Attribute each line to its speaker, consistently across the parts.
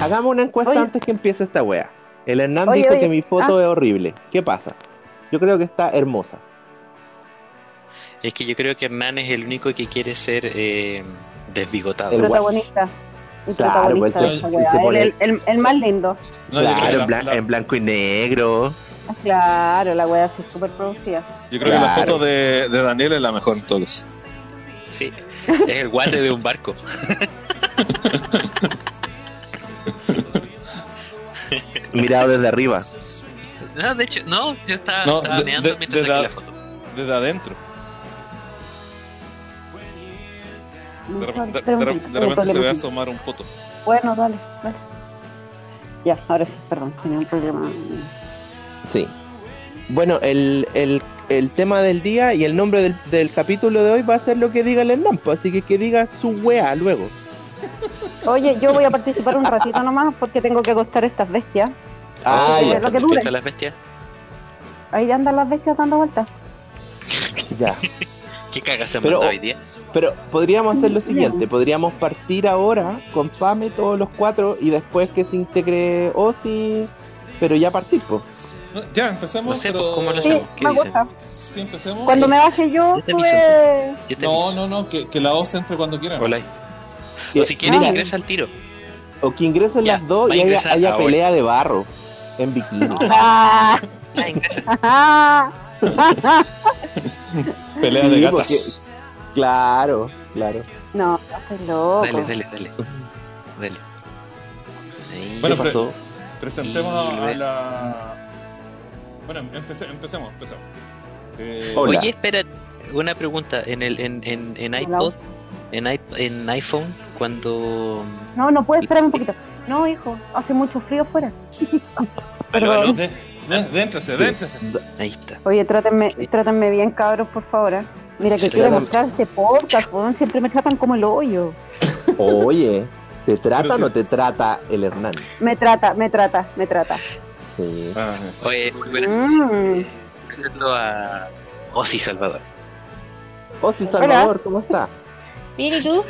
Speaker 1: Hagamos una encuesta
Speaker 2: Oye.
Speaker 1: antes que empiece esta wea. El Hernán
Speaker 2: Oye,
Speaker 1: dijo
Speaker 2: oye. Ah.
Speaker 1: que mi foto es horrible. ¿Qué pasa? Yo creo que está hermosa.
Speaker 3: Es que yo creo que Hernán es el único que quiere ser eh, desbigotado.
Speaker 1: El-
Speaker 2: protagonista. El
Speaker 1: Claro, pues,
Speaker 2: protagonista de
Speaker 1: se-
Speaker 2: esa weá.
Speaker 1: se
Speaker 2: El-
Speaker 1: pone-
Speaker 2: el, el- el más lindo.
Speaker 4: No, yo
Speaker 1: claro, em,
Speaker 4: creo,
Speaker 1: en,
Speaker 4: que la-
Speaker 1: blan-
Speaker 4: la-
Speaker 1: en blanco y negro.
Speaker 2: Claro, la weá sí es súper producida.
Speaker 4: yo creo que la
Speaker 1: Claro.
Speaker 4: foto de, de Daniel es la mejor en todos.
Speaker 3: Sí, es el guate de un barco.
Speaker 1: Mirado desde arriba.
Speaker 3: No, de hecho, no, yo estaba,
Speaker 4: No,
Speaker 3: estaba
Speaker 4: de-
Speaker 3: meando
Speaker 4: de-
Speaker 3: mientras
Speaker 4: de
Speaker 3: saqué
Speaker 4: la-
Speaker 3: la foto.
Speaker 4: Desde adentro. De,
Speaker 2: Mejor,
Speaker 4: repente-
Speaker 2: espera un
Speaker 4: de- de
Speaker 2: poquito,
Speaker 4: repente se ve
Speaker 2: problema.
Speaker 4: asomar un poto.
Speaker 2: Bueno, dale, dale. Ya, ahora sí, perdón, tenía un problema.
Speaker 1: Sí. Bueno, el, el- el tema del día y el nombre del, del capítulo de hoy va a ser lo que diga el Hernán. pues, así que que diga su wea luego.
Speaker 2: Oye, yo voy a participar un ratito nomás porque tengo que acostar estas bestias.
Speaker 1: Ah,
Speaker 2: Ay,
Speaker 3: ¿Cómo
Speaker 1: ya.
Speaker 2: es lo que
Speaker 3: están
Speaker 2: dure.
Speaker 3: despiertas las bestias?
Speaker 2: Ahí andan las bestias dando vueltas.
Speaker 1: ya.
Speaker 3: ¿Qué cagas se han
Speaker 1: Pero-
Speaker 3: mandado hoy día?
Speaker 1: Pero podríamos hacer lo siguiente, podríamos partir ahora con Pame todos los cuatro y después que se integre Ozzy, pero ya partir, pues.
Speaker 4: No, ya, empecemos.
Speaker 3: No sé,
Speaker 4: pero-
Speaker 3: pues, ¿cómo lo
Speaker 2: Sí,
Speaker 3: hacemos? ¿Qué
Speaker 2: me
Speaker 3: dicen?
Speaker 2: gusta.
Speaker 4: Sí, empecemos.
Speaker 2: Cuando me baje yo,
Speaker 3: Yo te aviso.
Speaker 2: sube...
Speaker 3: Yo te
Speaker 4: No,
Speaker 3: aviso.
Speaker 4: no, no, que, que la voz entre cuando quieran.
Speaker 3: Hola. O si quieres,
Speaker 2: Ah.
Speaker 3: ingresa al tiro.
Speaker 1: O que ingresen
Speaker 3: Ya,
Speaker 1: las dos
Speaker 3: va a
Speaker 1: y haya,
Speaker 3: ingresar
Speaker 1: haya
Speaker 3: ahora.
Speaker 1: pelea de barro en bikini.
Speaker 2: Ah,
Speaker 3: Ah, ingresa.
Speaker 2: ah, ah.
Speaker 4: Pelea de
Speaker 1: Sí,
Speaker 4: gatas.
Speaker 1: porque- claro, claro.
Speaker 2: no, no estoy loco.
Speaker 3: Dale, dale, dale. Dale. Ahí.
Speaker 4: Bueno,
Speaker 1: ¿Qué
Speaker 4: pero-
Speaker 1: pasó?
Speaker 3: Y
Speaker 4: Presentemos a,
Speaker 3: lo
Speaker 4: a
Speaker 3: de-
Speaker 4: la. Bueno, empece- empecemos, empecemos. Eh,
Speaker 1: Hola.
Speaker 3: Oye, espera, una pregunta. En el en, en, en
Speaker 2: Hola.
Speaker 3: iPod, en, iP- en iPhone, cuando...
Speaker 2: No, no puedes esperarme un poquito. No, hijo, hace mucho frío afuera. Perdón.
Speaker 4: no, de- de- déntrase, déntrase.
Speaker 3: Ahí está.
Speaker 2: Oye, trátenme, trátenme bien, cabros, por favor. ¿eh? Mira que
Speaker 3: Sí,
Speaker 2: quiero
Speaker 1: claro.
Speaker 2: mostrar este podcast, weón, siempre me tratan como el hoyo.
Speaker 1: Oye, ¿te trata
Speaker 4: Pero
Speaker 1: o
Speaker 4: sí.
Speaker 1: no te trata el Hernán?
Speaker 2: Me trata, me trata, me trata.
Speaker 1: Sí.
Speaker 4: Ah,
Speaker 3: Oye, bueno,
Speaker 2: Mm.
Speaker 3: presento a Ozzy Salvador.
Speaker 1: Ozzy Oh, Salvador, ¿cómo está?
Speaker 5: Bien, ¿y tú?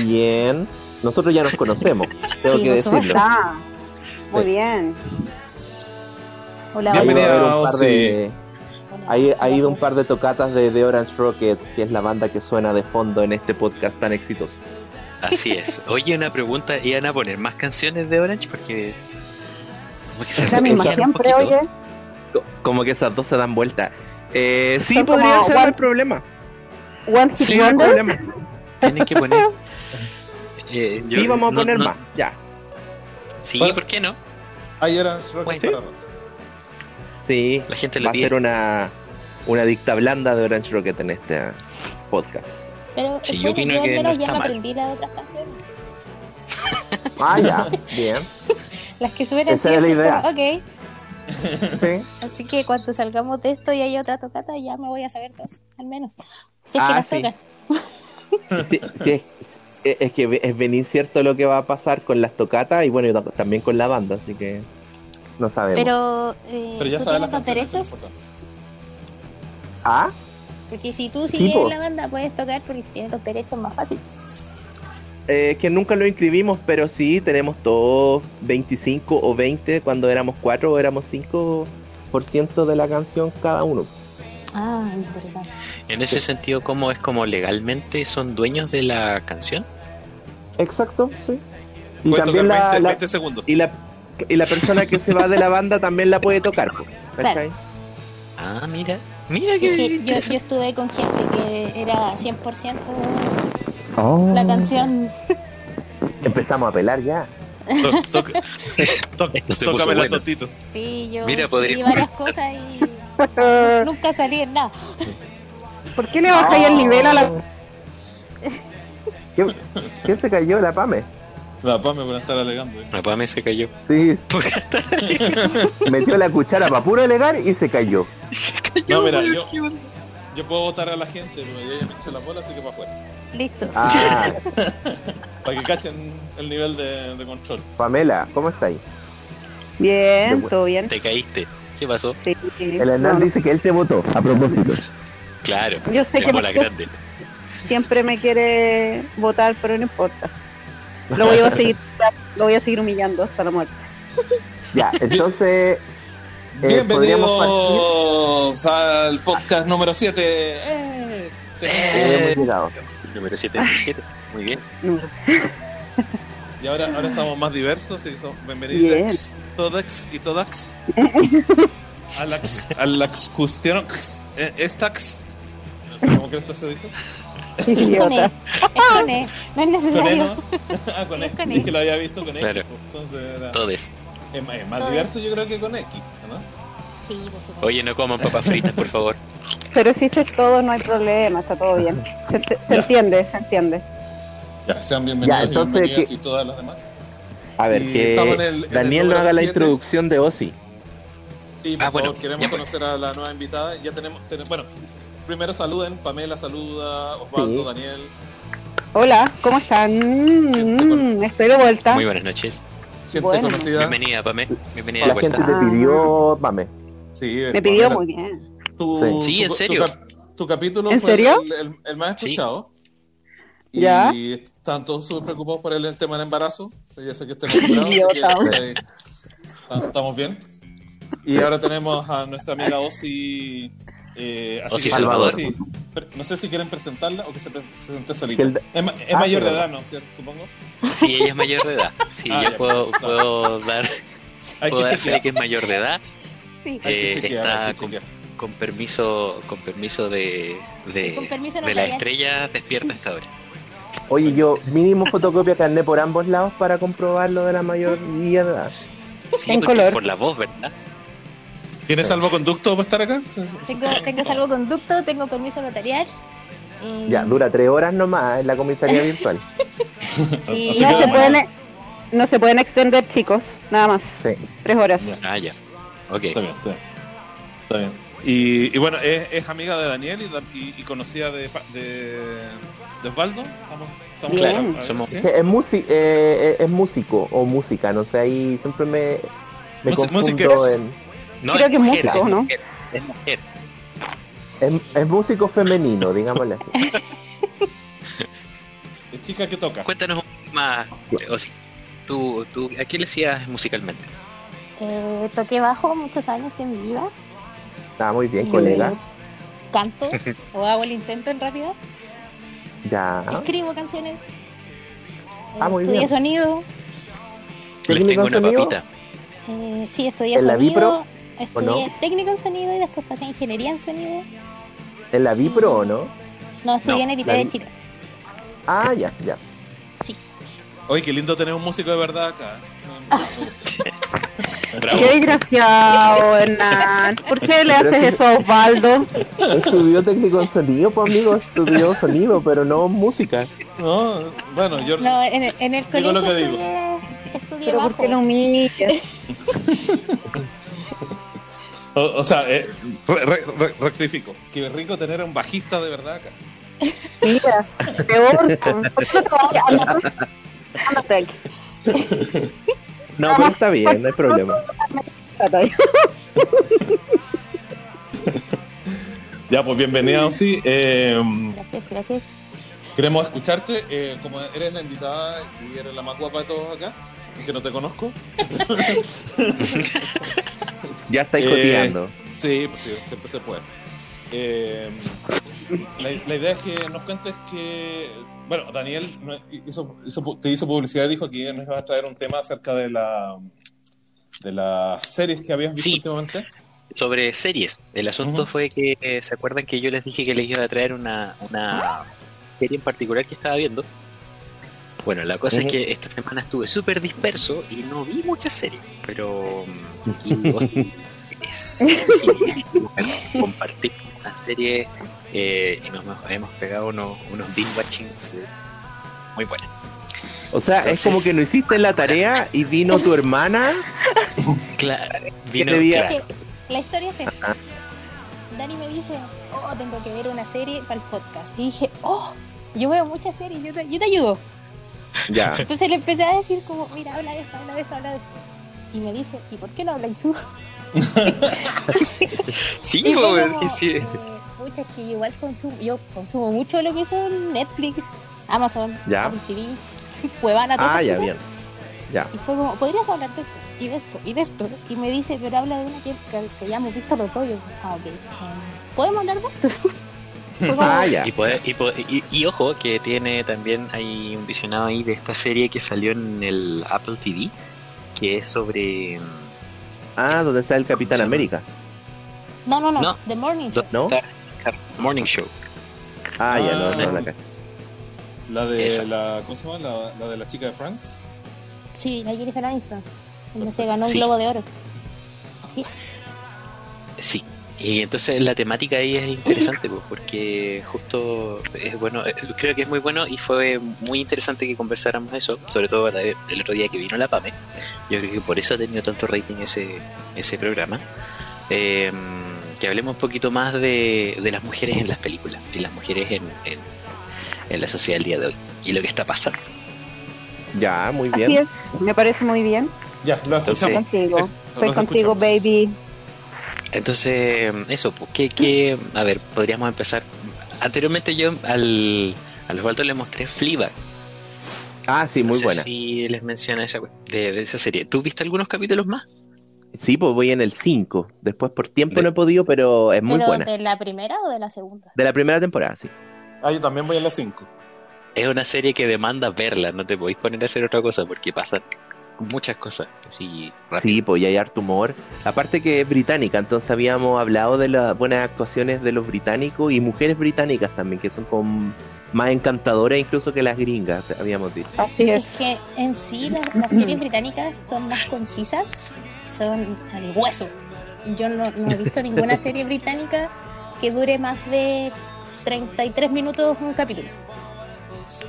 Speaker 1: Bien. Nosotros ya nos conocemos, tengo
Speaker 5: Sí,
Speaker 1: que
Speaker 5: nosotros
Speaker 1: decirlo.
Speaker 2: Está. Muy
Speaker 1: Sí.
Speaker 2: bien.
Speaker 5: Hola,
Speaker 1: Ha ido a
Speaker 4: Bienvenida,
Speaker 1: ver un par
Speaker 4: Ozzy.
Speaker 1: de- Ha, ha ido un par de tocatas de, de Orange Rocket, que es la banda que suena de fondo en este podcast tan exitoso.
Speaker 3: Así es. Oye, una pregunta. ¿Iban a poner más canciones de Orange? Porque... es- como que se
Speaker 2: La misma
Speaker 3: repetían un
Speaker 2: siempre,
Speaker 3: poquito.
Speaker 2: oye.
Speaker 1: Co- Como que esas dos se dan vuelta. Eh, sí,
Speaker 2: Son
Speaker 1: podría
Speaker 2: como
Speaker 1: ser
Speaker 2: One-
Speaker 1: el problema.
Speaker 2: One Hit
Speaker 1: Sí, no hay
Speaker 2: Wonder.
Speaker 1: problema.
Speaker 3: Tienen que poner... Eh, yo-
Speaker 1: Sí, vamos a
Speaker 3: no-
Speaker 1: poner
Speaker 3: no-
Speaker 1: más. Ya.
Speaker 3: Sí,
Speaker 4: Bueno.
Speaker 3: ¿por qué no?
Speaker 4: ahí era Rocket
Speaker 3: Bueno.
Speaker 4: para rato.
Speaker 1: Sí,
Speaker 3: La gente
Speaker 1: va
Speaker 3: lo
Speaker 1: a ser
Speaker 3: pide.
Speaker 1: una, una dicta blanda de Orange Rocket en este podcast.
Speaker 5: pero
Speaker 3: Sí, yo
Speaker 5: bueno,
Speaker 3: opino
Speaker 5: yo
Speaker 3: que
Speaker 5: al
Speaker 3: no
Speaker 5: menos ya
Speaker 3: está
Speaker 5: me
Speaker 3: mal.
Speaker 5: aprendí las otras canciones.
Speaker 1: Ah, ya. Bien.
Speaker 5: Las que suenan
Speaker 1: Esa era la
Speaker 5: siempre,
Speaker 1: idea.
Speaker 5: como, Ok, así que cuando salgamos de esto y hay otra tocata, ya me voy a saber dos, al menos. Si es
Speaker 1: Ah,
Speaker 5: que las
Speaker 1: sí.
Speaker 5: tocan.
Speaker 1: Sí, sí, es, es- es que es bien incierto lo que va a pasar con las tocatas y bueno, y tam- también con la banda, así que no sabemos.
Speaker 5: Pero, eh,
Speaker 4: Pero ya
Speaker 5: ¿tú
Speaker 4: sabes las
Speaker 5: tienes los
Speaker 4: canciones.
Speaker 5: derechos?
Speaker 4: eso es lo importante.
Speaker 1: Ah,
Speaker 5: Porque si tú
Speaker 1: Sí,
Speaker 5: sigues
Speaker 1: po.
Speaker 5: la banda, puedes tocar, porque si tienes los derechos es más fácil.
Speaker 1: eh, que nunca lo inscribimos, pero sí tenemos todos 25 o 20 cuando éramos 4 o éramos 5% de la canción cada uno.
Speaker 5: Ah, interesante.
Speaker 3: En ese sentido, ¿cómo es como legalmente son dueños de la canción?
Speaker 1: Exacto, sí. Y
Speaker 4: Puede tocar
Speaker 1: también la,
Speaker 4: 20,
Speaker 1: la-
Speaker 4: 20 segundos.
Speaker 1: y la y la persona que se va de la banda también la puede tocar. pues, ¿cachai?
Speaker 3: Ah, mira. Mira
Speaker 5: Así
Speaker 3: que,
Speaker 5: que yo, yo
Speaker 3: interesante.
Speaker 5: estuve con gente que era 100% la canción.
Speaker 1: Empezamos a pelar ya.
Speaker 4: To- toca- to-
Speaker 3: Esto se puso
Speaker 4: Tócame la
Speaker 3: bueno.
Speaker 4: totito.
Speaker 5: Sí, yo
Speaker 3: Mira, podría-
Speaker 5: escribí varias cosas y nunca salí en nada.
Speaker 2: ¿Por qué le bajáis
Speaker 1: Oh.
Speaker 2: el nivel a
Speaker 1: Ah.
Speaker 2: la...
Speaker 1: ¿Quién, quién se cayó? La Pame.
Speaker 4: La Pame por estar alegando. ¿eh?
Speaker 3: La Pame se cayó.
Speaker 1: Sí,
Speaker 3: Por estar ahí.
Speaker 1: metió la cuchara para puro alegar y se cayó.
Speaker 3: Se cayó.
Speaker 4: No, mira,
Speaker 3: weón,
Speaker 4: yo-
Speaker 3: qué onda.
Speaker 4: Yo puedo votar a la gente, pero ella me echa la bola, así que para afuera.
Speaker 5: Listo.
Speaker 1: Ah,
Speaker 4: Para que cachen el nivel de, de control.
Speaker 6: Eh,
Speaker 1: Pamela, ¿cómo estáis?
Speaker 2: Bien, todo bien.
Speaker 3: Te caíste. ¿Qué pasó?
Speaker 2: Sí.
Speaker 1: El Hernán
Speaker 2: No,
Speaker 1: dice que él te votó, a propósito.
Speaker 3: Claro.
Speaker 2: Yo sé que
Speaker 3: Llamó a la
Speaker 2: me-
Speaker 3: grande.
Speaker 2: siempre me quiere votar, pero no importa. Lo voy a seguir, lo voy a seguir humillando hasta la muerte.
Speaker 6: Ya, entonces. eh, podríamos
Speaker 4: Bienvenidos al podcast número Eh, 7.
Speaker 6: partir. Eh, hemos llegado.
Speaker 3: Número 77. Muy bien.
Speaker 2: Número-
Speaker 4: Y ahora, ahora estamos más diversos, así que son bienvenidos
Speaker 2: Bien.
Speaker 4: todax y todax. Alax, alax, cuestionox, eh, estax. No sé cómo crees que se dice.
Speaker 5: Con E,
Speaker 2: Idiota.
Speaker 5: es con E, no
Speaker 4: Con E, ¿no?
Speaker 5: es necesario.
Speaker 4: Ah, con
Speaker 5: Sí, es con
Speaker 4: E.
Speaker 5: E.
Speaker 4: Es que lo había visto con E.
Speaker 3: Claro.
Speaker 4: Entonces era-
Speaker 3: Todes.
Speaker 4: es más, es más
Speaker 5: Todo
Speaker 4: diverso yo creo que con X, ¿no?
Speaker 5: Sí, por supuesto.
Speaker 3: Oye, no coman papas fritas, por favor.
Speaker 2: Pero si eso es todo, no hay problema, está todo bien. Se, se- se
Speaker 4: Ya.
Speaker 2: entiende, se entiende.
Speaker 4: Ya, sean bienvenidos
Speaker 6: Ya, entonces,
Speaker 4: y bienvenidas
Speaker 6: ¿qué-
Speaker 4: y todas las demás.
Speaker 6: A ver,
Speaker 4: Y
Speaker 6: que
Speaker 4: estamos en el- en el
Speaker 6: Daniel no
Speaker 4: número
Speaker 6: haga la
Speaker 4: siete.
Speaker 6: introducción de Ozzy.
Speaker 4: Sí, por
Speaker 3: Ah, bueno,
Speaker 4: favor, queremos
Speaker 3: ya, pues.
Speaker 4: conocer a la nueva invitada. Ya tenemos, ten- bueno, primero saluden, Pamela saluda, Osvaldo,
Speaker 6: Sí.
Speaker 4: Daniel.
Speaker 2: Hola, ¿cómo están? Mm, estoy de vuelta.
Speaker 3: Muy buenas noches.
Speaker 4: Gente
Speaker 2: Bueno.
Speaker 4: conocida.
Speaker 3: Bienvenida, Pamé. Bienvenida de
Speaker 6: la
Speaker 3: vuelta.
Speaker 6: gente te
Speaker 2: Ah.
Speaker 6: pidió, mame.
Speaker 4: Sí,
Speaker 2: Me pidió
Speaker 4: Pamela,
Speaker 2: muy bien.
Speaker 4: tu-
Speaker 3: Sí,
Speaker 4: tu-
Speaker 3: en
Speaker 4: tu
Speaker 3: serio.
Speaker 4: cap- Tu capítulo
Speaker 2: ¿En
Speaker 4: fue
Speaker 2: serio?
Speaker 4: El, el- el más
Speaker 3: Sí.
Speaker 4: escuchado.
Speaker 2: Ya.
Speaker 4: Y están todos súper preocupados por el, el tema del embarazo. Ya sé que están acostumbrados,
Speaker 2: Idiota.
Speaker 4: así que, eh, ah, estamos bien. Y ahora tenemos a nuestra amiga Osi. Eh, así
Speaker 3: Osi
Speaker 4: que-
Speaker 3: Salvador.
Speaker 4: Osi, pre- no sé si quieren presentarla o que se presente solita.
Speaker 6: Que el-
Speaker 4: Es, ma- es
Speaker 6: Ah,
Speaker 4: mayor de
Speaker 6: pero-
Speaker 4: edad, ¿no? ¿Cierto? Supongo.
Speaker 3: Sí, ella es mayor de edad. Sí,
Speaker 4: Ah,
Speaker 3: yo
Speaker 4: ya,
Speaker 3: puedo,
Speaker 4: perfecto.
Speaker 3: puedo dar,
Speaker 4: Hay
Speaker 3: puedo
Speaker 4: que
Speaker 3: dar
Speaker 4: chequear.
Speaker 3: fe que es mayor de edad.
Speaker 5: Sí.
Speaker 4: Hay que
Speaker 3: Eh,
Speaker 4: chequear, hay
Speaker 3: está
Speaker 4: que
Speaker 3: con,
Speaker 4: chequear.
Speaker 3: con permiso, con permiso de, de,
Speaker 5: Con permiso no
Speaker 3: de la
Speaker 5: vayas.
Speaker 3: estrella despierta hasta ahora.
Speaker 6: Oye, yo mínimo fotocopia carné por ambos lados para comprobar lo de la mayoría de edad.
Speaker 3: Sí,
Speaker 2: En
Speaker 3: porque
Speaker 2: color.
Speaker 3: por la voz, ¿verdad?
Speaker 4: ¿Tienes salvoconducto para estar acá?
Speaker 5: Tengo, tengo salvoconducto, tengo permiso notarial. Mm,
Speaker 6: Ya, dura tres horas nomás en la comisaría virtual.
Speaker 5: Sí,
Speaker 4: Así
Speaker 2: No
Speaker 4: que-
Speaker 2: se pueden, e, no se pueden extender, chicos, nada más.
Speaker 6: Sí.
Speaker 2: Tres horas.
Speaker 3: Ah, ya. Ok.
Speaker 4: Está bien, está bien. Está bien. Y, y bueno, es, es amiga de Daniel y, da- y- y conocida de, Pa- de, de Osvaldo. Estamos, estamos
Speaker 2: Bien.
Speaker 4: claros. A ver,
Speaker 3: Somos-
Speaker 4: ¿sí?
Speaker 6: Es, musi- eh, es- es músico o música, no sé, ahí siempre me, me
Speaker 4: Musi-
Speaker 6: confundo
Speaker 4: musiqueros.
Speaker 6: en...
Speaker 3: No,
Speaker 2: Creo que es músico, ¿no?
Speaker 3: mujer, es mujer.
Speaker 6: Es, es músico femenino, digámosle así.
Speaker 4: Es chica que toca.
Speaker 3: Cuéntanos un poco más, eh, o sí, tú, tú, ¿a qué le hacías musicalmente?
Speaker 5: eh, toqué bajo muchos años de mi vida.
Speaker 6: Ah, muy bien,
Speaker 5: Eh,
Speaker 6: colega.
Speaker 5: Canto, o hago el intento en realidad.
Speaker 6: Ya.
Speaker 1: Ah.
Speaker 5: Escribo canciones. eh,
Speaker 6: Ah, muy
Speaker 5: estudié
Speaker 6: bien.
Speaker 5: sonido.
Speaker 3: Les
Speaker 6: ¿Técnico
Speaker 3: tengo una
Speaker 6: sonido?
Speaker 3: papita.
Speaker 5: eh, sí, estudié
Speaker 6: ¿En la
Speaker 5: sonido.
Speaker 6: ¿O
Speaker 5: Estudié
Speaker 6: no?
Speaker 5: técnico en sonido y después pasé a ingeniería en sonido.
Speaker 6: ¿En la Vipro o no?
Speaker 5: No, estudié
Speaker 3: No,
Speaker 5: en el IP
Speaker 6: la
Speaker 5: de
Speaker 6: vi-
Speaker 5: Chile.
Speaker 6: Ah, ya, ya.
Speaker 4: Oye, qué lindo tener un músico de verdad acá. ¿eh? Me gusta.
Speaker 3: Bravo.
Speaker 2: Qué desgraciado, Hernán. ¿Por qué le haces eso a Osvaldo?
Speaker 6: Estudió técnico en sonido, pues amigo, estudió sonido, pero no música.
Speaker 4: No, bueno, yo.
Speaker 5: No, en el, en el
Speaker 4: Digo
Speaker 5: colegio
Speaker 4: lo que digo.
Speaker 5: estudié, estudié
Speaker 2: Pero
Speaker 5: bajo.
Speaker 2: ¿por qué lo humillas?
Speaker 4: O, o sea, eh, re- re- re- rectifico. Qué rico tener a un bajista de verdad acá.
Speaker 2: Mira, peor. ¿Por qué no te vas? Ándate. Ándate de aquí.
Speaker 6: No, pero está bien, no hay problema.
Speaker 2: Ándate de aquí.
Speaker 4: Ya, pues bienvenida, sí.
Speaker 5: Gracias, gracias.
Speaker 4: Queremos escucharte, eh, como eres la invitada y eres la más guapa de todos acá, y que no te conozco.
Speaker 6: Ya estáis
Speaker 4: Eh,
Speaker 6: coteando.
Speaker 4: Sí, pues sí, siempre se puede. Eh, la, la idea es que nos cuentes que, bueno, Daniel no- hizo- hizo- te hizo publicidad y dijo que nos iba a traer un tema acerca de la de las series que habías visto
Speaker 3: Sí.
Speaker 4: últimamente.
Speaker 3: Sobre series, el asunto
Speaker 4: Ujú.
Speaker 3: fue que, eh, ¿se acuerdan que yo les dije que les iba a traer una, una serie en particular que estaba viendo? Bueno, la cosa
Speaker 6: Ujú.
Speaker 3: es que esta semana estuve súper disperso y no vi muchas series, pero... mm, y, o- es, es- compartí una serie eh, y nos hemos pegado unos, unos binge-watching eh, muy buenos.
Speaker 6: O sea, es
Speaker 3: Entonces-
Speaker 6: como que no hiciste la tarea y vino tu hermana.
Speaker 3: Claro, vino,
Speaker 6: te diga?
Speaker 3: claro,
Speaker 5: La historia es esta. Dani me dice, oh, tengo que ver una serie para el podcast. Y dije, oh, yo veo muchas series, yo te, yo te ayudo.
Speaker 6: Ya.
Speaker 5: Entonces le empecé a decir como, mira, habla de esto, habla de esto, habla de esto. Y me dice, ¿y por qué no hablas tú?
Speaker 3: Sí,
Speaker 5: Y fue
Speaker 3: güey,
Speaker 5: como,
Speaker 3: sí,
Speaker 5: eh, pucha, es que igual consumo, yo consumo mucho lo que son Netflix, Amazon,
Speaker 6: Ya.
Speaker 5: Apple TV. Cuevana, todas
Speaker 6: Ah,
Speaker 5: esas
Speaker 6: ya,
Speaker 5: cosas.
Speaker 6: bien. Ya.
Speaker 5: Y fue como, podrías hablar de eso, y de esto, y de esto. Y me dice, pero habla de una que, que- que ya hemos visto los dos. Y yo, ah, ok. ¿Podemos hablar de esto? Fue como,
Speaker 6: Ah, ya.
Speaker 3: Y, puede- y puede- y- y ojo, que tiene también, hay un visionado ahí de esta serie que salió en el Apple TV, que es sobre... mm,
Speaker 6: Ah, donde está el Capitán
Speaker 3: Sí.
Speaker 6: América.
Speaker 5: No, no, no,
Speaker 3: No.
Speaker 5: The Morning Show.
Speaker 6: ¿No?
Speaker 3: Star- Star Morning Show.
Speaker 6: Ah, ya, no,
Speaker 4: Ah.
Speaker 6: no, la caché.
Speaker 4: La de
Speaker 3: Esa.
Speaker 4: la. ¿Cómo se llama? La, la de la chica de France.
Speaker 5: Sí, la Jennifer Aniston, donde se
Speaker 4: Perfecto.
Speaker 5: ganó un
Speaker 3: Sí.
Speaker 5: globo de oro. Así es.
Speaker 3: Sí, y entonces la temática ahí es interesante pues, porque justo es bueno, eh, creo que es muy bueno y fue muy interesante que conversáramos eso, sobre todo la- el otro día que vino la PAME. Yo creo que por eso ha tenido tanto rating ese, ese programa. Eh, que hablemos un poquito más de, de las mujeres en las películas y las mujeres en, en, en la sociedad del día de hoy y lo que está pasando.
Speaker 6: Ya, muy
Speaker 2: Así
Speaker 6: bien.
Speaker 2: es, me parece muy bien.
Speaker 4: Ya, lo
Speaker 2: Estoy
Speaker 4: escuchamos.
Speaker 2: contigo,
Speaker 4: Eh,
Speaker 2: estoy
Speaker 4: los
Speaker 2: contigo,
Speaker 4: escuchamos.
Speaker 2: baby.
Speaker 3: Entonces, eso, pues, ¿qué, qué? A ver, podríamos empezar. Anteriormente yo al, al Osvaldo le mostré Fleabag.
Speaker 6: Ah, sí, muy buena.
Speaker 3: Sí, les menciona esa, cu- de, de esa serie. ¿Tú viste algunos capítulos más?
Speaker 6: Sí, pues voy en el 5. Después por tiempo
Speaker 3: De-
Speaker 6: no he podido, pero es muy
Speaker 5: ¿Pero
Speaker 6: buena.
Speaker 5: de la primera o de la segunda?
Speaker 6: De la primera temporada, sí.
Speaker 4: Ah, yo también voy a las 5.
Speaker 3: Es una serie que demanda verla, no te podéis poner a hacer otra cosa porque pasan muchas cosas. Así, rápido.
Speaker 6: Sí, pues y hay harto humor. Aparte que es británica, entonces habíamos hablado de las buenas actuaciones de los británicos y mujeres británicas también, que son como más encantadoras incluso que las gringas, habíamos dicho.
Speaker 2: Así es.
Speaker 5: Es que en sí las, las series británicas son más concisas, son al hueso. Yo no, no he visto ninguna serie británica que dure más de 33 minutos un capítulo.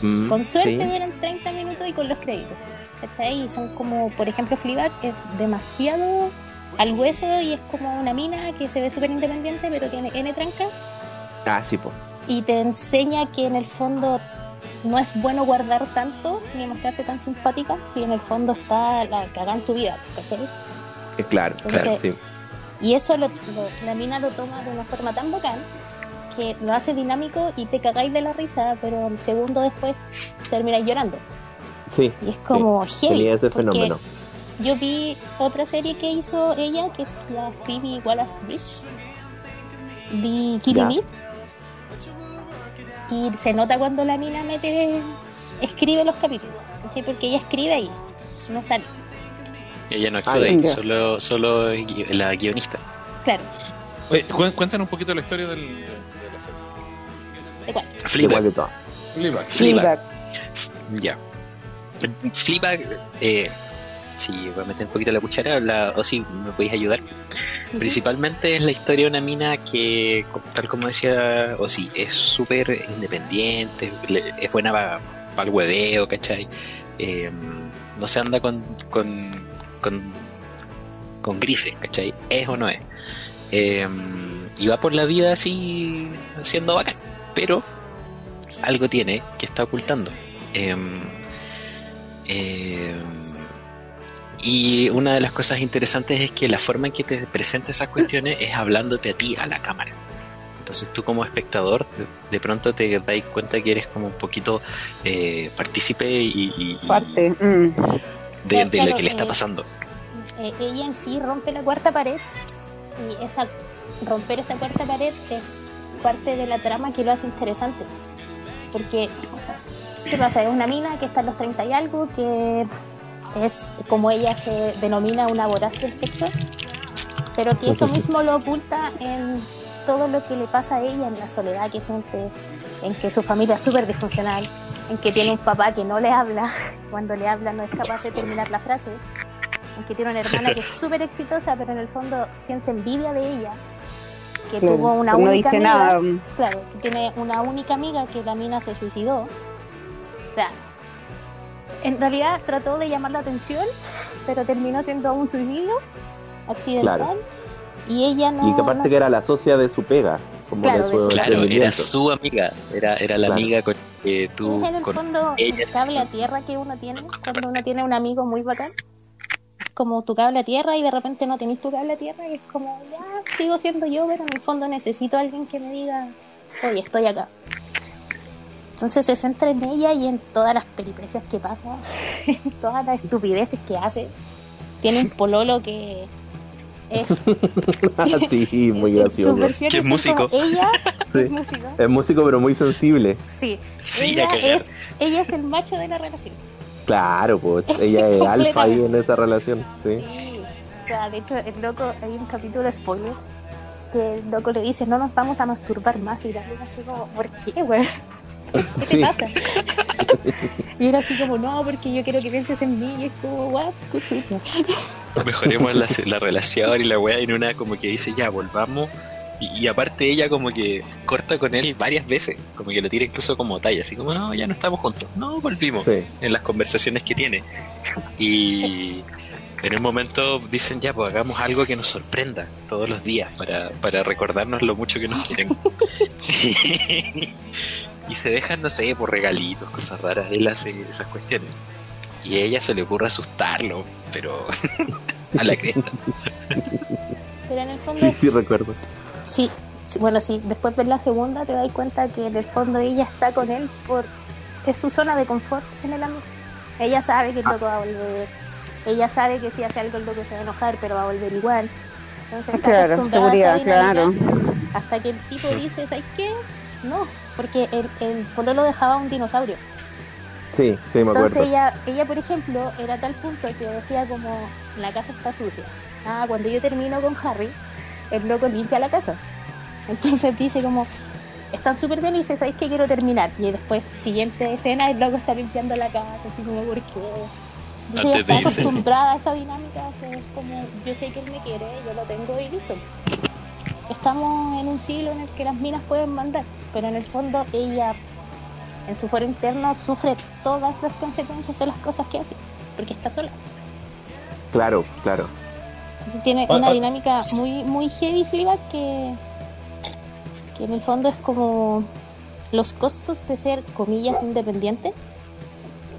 Speaker 6: Mm,
Speaker 5: Con suerte
Speaker 6: sí.
Speaker 5: duran 30 minutos y con los créditos. ¿Cachai? Y son como, por ejemplo, Fleabag es demasiado al hueso y es como una mina que se ve súper independiente pero tiene N trancas
Speaker 6: Ah, sí, pues.
Speaker 5: y te enseña que en el fondo no es bueno guardar tanto ni mostrarte tan simpática si en el fondo está la cagada en tu vida. ¿cachai?
Speaker 6: Eh, Claro, claro,
Speaker 5: Entonces-
Speaker 6: sí.
Speaker 5: Y eso lo- lo- la mina lo toma de una forma tan bacán que lo hace dinámico y te cagáis de la risa, pero el segundo después termináis llorando.
Speaker 6: Sí,
Speaker 5: Y es como heavy.
Speaker 6: tenía ese
Speaker 5: porque
Speaker 6: fenómeno.
Speaker 5: Yo vi otra serie que hizo ella, que es la Phoebe Wallace Bridge. Vi Kill
Speaker 6: Ya.
Speaker 5: Bill. Y se nota cuando la mina mete. escribe los capítulos. ¿cachai? Porque ella escribe ahí, no sale.
Speaker 3: Ella no actúa
Speaker 6: Ah, ya.
Speaker 3: ahí, solo, solo es gui- la guionista.
Speaker 5: Claro,
Speaker 4: Oye, cu- cuéntanos un poquito la historia del, de la serie.
Speaker 5: de cual.
Speaker 6: Igual
Speaker 3: Fleabag,
Speaker 6: de todo.
Speaker 4: Fleabag.
Speaker 3: Fleabag,
Speaker 2: Fleabag.
Speaker 3: ya. Fleabag, eh, si voy a meter un poquito la cuchara, la- o si me podéis ayudar.
Speaker 5: Sí, sí.
Speaker 3: Principalmente es la historia de una mina que, co- tal como decía Osi, es súper independiente, le- es buena para el hueveo, ¿cachai? Eh, no se anda con, con, con, con grises, ¿cachai? Es o no es. Eh, y va por la vida así, siendo bacán, pero algo tiene que está ocultando. Eh, eh, y una de las cosas interesantes es que la forma en que te presenta esas cuestiones es hablándote a ti, a la cámara. Entonces tú como espectador de, de pronto te dais cuenta que eres como un poquito eh, partícipe y, y- y
Speaker 2: Parte. mm.
Speaker 3: de, de lo
Speaker 5: Claro,
Speaker 3: que le está
Speaker 5: eh,
Speaker 3: pasando.
Speaker 5: Eh, ella en sí rompe la cuarta pared y esa romper esa cuarta pared es parte de la trama que lo hace interesante porque qué pasa es una mina que está en los 30 y algo que es como ella se denomina una voraz del sexo pero que eso mismo lo oculta en todo lo que le pasa a ella en la soledad que siente en que su familia es súper disfuncional en que tiene un papá que no le habla cuando le habla no es capaz de terminar la frase en que tiene una hermana que es súper exitosa, pero en el fondo siente envidia de ella, que
Speaker 2: Claro,
Speaker 5: tuvo una
Speaker 2: no
Speaker 5: única
Speaker 2: dice
Speaker 5: amiga,
Speaker 2: nada. mm.
Speaker 5: claro, que tiene una única amiga que la mina se suicidó. O sea, en realidad trató de llamar la atención, pero terminó siendo un suicidio accidental.
Speaker 6: Claro.
Speaker 5: Y ella no,
Speaker 6: Y que aparte
Speaker 5: no-
Speaker 6: que era la socia de su pega, como de
Speaker 5: Claro, de
Speaker 6: su
Speaker 1: este
Speaker 5: su-
Speaker 3: Claro, era
Speaker 6: emprendimiento.
Speaker 3: su amiga, era, era la
Speaker 6: Claro.
Speaker 3: amiga con que tú...
Speaker 5: es en el
Speaker 3: con-
Speaker 5: fondo
Speaker 3: ella.
Speaker 5: el cable a tierra que uno tiene cuando uno tiene un amigo muy bacán es como tu cable a tierra y de repente no tenés tu cable a tierra y es como ya sigo siendo yo pero en el fondo necesito a alguien que me diga oye estoy acá Entonces se centra en ella y en todas las peripecias que pasa, todas las estupideces que hace. Tiene un pololo que es
Speaker 6: Ah, sí, muy
Speaker 5: en- en sus
Speaker 6: gracioso.
Speaker 5: versiones
Speaker 3: Que es
Speaker 5: son
Speaker 3: músico.
Speaker 5: como Ella es
Speaker 6: Sí.
Speaker 5: músico.
Speaker 6: Es músico, pero muy sensible.
Speaker 5: Sí.
Speaker 3: Sí, a
Speaker 5: ella,
Speaker 3: cagar.
Speaker 5: es, ella es el macho de la relación.
Speaker 6: Claro, pues ella es alfa ahí en esa relación. Sí.
Speaker 5: Sí. O sea, de hecho, el loco, hay un capítulo spoiler que el loco le dice, no nos vamos a masturbar más. Y la mina así como, ¿por qué, güey? ¿Qué
Speaker 6: Sí.
Speaker 5: te pasa? y era así como, no, porque yo quiero que pienses en mí. Y es como, what? ¿Qué chucha?
Speaker 3: mejoremos la, la relación y la weá en una como que dice ya volvamos y, y aparte ella como que corta con él varias veces como que lo tira incluso como talla así como no ya no estamos juntos no volvimos
Speaker 6: sí.
Speaker 3: en las conversaciones que tiene y en un momento dicen ya pues hagamos algo que nos sorprenda todos los días para, para recordarnos lo mucho que nos quieren y se dejan no sé por regalitos cosas raras él hace esas cuestiones y a ella se le ocurre asustarlo pero a la cresta
Speaker 5: Pero en el fondo
Speaker 6: Sí,
Speaker 5: es-
Speaker 6: sí, recuerdo.
Speaker 5: Sí, sí, bueno, sí, después ver la segunda te das cuenta que en el fondo ella está con él por... Es su zona de confort en el amor. Ella sabe que el loco va a volver. Ella sabe que si hace algo el loco se va a enojar, pero va a volver igual. Entonces está
Speaker 2: Claro,
Speaker 5: acostumbrada a esa
Speaker 2: seguridad,
Speaker 5: dinámica
Speaker 2: claro.
Speaker 5: Hasta que el tipo dice, ¿sabes qué? No, porque el, el pololo dejaba un dinosaurio.
Speaker 6: Sí, sí, me
Speaker 5: Entonces
Speaker 6: acuerdo.
Speaker 5: ella, ella, por ejemplo, era a tal punto que decía como, la casa está sucia. Ah, cuando yo termino con Harry, el loco limpia la casa. Entonces dice como, están súper bien y dice, ¿sabéis que quiero terminar? Y después, siguiente escena, el loco está limpiando la casa, así como, ¿por qué? Entonces ella
Speaker 3: Antes de
Speaker 5: está
Speaker 3: irse.
Speaker 5: acostumbrada a esa dinámica, o sea, es como, yo sé que él me quiere, yo lo tengo y listo. Estamos en un siglo en el que las minas pueden mandar, pero en el fondo ella en su foro interno sufre todas las consecuencias de las cosas que hace, porque está sola.
Speaker 6: Claro, claro.
Speaker 5: Entonces tiene
Speaker 4: Ah,
Speaker 5: una
Speaker 4: ah.
Speaker 5: dinámica muy muy heavy Fleabag que, que en el fondo es como los costos de ser, comillas, independiente,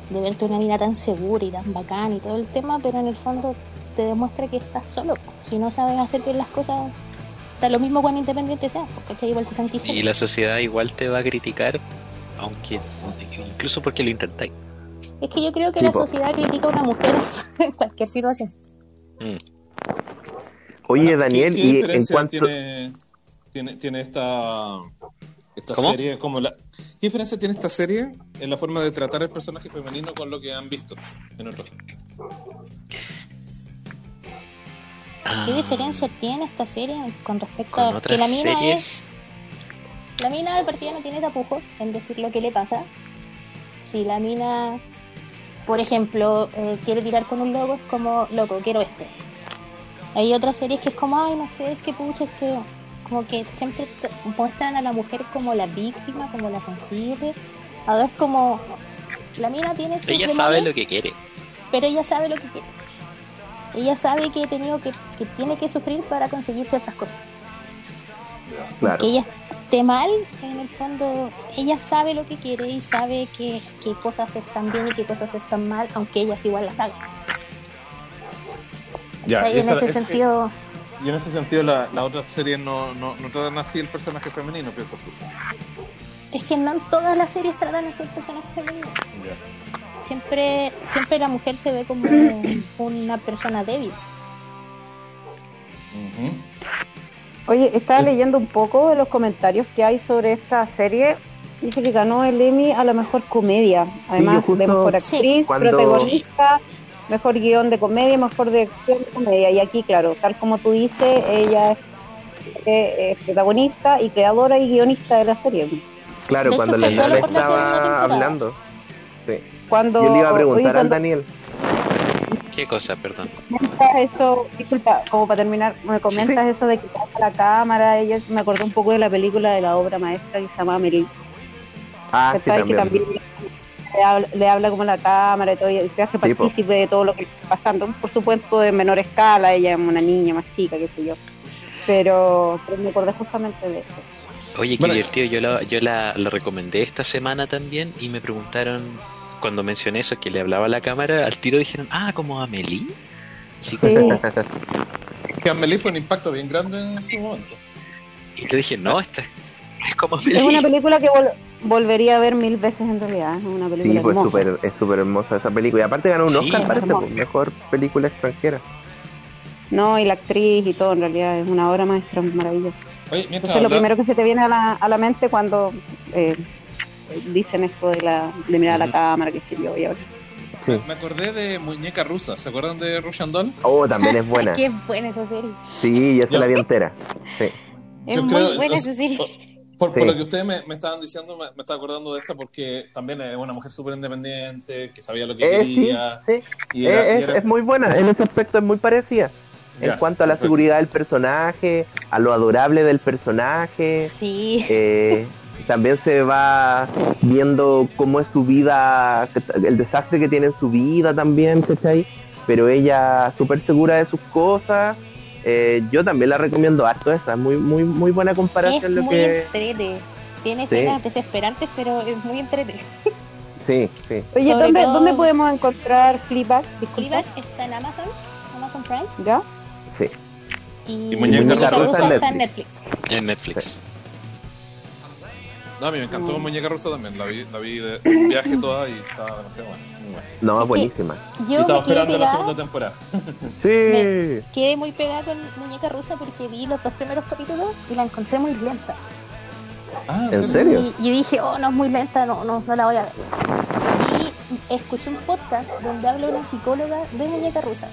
Speaker 5: de verte una vida tan segura y tan bacán y todo el tema, pero en el fondo te demuestra que estás solo. Si no sabes hacer bien las cosas, da lo mismo cuán independiente seas, porque igual te sentís solo.
Speaker 3: y la sociedad igual te va a criticar aunque incluso porque lo intentáis
Speaker 5: Es que yo creo que
Speaker 6: Sí,
Speaker 5: la
Speaker 6: po.
Speaker 5: sociedad critica a una mujer en cualquier situación.
Speaker 3: Mm.
Speaker 6: Oye,
Speaker 4: Ahora, ¿qué-
Speaker 6: Daniel,
Speaker 4: ¿qué,
Speaker 6: y en
Speaker 4: diferencia
Speaker 6: cuanto.
Speaker 4: tiene, tiene, tiene esta, esta
Speaker 3: ¿Cómo?
Speaker 4: serie? Como la, ¿Qué diferencia tiene esta serie en la forma de tratar el personaje femenino con lo que han visto en otros?
Speaker 5: ¿Qué diferencia tiene esta serie con
Speaker 3: Ah.
Speaker 5: respecto
Speaker 3: con
Speaker 5: a que
Speaker 3: otras
Speaker 5: la mina
Speaker 3: series
Speaker 5: es la mina de partida no tiene tapujos en decir lo que le pasa? Si la mina, por ejemplo, eh, quiere tirar con un loco, es como, loco, quiero este. Hay otras series que es como, ay, no sé, es que pucha, es que como que siempre t- muestran a la mujer como la víctima, como la sensible. Ahora es como, la mina tiene sus
Speaker 3: ella sabe
Speaker 5: demonios,
Speaker 3: lo que quiere
Speaker 5: pero ella sabe lo que quiere. Ella sabe que, he tenido que, que tiene que sufrir para conseguir ciertas cosas.
Speaker 6: Claro.
Speaker 5: Que ella esté mal, en el fondo, ella sabe lo que quiere y sabe que, que cosas están bien y que cosas están mal, aunque ellas igual las hagan.
Speaker 4: Ya,
Speaker 5: O sea, y en
Speaker 4: esa-
Speaker 5: ese
Speaker 4: es-
Speaker 5: sentido,
Speaker 4: y en ese sentido, la, la otra serie no, no, no tratan así el personaje femenino, piensas tú.
Speaker 5: es que no en todas las series tratan así el personaje femenino.
Speaker 4: Ya.
Speaker 5: Siempre, siempre la mujer se ve como una persona débil.
Speaker 4: Ujú.
Speaker 2: Oye, estaba leyendo un poco de los comentarios que hay sobre esta serie. Dice que ganó el Emmy a la mejor comedia, además
Speaker 6: yo justo-
Speaker 2: de mejor
Speaker 5: Sí.
Speaker 2: actriz,
Speaker 6: Cuando-
Speaker 2: protagonista, mejor guión de comedia, mejor dirección de comedia. Y aquí, claro, tal como tú dices, ella es, eh, eh, protagonista y creadora y guionista de la serie.
Speaker 6: Claro,
Speaker 5: De
Speaker 6: cuando
Speaker 5: hecho,
Speaker 6: la
Speaker 5: fue
Speaker 6: Nala
Speaker 5: solo por la segunda
Speaker 6: estaba
Speaker 5: temporada.
Speaker 6: hablando. Sí.
Speaker 2: Cuando,
Speaker 6: Yo le iba a
Speaker 2: oye,
Speaker 6: preguntar al
Speaker 2: cuando-
Speaker 6: Daniel.
Speaker 3: qué cosa perdón
Speaker 2: comentas eso, disculpa, como para terminar, me comentas eso de que pasa la cámara, ella me acordó un poco de la película de la obra maestra que se llama Meryl,
Speaker 6: Ah, sí,
Speaker 2: ¿cachai? que también
Speaker 6: también.
Speaker 2: le habla, le habla como la cámara y todo, y te
Speaker 6: Sí,
Speaker 2: hace
Speaker 6: po.
Speaker 2: partícipe de todo lo que está pasando, por supuesto de menor escala, ella es una niña más chica, qué sé yo, pero, pero me acordé justamente de eso.
Speaker 3: Oye, qué
Speaker 4: Bueno,
Speaker 3: divertido. Yo, la, yo la, la recomendé esta semana también y me preguntaron, cuando mencioné eso, que le hablaba a la cámara, al tiro dijeron, ah, como Amelie.
Speaker 2: Sí.
Speaker 3: Así como-
Speaker 4: Que Amelie fue un impacto bien grande en su momento.
Speaker 3: Y yo dije, no, esta es como
Speaker 2: Es una
Speaker 3: Amelie.
Speaker 2: película que vol- volvería a ver mil veces en realidad. Es una película
Speaker 6: Sí, pues
Speaker 2: hermosa.
Speaker 6: súper- es súper hermosa esa película. Y aparte ganó un
Speaker 3: Sí,
Speaker 6: Oscar, parece,
Speaker 2: hermosa.
Speaker 6: por mejor película extranjera.
Speaker 2: No, y la actriz y todo, en realidad es una obra maestra maravillosa.
Speaker 4: Oye, mientras
Speaker 2: Entonces, lo
Speaker 4: habla-
Speaker 2: primero que se te viene a la, a la mente cuando eh, dicen esto de, la, de mirar a la
Speaker 4: Ujú.
Speaker 2: cámara, que sé yo, y ahora.
Speaker 6: Sí.
Speaker 4: me acordé de Muñeca Rusa. ¿Se acuerdan de Russian Doll?
Speaker 6: Oh, también es buena.
Speaker 5: Qué buena esa serie.
Speaker 6: Sí, yo se la vi entera.
Speaker 5: Es
Speaker 4: Yo
Speaker 5: muy
Speaker 4: creo-
Speaker 5: buena
Speaker 4: o
Speaker 5: esa
Speaker 4: sea,
Speaker 5: serie.
Speaker 4: Por, por
Speaker 6: Sí.
Speaker 4: lo que ustedes me, me estaban diciendo, me, me estaba acordando de esta porque también es una mujer súper independiente, que sabía lo que
Speaker 6: Eh, sí,
Speaker 4: quería.
Speaker 6: sí.
Speaker 4: Y
Speaker 6: Eh,
Speaker 4: era-
Speaker 6: es,
Speaker 4: y era-
Speaker 6: es muy buena, en ese aspecto es muy parecida.
Speaker 4: Ya,
Speaker 6: en cuanto a la
Speaker 4: perfecto.
Speaker 6: seguridad del personaje, a lo adorable del personaje,
Speaker 5: Sí.
Speaker 6: eh, también se va viendo cómo es su vida, el desastre que tiene en su vida también, ¿cachai? Pero ella súper segura de sus cosas. Eh, yo también la recomiendo harto esa, muy, muy, muy buena
Speaker 5: Es
Speaker 6: comparación lo
Speaker 5: muy
Speaker 6: que...
Speaker 5: entrete. Tiene
Speaker 6: Sí.
Speaker 5: escenas desesperantes, pero es muy entrete.
Speaker 6: Sí, sí.
Speaker 2: Oye,
Speaker 5: Sobre
Speaker 2: ¿dónde,
Speaker 5: todo-
Speaker 2: ¿dónde podemos encontrar Fleabag? Disculpa,
Speaker 5: Fleabag está en Amazon, Amazon Prime.
Speaker 2: ¿Ya?
Speaker 6: sí.
Speaker 5: Y,
Speaker 4: Y Muñeca
Speaker 6: Rusa en
Speaker 5: está en Netflix.
Speaker 3: En Netflix.
Speaker 4: No, a mí me encantó
Speaker 2: Mm.
Speaker 4: Muñeca Rusa también. La vi, la vi de de un viaje toda y estaba demasiado buena. Muy buena.
Speaker 6: No,
Speaker 5: Es que-
Speaker 6: buenísima.
Speaker 4: Y
Speaker 5: Yo
Speaker 4: estaba
Speaker 5: me quedé
Speaker 4: esperando la
Speaker 5: pegada,
Speaker 4: segunda temporada.
Speaker 6: Sí.
Speaker 5: quedé muy pegada con Muñeca Rusa porque vi los dos primeros capítulos y la encontré muy lenta.
Speaker 4: Ah,
Speaker 6: ¿En
Speaker 5: Y,
Speaker 6: serio?
Speaker 5: y dije, oh, no es muy lenta, no, no, no la voy a ver. Y escuché un podcast donde habla una psicóloga de Muñeca Rusa.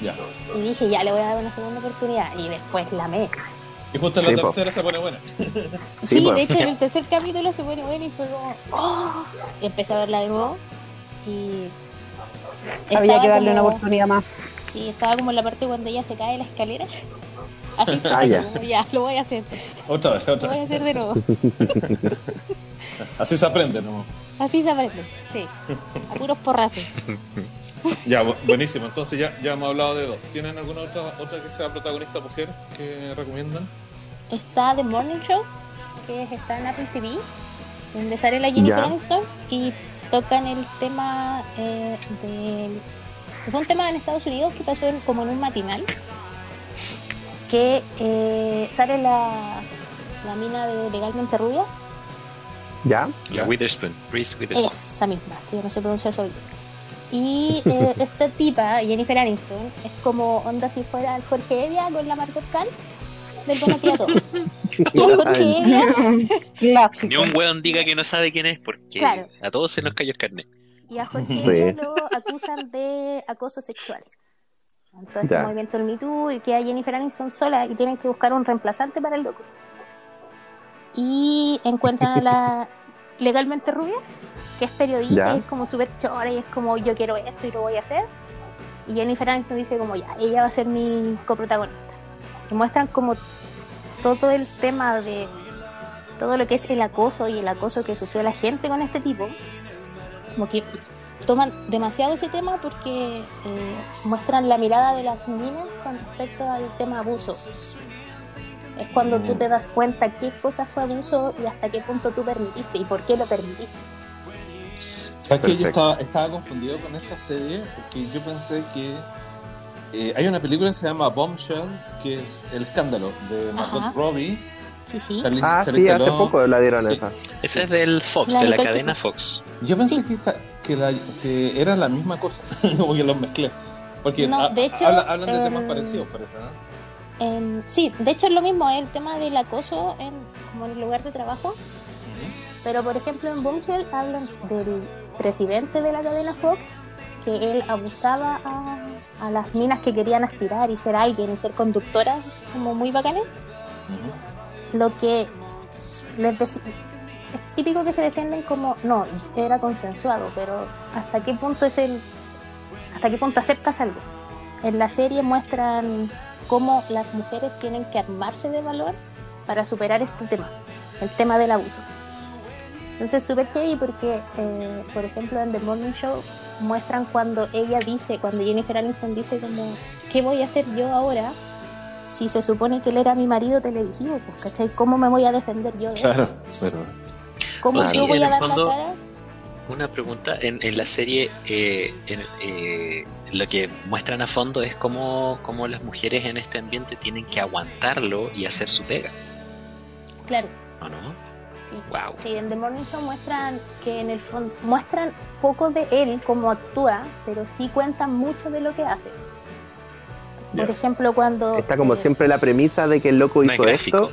Speaker 4: Ya.
Speaker 5: Y dije, ya le voy a dar una segunda oportunidad. Y después la amé.
Speaker 4: Y justo en la
Speaker 6: Sí, po.
Speaker 4: tercera se pone buena.
Speaker 6: Sí,
Speaker 5: Sí,
Speaker 6: pues.
Speaker 5: de hecho en el tercer capítulo se pone bueno y fue como, ¡oh! Y empecé a verla de nuevo y...
Speaker 2: Había
Speaker 5: estaba
Speaker 2: que darle una
Speaker 5: como-
Speaker 2: oportunidad más.
Speaker 5: Sí, estaba como en la parte cuando ella se cae de la escalera. Así fue,
Speaker 6: Ah, ya.
Speaker 5: como, ya, lo voy a hacer,
Speaker 4: Otra vez,
Speaker 5: lo
Speaker 4: otra
Speaker 5: voy a
Speaker 4: vez.
Speaker 5: hacer de nuevo.
Speaker 4: Así se aprende, ¿no?
Speaker 5: Así se aprende, sí. A puros porrazos.
Speaker 4: Ya, bu- buenísimo. Entonces ya, ya hemos hablado de dos. ¿Tienen alguna otra, otra que sea protagonista mujer que recomiendan?
Speaker 5: Está The Morning Show, que es- está en Apple TV, donde sale la Jennifer
Speaker 6: Ya.
Speaker 5: Aniston y tocan el tema eh, del... Fue un tema en Estados Unidos que pasó en- como en un matinal, que eh, sale la, la mina de Legalmente Rubia,
Speaker 6: ¿Ya?
Speaker 4: Ya.
Speaker 3: Witherspoon. Reese Witherspoon.
Speaker 5: esa misma, que yo no sé pronunciar su apellido. Y eh, esta tipa, Jennifer Aniston, es como onda si fuera el Jorge Evia con la Margot Cal del Bueno Tía Todo. Y el Jorge Evia
Speaker 2: Clásico.
Speaker 3: Ni un weón diga que no sabe quién es porque
Speaker 5: Claro.
Speaker 3: a todos se nos cayó el carnet.
Speaker 5: Y a Jorge
Speaker 6: Sí.
Speaker 5: Evia lo acusan de acoso sexual. Entonces
Speaker 6: Ya.
Speaker 5: el movimiento del Me Too y queda Jennifer Aniston sola y tienen que buscar un reemplazante para el loco. Y encuentran a la legalmente rubia, que es periodista,
Speaker 6: Ya.
Speaker 5: y es como súper chora y es como yo quiero esto y lo voy a hacer. Y Jennifer Aniston dice como ya, ella va a ser mi coprotagonista. Y muestran como todo el tema de todo lo que es el acoso y el acoso que sufrió la gente con este tipo. Como que toman demasiado ese tema porque eh, muestran la mirada de las minas con respecto al tema abuso. Es cuando tú te das cuenta qué cosa fue abuso y hasta qué punto tú permitiste y por qué lo permitiste.
Speaker 4: ¿Sabes que yo
Speaker 6: Perfecto.
Speaker 4: estaba, estaba confundido con esa serie? Porque yo pensé que eh, hay una película que se llama Bombshell, que es El escándalo de Margot
Speaker 5: Ajá.
Speaker 4: Robbie,
Speaker 5: Sí, sí.
Speaker 4: Charlize-
Speaker 6: Ah, sí,
Speaker 4: Charlize
Speaker 6: hace
Speaker 4: Theron.
Speaker 6: poco la dieron
Speaker 4: Sí.
Speaker 6: esa.
Speaker 3: Esa es del Fox,
Speaker 5: La
Speaker 3: de la
Speaker 5: Nicole
Speaker 3: cadena
Speaker 5: Kidman.
Speaker 3: Fox.
Speaker 4: Yo pensé que, esta- que, la- que era la misma cosa, como que los mezclé. Porque
Speaker 5: No,
Speaker 4: ha-
Speaker 5: de hecho,
Speaker 4: habla- hablan de
Speaker 5: eh,
Speaker 4: temas parecidos, parece, ¿no?
Speaker 5: En- Em, sí, de hecho es lo mismo, el tema del acoso en, como en el lugar de trabajo. Pero por ejemplo en Bombshell hablan del presidente de la cadena Fox, que él abusaba a, a las minas que querían aspirar y ser alguien y ser conductoras como muy bacanes.
Speaker 4: Ujú, ujú.
Speaker 5: Lo que les deci- es típico que se defienden como no, era consensuado, pero hasta qué punto es el hasta qué punto aceptas algo. En la serie muestran cómo las mujeres tienen que armarse de valor para superar este tema, el tema del abuso. Entonces es súper heavy porque, eh, por ejemplo, en The Morning Show muestran cuando ella dice, cuando Jennifer Aniston dice como, ¿qué voy a hacer yo ahora si se supone que él era mi marido televisivo? Pues, ¿cachai? ¿Cómo me voy a defender yo de él?
Speaker 4: Claro, pero...
Speaker 5: ¿Cómo
Speaker 6: Claro.
Speaker 5: yo
Speaker 6: Sí,
Speaker 5: voy
Speaker 3: Pues en
Speaker 5: a
Speaker 3: el
Speaker 5: dar
Speaker 3: fondo-
Speaker 5: la cara?
Speaker 3: Una pregunta, en, en la serie eh, en- eh, lo que muestran a fondo es cómo, cómo las mujeres en este ambiente tienen que aguantarlo y hacer su pega,
Speaker 5: Claro.
Speaker 3: ¿o no?
Speaker 5: Sí.
Speaker 3: Wow.
Speaker 5: Sí, en The Morning Show muestran que en el fondo muestran poco de él cómo actúa, pero sí cuentan mucho de lo que hace.
Speaker 4: Ya.
Speaker 5: Por ejemplo, cuando
Speaker 1: Está como
Speaker 5: eh,
Speaker 1: siempre la premisa de que el loco
Speaker 3: No hay
Speaker 1: hizo
Speaker 3: gráfico.
Speaker 1: esto,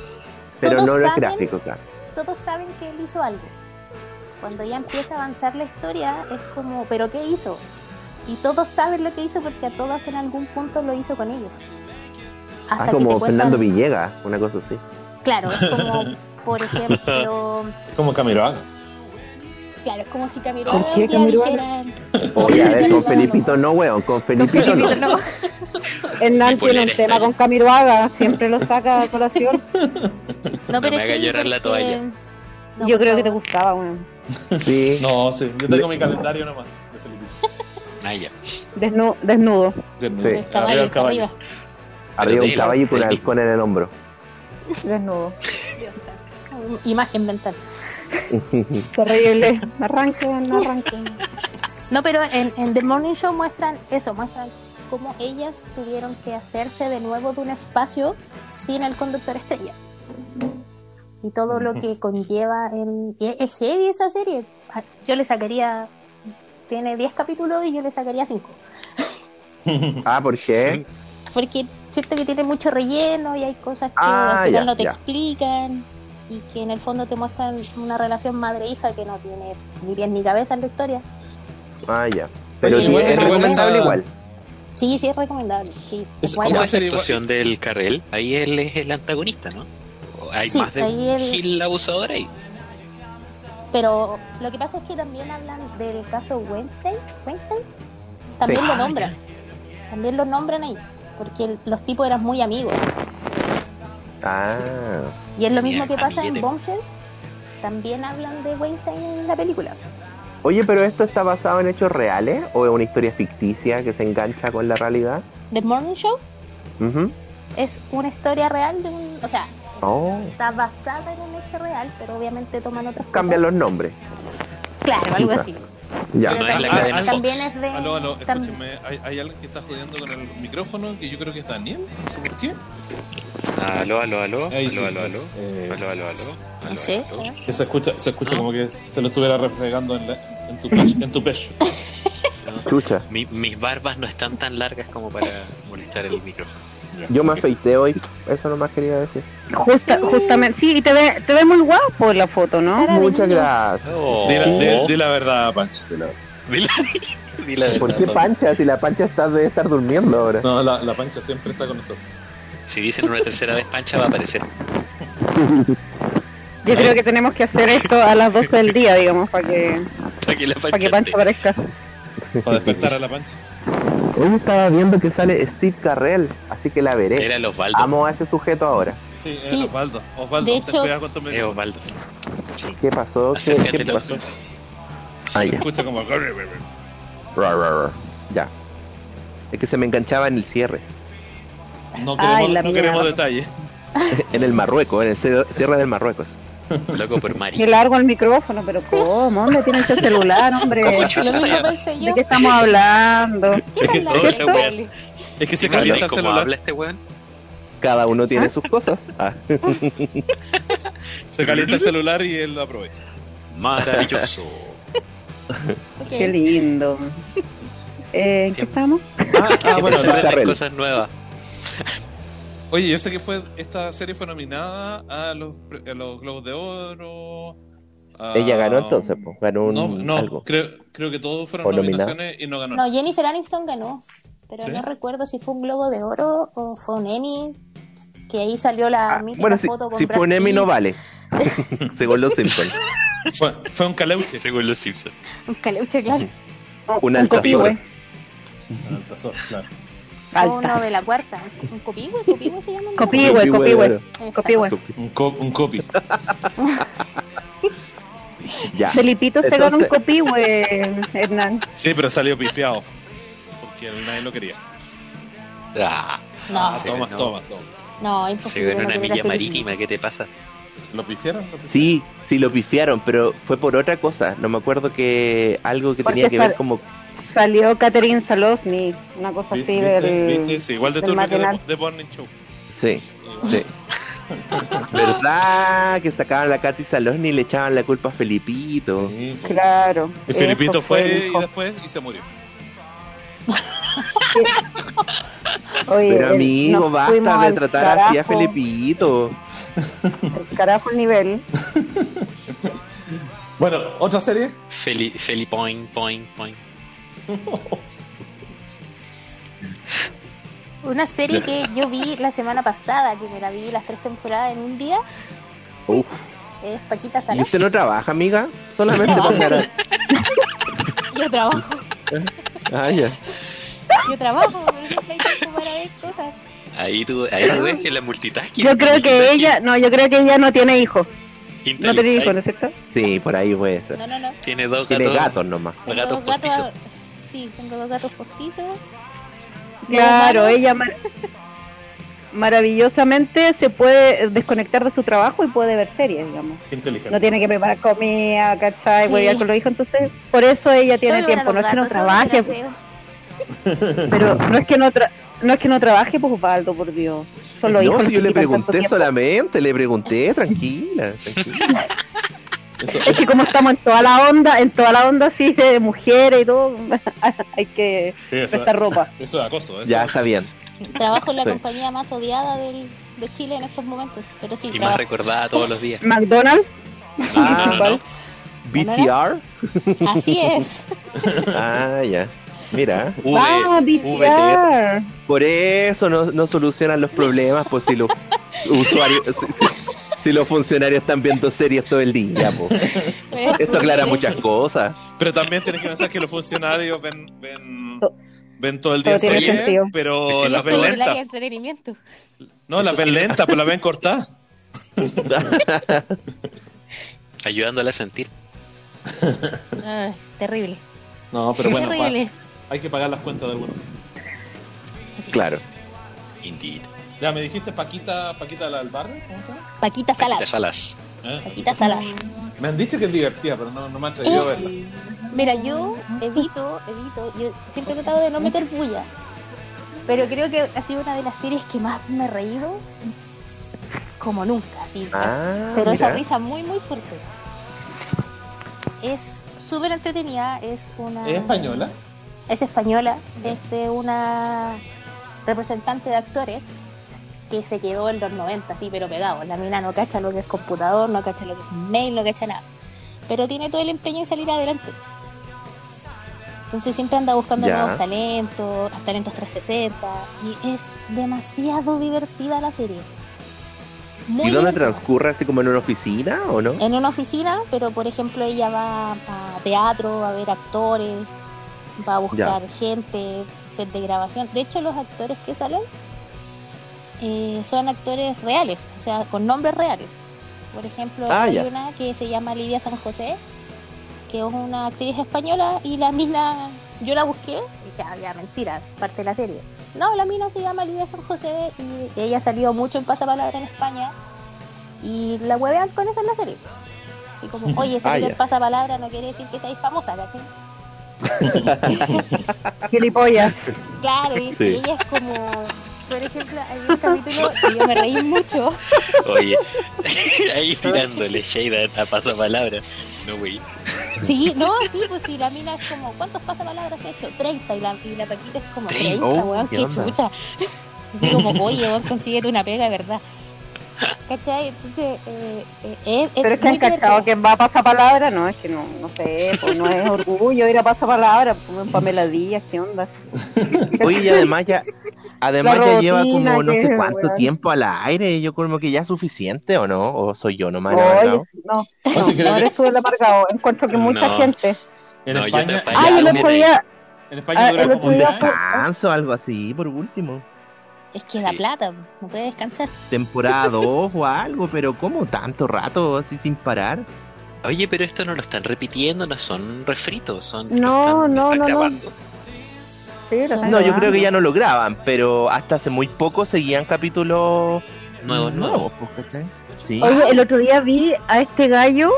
Speaker 1: pero
Speaker 5: Todos
Speaker 1: no lo es
Speaker 5: saben-
Speaker 1: gráfico, claro.
Speaker 5: todos saben que él hizo algo. Cuando ya empieza a avanzar la historia es como, pero ¿qué hizo? Y todos saben lo que hizo porque a todas en algún punto lo hizo con ellos. Hasta
Speaker 1: Ah,
Speaker 5: que te
Speaker 1: como
Speaker 5: cuentan-
Speaker 1: Fernando Villegas, una cosa así.
Speaker 5: Claro, es como, por ejemplo,
Speaker 4: Es como Camiroaga.
Speaker 5: claro, es como si Camiroaga
Speaker 2: ¿Por qué
Speaker 5: un día
Speaker 2: Camiroaga?
Speaker 5: dijeran,
Speaker 1: Oye, a ver,
Speaker 5: Camiroaga
Speaker 1: con
Speaker 5: no.
Speaker 1: Felipito no, weón, con Felipito no.
Speaker 5: "Felipito, no".
Speaker 2: Hernán tiene
Speaker 3: Bipolar
Speaker 2: un
Speaker 3: está
Speaker 2: tema
Speaker 3: ahí.
Speaker 2: con Camiroaga, siempre lo saca a colación.
Speaker 5: No, pero
Speaker 3: me haga
Speaker 5: sí,
Speaker 3: llorar la
Speaker 5: porque-
Speaker 3: toalla.
Speaker 5: No,
Speaker 2: Yo
Speaker 5: por
Speaker 2: creo que te
Speaker 5: favor.
Speaker 2: gustaba, weón.
Speaker 1: Sí.
Speaker 4: No, sí. Yo tengo mi calendario nomás de Felipito.
Speaker 3: Ah, ya.
Speaker 2: Desnu- desnudo.
Speaker 1: Sí.
Speaker 5: El caballo,
Speaker 4: el caballo.
Speaker 5: arriba.
Speaker 1: Arriba un
Speaker 3: Pero
Speaker 1: caballo y con un
Speaker 3: dilo.
Speaker 1: halcón en el hombro.
Speaker 2: Desnudo.
Speaker 5: Imagen mental.
Speaker 2: Terrible. Arranquen, arranquen.
Speaker 5: No, pero en, en The Morning Show muestran eso, muestran cómo ellas tuvieron que hacerse de nuevo de un espacio sin el conductor estrella. Y todo lo que conlleva el... y es- Es heavy esa serie. Ah, Yo le sacaría... Tiene 10 capítulos y yo le sacaría 5.
Speaker 1: Ah, ¿por qué?
Speaker 5: Porque siento que tiene mucho relleno y hay cosas que
Speaker 1: Ah,
Speaker 5: al final
Speaker 1: ya,
Speaker 5: no te
Speaker 1: ya.
Speaker 5: explican y que en el fondo te muestran una relación madre-hija que no tiene ni pies ni cabeza en la historia.
Speaker 1: Ah, ya. Pero
Speaker 4: Oye,
Speaker 1: sí,
Speaker 4: igual-
Speaker 1: es
Speaker 4: igual
Speaker 1: recomendable
Speaker 4: esa-
Speaker 1: igual.
Speaker 5: Sí, sí es recomendable. Sí,
Speaker 4: Es-
Speaker 5: Bueno,
Speaker 3: ¿Cómo
Speaker 4: Esa
Speaker 3: es la
Speaker 4: serie
Speaker 3: actuación del Carrel? Ahí él es el antagonista, ¿no? ¿O Hay
Speaker 5: Sí,
Speaker 3: más de
Speaker 5: ahí el-
Speaker 3: Gil abusador ahí.
Speaker 5: Pero lo que pasa es que también hablan del caso Wednesday. ¿Wednesday? También
Speaker 1: Sí.
Speaker 5: lo
Speaker 3: Ah,
Speaker 5: nombran. También lo nombran ahí. Porque el- los tipos eran muy amigos.
Speaker 1: Ah,
Speaker 5: Y es lo mismo
Speaker 3: Bien,
Speaker 5: que pasa en
Speaker 3: amiguete.
Speaker 5: Bombshell. También hablan de Wednesday en la película.
Speaker 1: Oye, pero esto está basado en hechos reales o es una historia ficticia que se engancha con la realidad?
Speaker 5: The Morning Show
Speaker 1: Ujú.
Speaker 5: es una historia real de un. O sea,
Speaker 1: Oh,
Speaker 5: está basada en un hecho real, pero obviamente toman otras
Speaker 1: cambian
Speaker 5: cosas.
Speaker 1: los nombres.
Speaker 5: Claro, algo así.
Speaker 1: Ya. Ah,
Speaker 3: No
Speaker 5: Pero
Speaker 3: es la
Speaker 5: también-
Speaker 3: cadena Fox.
Speaker 5: también es de.
Speaker 4: Aló, aló,
Speaker 5: tam-
Speaker 4: escúchenme. Hay, hay alguien que está jodiendo con el micrófono que yo creo que es Daniel. No sé por qué.
Speaker 3: Aló, aló, aló.
Speaker 4: Ahí sí,
Speaker 3: Aló, aló, aló.
Speaker 4: es, eh,
Speaker 3: Aló, aló, aló.
Speaker 5: No
Speaker 3: Aló,
Speaker 5: sé.
Speaker 3: aló.
Speaker 5: ¿eh?
Speaker 4: Que se escucha, se escucha como que te lo estuviera refregando en, la- en tu pecho. En tu pecho.
Speaker 1: Chucha.
Speaker 3: Mi- mis barbas no están tan largas como para molestar el micrófono.
Speaker 1: Yo me afeité hoy. Eso nomás quería decir.
Speaker 2: Justa-
Speaker 5: Sí.
Speaker 2: Justamente, sí, y te ve, te ve muy guapo en la foto, ¿no?
Speaker 5: Cara de
Speaker 1: Muchas
Speaker 5: niño.
Speaker 1: gracias.
Speaker 3: Oh.
Speaker 4: Di la, di- di la verdad, Pancho. di la verdad.
Speaker 3: Di la- di la
Speaker 1: ¿Por
Speaker 3: verdad,
Speaker 1: qué
Speaker 3: Tom.
Speaker 1: pancha? Si la pancha está, debe estar durmiendo ahora.
Speaker 4: No, la, la Pancha siempre está con nosotros.
Speaker 3: Si dicen una tercera vez pancha va a aparecer.
Speaker 2: Yo creo que tenemos que hacer esto a las 12 del día, digamos, para que,
Speaker 3: Para que la
Speaker 2: para que
Speaker 3: pancha
Speaker 2: Pancho
Speaker 3: esté.
Speaker 2: aparezca.
Speaker 4: Para despertar a la Pancha.
Speaker 1: Hoy estaba viendo que sale Steve Carrell, así que la veré.
Speaker 3: Era el Osvaldo.
Speaker 1: Amo a ese sujeto ahora.
Speaker 4: Sí, eh,
Speaker 5: Sí.
Speaker 4: Osvaldo. Osvaldo,
Speaker 5: De
Speaker 4: ten
Speaker 5: hecho-
Speaker 4: cuidado con tu
Speaker 3: Es
Speaker 4: micrófono.
Speaker 3: Osvaldo. Sí.
Speaker 1: ¿Qué pasó? ¿Qué,
Speaker 3: Acércate
Speaker 1: qué
Speaker 3: lo-
Speaker 1: pasó? Ah,
Speaker 4: Se
Speaker 1: ya.
Speaker 4: escucha como.
Speaker 1: Ra, ra, ra. Ya. Es que se me enganchaba en el cierre.
Speaker 4: No queremos,
Speaker 2: Ay, la
Speaker 4: no queremos
Speaker 2: mierda.
Speaker 4: detalles.
Speaker 1: En el Marruecos, en el cierre cierre del Marruecos.
Speaker 3: Loco por
Speaker 2: Yo
Speaker 3: Mari.
Speaker 2: largo el micrófono, pero
Speaker 5: Sí.
Speaker 2: ¿cómo? ¿Dónde tienen ese celular, hombre?
Speaker 3: ¿Cómo
Speaker 2: ¿De
Speaker 3: chucha
Speaker 5: Lo mismo
Speaker 3: está?
Speaker 5: pensé yo.
Speaker 2: qué estamos hablando?
Speaker 5: ¿Qué
Speaker 4: Es que-
Speaker 5: tal la
Speaker 3: Otra
Speaker 5: verdad?
Speaker 3: wea.
Speaker 4: Es que
Speaker 3: ¿Te
Speaker 4: se
Speaker 3: imaginas
Speaker 4: calienta el
Speaker 3: cómo
Speaker 4: celular.
Speaker 3: habla este weón?
Speaker 1: Cada uno tiene sus cosas. Ah.
Speaker 4: Se calienta el celular y él lo aprovecha.
Speaker 3: Maravilloso.
Speaker 5: Ok.
Speaker 2: Qué lindo. Eh, ¿En qué
Speaker 3: Siempre.
Speaker 2: estamos?
Speaker 4: Ah,
Speaker 1: se
Speaker 3: Siempre
Speaker 4: bueno, no,
Speaker 1: ve.
Speaker 3: salen las
Speaker 1: Carrel.
Speaker 3: cosas nuevas.
Speaker 4: Oye, yo sé que fue esta serie fue nominada a los, pre- a los Globos de Oro. a-
Speaker 1: Ella ganó entonces, pues, ganó un,
Speaker 4: Ah. no, no,
Speaker 1: algo.
Speaker 4: Creo, creo que todos
Speaker 1: O
Speaker 4: fueron
Speaker 1: nominada.
Speaker 4: nominaciones y no ganó.
Speaker 5: No, Jennifer Aniston ganó, pero
Speaker 4: ¿Sí?
Speaker 5: no recuerdo si fue un Globo de Oro o fue un Emmy, que ahí salió la
Speaker 1: Ah,
Speaker 5: mítica
Speaker 1: bueno, si,
Speaker 5: foto con
Speaker 1: si
Speaker 5: Brad
Speaker 1: fue un Emmy
Speaker 5: Pitt.
Speaker 1: no vale. Según los Simpsons.
Speaker 4: Fue, fue un caleuche.
Speaker 3: Según los Simpsons.
Speaker 5: Un caleuche, claro.
Speaker 1: Un
Speaker 2: copihue.
Speaker 1: altazor.
Speaker 4: Altazor, Ah, claro.
Speaker 5: O uno de la cuarta. Un copihue, copihue se llama. ¿no?
Speaker 2: Copi- Copihue,
Speaker 1: Copihue,
Speaker 2: copihue.
Speaker 1: bueno.
Speaker 5: Exacto.
Speaker 2: copihue.
Speaker 4: Un, co- un copy.
Speaker 1: Ya.
Speaker 2: Ah. Felipito se ganó un
Speaker 1: Entonces-
Speaker 2: copihue, Hernán.
Speaker 4: Sí, pero salió pifiado. Porque él- nadie lo quería.
Speaker 3: Ah,
Speaker 5: No,
Speaker 4: Ah,
Speaker 3: Sí,
Speaker 4: Tomás,
Speaker 3: no.
Speaker 4: Tomás, Tomás.
Speaker 5: no,
Speaker 3: se
Speaker 5: imposible.
Speaker 3: ganó
Speaker 5: no
Speaker 3: una
Speaker 5: quería
Speaker 3: milla
Speaker 5: Felipe.
Speaker 3: marítima. ¿Qué te pasa?
Speaker 4: ¿Lo pifiaron? ¿Lo pifiaron?
Speaker 1: Sí, sí lo pifiaron, pero fue por otra cosa. No me acuerdo que algo que
Speaker 2: Porque
Speaker 1: tenía que ver
Speaker 2: sal-
Speaker 1: como
Speaker 2: Salió Catherine Salosny, una cosa
Speaker 4: ¿Viste?
Speaker 2: así del...
Speaker 4: ¿Viste? Sí, igual de
Speaker 2: del
Speaker 4: turbio que de,
Speaker 2: matinal.
Speaker 4: de Morning Show.
Speaker 1: sí,
Speaker 4: Igual.
Speaker 1: sí. ¿Verdad? Que sacaban la Katy Salón y le echaban la culpa a Felipito.
Speaker 4: Sí.
Speaker 2: Claro.
Speaker 4: Y
Speaker 2: eso
Speaker 4: Felipito fue y
Speaker 2: hijo.
Speaker 4: después y se murió.
Speaker 2: Oye,
Speaker 1: Pero
Speaker 2: el-
Speaker 1: amigo,
Speaker 2: nos
Speaker 1: basta
Speaker 2: fuimos
Speaker 1: de
Speaker 2: al
Speaker 1: tratar así a
Speaker 2: carajo,
Speaker 1: Felipito.
Speaker 2: al Carajo el nivel.
Speaker 4: Bueno, otra serie.
Speaker 3: Feli, Feli, point, point, point.
Speaker 5: Una serie que yo vi la semana pasada, que me la vi las tres temporadas en un día,
Speaker 1: Uf.
Speaker 5: es Paquita
Speaker 1: ¿Y
Speaker 5: Salas.
Speaker 1: usted no trabaja, amiga? Solamente para ganar.
Speaker 5: Yo trabajo,
Speaker 1: Ah, ya.
Speaker 5: yo trabajo, pero siempre hay tiempo para ver cosas.
Speaker 3: Ahí tú, ahí tú ves que la multitasking.
Speaker 2: Yo creo que
Speaker 3: multitasking
Speaker 2: ella, no, yo creo que ella no tiene hijos. No tiene
Speaker 3: inteligente.
Speaker 2: hijos, ¿no es cierto?
Speaker 1: Sí, por ahí puede ser.
Speaker 5: No, no, no.
Speaker 3: Tiene dos
Speaker 1: Tiene
Speaker 3: gatos.
Speaker 1: gatos nomás.
Speaker 5: Tengo
Speaker 3: Gatos
Speaker 5: dos gatos.
Speaker 3: postizos.
Speaker 5: Sí, tengo dos gatos postizos.
Speaker 2: Claro,
Speaker 5: Los
Speaker 2: ella mar- maravillosamente se puede desconectar de su trabajo y puede ver series, digamos.
Speaker 4: Qué inteligente.
Speaker 2: No tiene que preparar comida, ¿cachai?
Speaker 5: Sí.
Speaker 2: Huevear con los hijos. Entonces, por eso ella tiene
Speaker 5: Tengo que ver a
Speaker 2: tiempo.
Speaker 5: los
Speaker 2: No es que no
Speaker 5: gatos, tengo que
Speaker 2: trabaje,
Speaker 5: ver aseo.
Speaker 2: pero no es que no, tra- no es que no trabaje, pues Osvaldo, por Dios. Son los
Speaker 1: No,
Speaker 2: hijos.
Speaker 1: si
Speaker 2: los
Speaker 1: yo
Speaker 2: que
Speaker 1: le
Speaker 2: quitan tanto
Speaker 1: pregunté
Speaker 2: tiempo.
Speaker 1: solamente, le pregunté, tranquila, tranquila.
Speaker 4: Eso,
Speaker 2: Es que como estamos en toda la onda, en toda la onda así de mujeres y todo, hay que
Speaker 4: sí, eso,
Speaker 2: prestar ropa.
Speaker 4: eso es acoso. Eso
Speaker 1: Ya
Speaker 4: es-
Speaker 1: está bien.
Speaker 5: Trabajo en la
Speaker 1: Sí.
Speaker 5: compañía más odiada del, de Chile en estos momentos, pero sí,
Speaker 3: Y más
Speaker 5: trabajo.
Speaker 3: recordada todos los días.
Speaker 2: McDonald's,
Speaker 1: Ah,
Speaker 3: no, no, no, no.
Speaker 1: BTR.
Speaker 5: Así es.
Speaker 1: Ah, ya. Mira,
Speaker 3: V-
Speaker 2: ah,
Speaker 3: VTR.
Speaker 2: VTR.
Speaker 1: por eso no, no solucionan los problemas, pues si los usuarios, si, si- si los funcionarios están viendo series todo el día, pues. Esto aclara muchas cosas.
Speaker 4: Pero también tienes que pensar que los funcionarios ven, ven,
Speaker 2: To-
Speaker 4: ven todo el día
Speaker 2: todo tiene
Speaker 4: series,
Speaker 2: sentido.
Speaker 3: Sí,
Speaker 4: pero
Speaker 3: sí.
Speaker 4: las
Speaker 5: Estoy
Speaker 4: ven
Speaker 5: en el área
Speaker 4: lentas.
Speaker 5: de entretenimiento.
Speaker 4: No, las
Speaker 3: Eso
Speaker 4: ven
Speaker 3: sí.
Speaker 4: lentas, pero las ven cortadas.
Speaker 3: Ayudándola a sentir.
Speaker 5: Ah, es terrible.
Speaker 4: No, pero bueno,
Speaker 5: terrible.
Speaker 4: pa- hay que pagar las cuentas de alguno.
Speaker 5: Así es.
Speaker 1: Claro.
Speaker 3: Indeed. Paquita
Speaker 4: Ya, me dijiste Paquita, Paquita la del barrio, ¿cómo se llama?
Speaker 5: Paquita Salas.
Speaker 3: Salas.
Speaker 4: ¿Eh?
Speaker 5: Paquita Salas.
Speaker 4: Me han dicho que es divertida, pero no, no me han atrevido a verla.
Speaker 5: Es- Mira, yo evito, evito, yo siempre he tratado de no meter bulla, pero creo que ha sido una de las series que más me he reído como nunca, así.
Speaker 1: Ah,
Speaker 5: pero esa
Speaker 1: mira.
Speaker 5: risa muy, muy fuerte. Es súper entretenida, es una...
Speaker 4: ¿Es española?
Speaker 5: es española,
Speaker 4: Ya.
Speaker 5: es de una representante de actores que se quedó en los 90, sí, pero pegado. La mina no cacha lo que es computador, no cacha lo que es un mail, no cacha nada. Pero tiene todo el empeño en salir adelante. Entonces siempre anda buscando
Speaker 1: Ya.
Speaker 5: nuevos talentos, talentos 360, y es demasiado divertida la serie. Muy
Speaker 1: ¿Y dónde
Speaker 5: divertida
Speaker 1: transcurre? ¿Así como en una oficina o no?
Speaker 5: en una oficina, pero por ejemplo ella va a teatro, a ver actores, va a buscar gente, set de grabación. De hecho, los actores que salen eh, son actores reales, o sea, con nombres reales. Por ejemplo,
Speaker 1: Ah,
Speaker 5: hay
Speaker 1: ya.
Speaker 5: una que se llama Lidia San José, que es una actriz española y la mina, yo la busqué, y dije, ah, ya, mentira, parte de la serie. No, la mina se llama Lidia San José y ella salió mucho en Pasapalabra en España y la huevean con eso en la serie. Así como, oye, salir
Speaker 1: Ah,
Speaker 5: en
Speaker 1: ya.
Speaker 5: Pasapalabra no quiere decir que seáis famosa, ¿cachai?
Speaker 2: Gilipollas.
Speaker 5: Claro, y
Speaker 1: Sí.
Speaker 5: y ella es como, por ejemplo, hay un capítulo que yo me reí mucho.
Speaker 3: Oye, ahí tirándole Shade a pasapalabra. No, güey.
Speaker 5: Sí, no, sí, pues sí, la mina es como, ¿cuántos pasapalabras he hecho? 30, y la, y la Paquita es como,
Speaker 3: Treinta,
Speaker 5: 30,
Speaker 1: oh,
Speaker 5: weón,
Speaker 1: ¿qué
Speaker 5: qué,
Speaker 1: onda?
Speaker 5: chucha. Así como, oye, vos consigues una pega, de ¿verdad? ¿Cachai? Entonces, eh, eh, es,
Speaker 2: Pero es que
Speaker 5: muy
Speaker 2: han cachado
Speaker 5: divertida.
Speaker 2: que va a pasapalabra, no, es que no, no sé, pues no es orgullo ir a pasapalabra, pues Pamela Díaz, ¿qué onda?
Speaker 1: Oye, y además ya, además
Speaker 2: La
Speaker 1: ya lleva
Speaker 2: rutina
Speaker 1: como no
Speaker 2: que
Speaker 1: sé
Speaker 2: es,
Speaker 1: cuánto
Speaker 2: weón.
Speaker 1: tiempo al aire. Yo como que ya es suficiente o no, o soy yo nomás.
Speaker 2: Oye,
Speaker 1: ¿no?
Speaker 2: no,
Speaker 4: No, sí,
Speaker 2: no,
Speaker 4: creo
Speaker 2: no
Speaker 4: que-
Speaker 2: eres tú el amargado, encuentro que mucha
Speaker 3: No.
Speaker 2: gente.
Speaker 4: En
Speaker 3: No, yo te
Speaker 4: España, Ah,
Speaker 2: Ay,
Speaker 3: apaño.
Speaker 2: el
Speaker 3: algo
Speaker 2: otro
Speaker 3: me
Speaker 2: día,
Speaker 4: en
Speaker 2: Ah,
Speaker 4: España
Speaker 2: el
Speaker 4: dura como
Speaker 2: otro
Speaker 4: un
Speaker 2: día
Speaker 4: año.
Speaker 1: Descanso, algo así, por último.
Speaker 5: Es que da
Speaker 3: Sí.
Speaker 5: plata, no puede descansar.
Speaker 1: Temporada 2 o algo, pero ¿cómo tanto rato así sin parar?
Speaker 3: Oye, pero esto no lo están repitiendo, no son refritos, son. lo
Speaker 2: No,
Speaker 3: están- lo
Speaker 2: no, no,
Speaker 3: están
Speaker 2: no.
Speaker 3: grabando.
Speaker 2: sí, lo ah. están
Speaker 1: No, yo creo
Speaker 2: grabando.
Speaker 1: que ya no lo graban, pero hasta hace muy poco seguían capítulos
Speaker 3: Nuevos, nuevos.
Speaker 1: pues, ¿cachai? Sí.
Speaker 2: Oye, el otro día vi a este gallo,